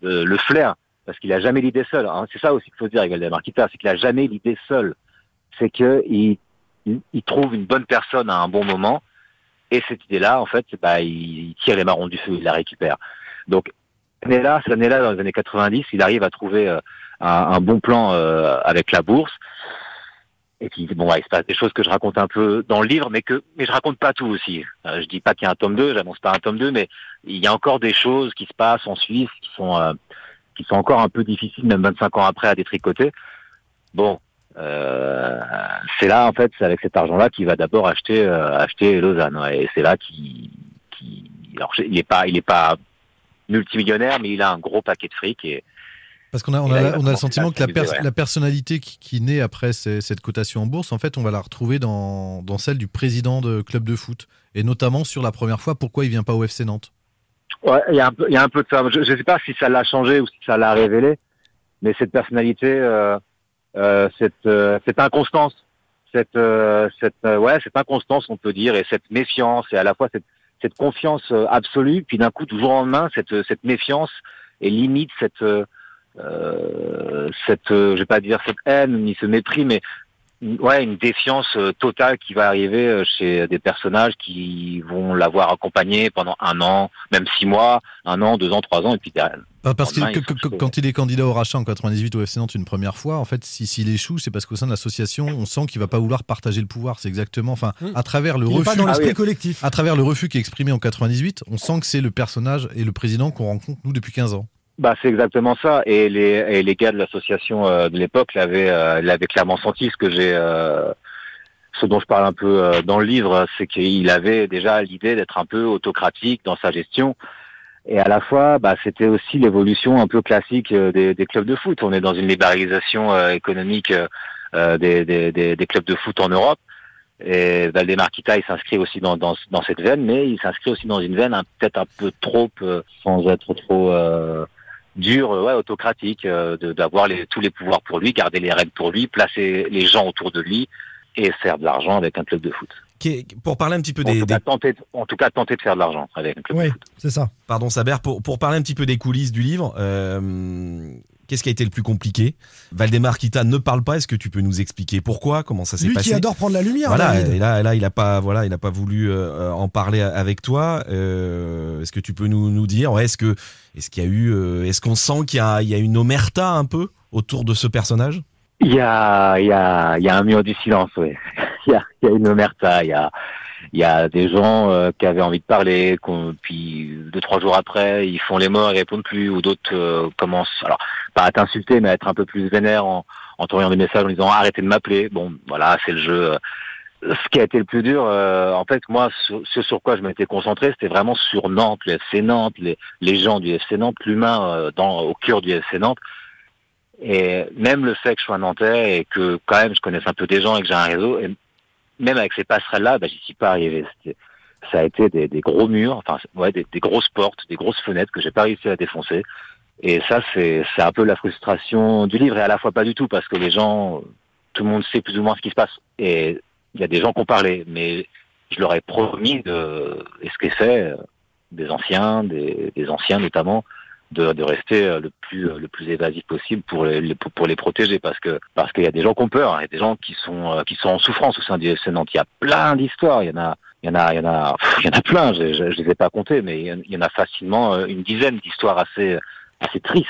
[SPEAKER 3] euh, le flair, parce qu'il a jamais l'idée seul. hein. C'est ça aussi qu'il faut dire avec Valdemar Kita, c'est qu'il a jamais l'idée seul. C'est que il, il- il trouve une bonne personne à un bon moment et cette idée-là, en fait, bah, il, il tire les marrons du feu, il la récupère. Donc année là, cette année-là, dans les années 90, il arrive à trouver euh, un, un bon plan euh, avec la bourse. Et puis bon, ouais, il se passe des choses que je raconte un peu dans le livre, mais que mais je raconte pas tout aussi. Euh, je dis pas qu'il y a un tome 2, j'annonce pas un tome 2, mais il y a encore des choses qui se passent en Suisse qui sont euh, qui sont encore un peu difficiles, même 25 ans après, à détricoter. Bon, euh, c'est là en fait, c'est avec cet argent-là qu'il va d'abord acheter euh, acheter Lausanne, ouais, et c'est là qu'il qu'il- alors je- il est pas il est pas multimillionnaire, mais il a un gros paquet de fric et
[SPEAKER 10] Parce qu'on a, on
[SPEAKER 3] Et là,
[SPEAKER 10] a,
[SPEAKER 3] il va
[SPEAKER 10] la- on a le
[SPEAKER 3] commencer
[SPEAKER 10] sentiment
[SPEAKER 3] à
[SPEAKER 10] que la,
[SPEAKER 3] s'amuser,
[SPEAKER 10] pers-
[SPEAKER 3] ouais.
[SPEAKER 10] la personnalité qui, qui naît après ces- cette cotation en bourse, en fait, on va la retrouver dans, dans celle du président de club de foot. Et notamment sur la première fois, pourquoi il vient pas au FC Nantes
[SPEAKER 3] Ouais, il y, a un peu- il y a un peu de ça. Je ne sais pas si ça l'a changé ou si ça l'a révélé, mais cette personnalité, euh, euh, cette, euh, cette inconstance, cette, euh, cette, euh, ouais, cette inconstance, on peut dire, et cette méfiance, et à la fois cette, cette confiance euh, absolue, puis d'un coup, du jour au lendemain, cette, euh, cette méfiance et limite cette, euh, euh, cette, euh, je vais pas dire cette haine ni ce mépris, mais une- ouais, une défiance euh, totale qui va arriver euh, chez des personnages qui vont l'avoir accompagné pendant un an, même six mois, un an, deux ans, trois ans, et puis derrière.
[SPEAKER 10] Ah, parce que,
[SPEAKER 3] Lendemain,
[SPEAKER 10] que-
[SPEAKER 3] ils sont
[SPEAKER 10] que-
[SPEAKER 3] chauds.
[SPEAKER 10] quand il est candidat au rachat en 98 au FC Nantes une première fois, en fait, si- s'il échoue, c'est parce qu'au sein de l'association, on sent qu'il va pas vouloir partager le pouvoir. C'est exactement, enfin, à travers le
[SPEAKER 7] Mmh. Il est
[SPEAKER 10] refus,
[SPEAKER 7] pas dans
[SPEAKER 3] Ah
[SPEAKER 7] l'esprit collectif.
[SPEAKER 10] à travers le refus qui est exprimé en 98, on sent que c'est le personnage et le président qu'on rencontre nous depuis 15 ans.
[SPEAKER 3] Bah, c'est exactement ça. Et les, et les gars de l'association euh, de l'époque l'avaient, euh, l'avaient clairement senti. Ce que j'ai, euh, ce dont je parle un peu euh, dans le livre, c'est qu'il avait déjà l'idée d'être un peu autocratique dans sa gestion. Et à la fois, bah, c'était aussi l'évolution un peu classique euh, des, des clubs de foot. On est dans une libéralisation euh, économique euh, euh, des, des- des- des clubs de foot en Europe. Et Valdemar Kita, il s'inscrit aussi dans, dans, dans cette veine, mais il s'inscrit aussi dans une veine hein, peut-être un peu trop, euh, sans être trop euh, dur, euh, ouais, autocratique, euh, de- d'avoir les- tous les pouvoirs pour lui, garder les règles pour lui, placer les gens autour de lui et faire de l'argent avec un club de foot.
[SPEAKER 9] Qui est- pour parler un petit peu
[SPEAKER 3] en,
[SPEAKER 9] des,
[SPEAKER 3] tout
[SPEAKER 9] des-
[SPEAKER 3] cas, tenter, de- en tout cas, tenter de faire de l'argent avec un club.
[SPEAKER 7] Oui, c'est ça.
[SPEAKER 9] pardon Saber, pour, pour parler un petit peu des coulisses du livre, euh, qu'est-ce qui a été le plus compliqué Valdemar Kita ne parle pas. Est-ce que tu peux nous expliquer pourquoi Comment ça s'est
[SPEAKER 7] Lui
[SPEAKER 9] passé
[SPEAKER 7] qui adore prendre la lumière.
[SPEAKER 9] Voilà,
[SPEAKER 7] David.
[SPEAKER 9] et là, et là, il a pas, voilà, il a pas voulu euh, en parler a- avec toi. Euh, est-ce que tu peux nous, nous dire, ouais, est-ce que, est-ce qu'il y a eu, euh, est-ce qu'on sent qu'il y a, il y a une omerta un peu autour de ce personnage
[SPEAKER 3] Il y a, il y, a, il y a un mur du silence, oui. Il y a, il y a une omerta, il y a, il y a des gens euh, qui avaient envie de parler, qu'on- puis deux, trois jours après, ils font les morts, ils répondent plus, ou d'autres euh, commencent, alors, pas à t'insulter, mais à être un peu plus vénère en, en t'envoyant des messages en disant arrêtez de m'appeler. Bon, voilà, c'est le jeu. euh, Ce qui a été le plus dur, euh, en fait, moi, ce, ce sur quoi je m'étais concentré, c'était vraiment sur Nantes, le FC Nantes, les, les gens du FC Nantes, l'humain euh, dans au cœur du FC Nantes. Et même le fait que je sois nantais et que quand même je connaisse un peu des gens et que j'ai un réseau, et même avec ces passerelles-là, bah, j'y suis pas arrivé. C'était- Ça a été des, des gros murs, enfin ouais, des, des grosses portes, des grosses fenêtres que j'ai pas réussi à défoncer. Et ça, c'est c'est un peu la frustration du livre et à la fois pas du tout parce que les gens, tout le monde sait plus ou moins ce qui se passe. Et il y a des gens qui ont parlé, mais je leur ai promis de, et ce qui est fait, euh, des anciens, des, des anciens notamment, de, de rester euh, le plus euh, le plus évasif possible pour les les- pour les protéger parce que parce qu'il y a des gens qui ont peur, hein, il y a des gens qui sont euh, qui sont en souffrance au sein du FC Nantes. Il y a plein d'histoires, il y en a il y en a il y en a pff, il y en a plein. Je, je, je les ai pas comptés, mais il y en- il y en a facilement euh, une dizaine d'histoires assez assez tristes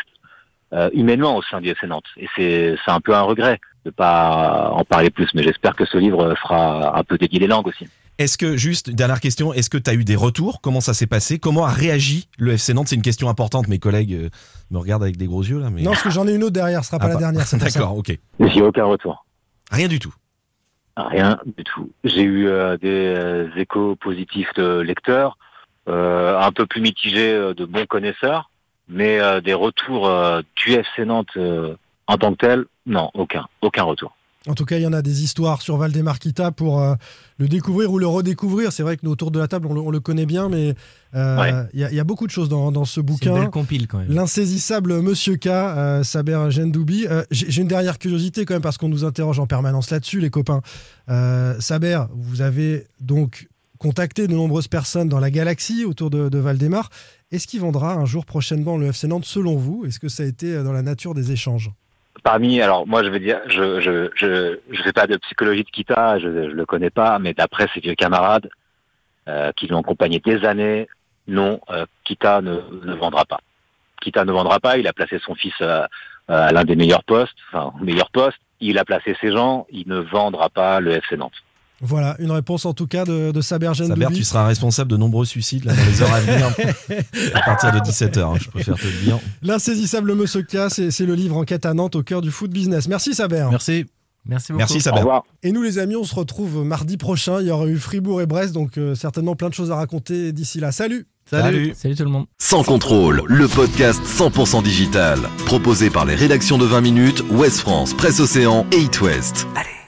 [SPEAKER 3] euh, humainement au sein du FC Nantes. Et c'est c'est un peu un regret de pas en parler plus, mais j'espère que ce livre fera un peu déguer les langues aussi.
[SPEAKER 9] Est-ce que juste une dernière question, est-ce que tu as eu des retours Comment ça s'est passé Comment a réagi le FC Nantes C'est une question importante. Mes collègues euh, me regardent avec des gros yeux là, mais
[SPEAKER 7] Non, parce que j'en ai une autre derrière, ce sera pas
[SPEAKER 9] Ah,
[SPEAKER 7] la
[SPEAKER 9] pas-
[SPEAKER 7] dernière. c'est pour ça.
[SPEAKER 9] D'accord, ok.
[SPEAKER 3] J'ai aucun retour.
[SPEAKER 9] Rien du tout.
[SPEAKER 3] Rien du tout. J'ai eu euh, des euh, échos positifs de lecteurs, euh, un peu plus mitigés euh, de bons connaisseurs, mais euh, des retours euh, du FC Nantes euh, en tant que tel, non, aucun, aucun retour.
[SPEAKER 7] En tout cas, il y en a des histoires sur Valdemarquita pour euh, le découvrir ou le redécouvrir. C'est vrai que nous, autour de la table, on le, on le connaît bien, mais euh, il
[SPEAKER 8] Ouais.
[SPEAKER 7] y, a- il y a beaucoup de choses dans, dans ce
[SPEAKER 8] C'est une belle
[SPEAKER 7] bouquin.
[SPEAKER 8] compile quand même.
[SPEAKER 7] L'insaisissable Monsieur K, euh, Saber Gendoubi. Euh, J'ai j'ai une dernière curiosité quand même, parce qu'on nous interroge en permanence là-dessus, les copains. Euh, Saber, vous avez donc contacté de nombreuses personnes dans la galaxie autour de, de Valdemar. Est-ce qu'il vendra un jour prochainement le FC Nantes selon vous Est-ce que ça a été euh, dans la nature des échanges
[SPEAKER 3] Parmi, alors moi je veux dire, je je je je fais pas de psychologie de Kita, je, je le connais pas, mais d'après ses vieux camarades euh, qui l'ont accompagné des années, non, euh, Kita ne, ne vendra pas. Kita ne vendra pas. Il a placé son fils euh, euh, à l'un des meilleurs postes, enfin au meilleur poste. Il a placé ses gens. Il ne vendra pas le FC Nantes.
[SPEAKER 7] Voilà, une réponse en tout cas de, de Saber
[SPEAKER 9] Saber,
[SPEAKER 7] Gendoubi.
[SPEAKER 9] tu seras responsable de nombreux suicides là, dans les heures à venir à partir de 17h, hein, je préfère te le dire.
[SPEAKER 7] L'insaisissable Mosoka, c'est c'est le livre Enquête à Nantes au cœur du foot business. Merci Saber.
[SPEAKER 10] Merci.
[SPEAKER 8] Merci beaucoup.
[SPEAKER 9] Merci Saber.
[SPEAKER 7] Et nous les amis, on se retrouve mardi prochain. Il y aura eu Fribourg et Brest, donc euh, certainement plein de choses à raconter d'ici là. Salut
[SPEAKER 9] Salut.
[SPEAKER 8] Salut tout le monde.
[SPEAKER 1] Sans contrôle, le podcast 100% digital, proposé par les rédactions de 20 minutes, Ouest France, Presse Océan et It West.
[SPEAKER 11] Allez.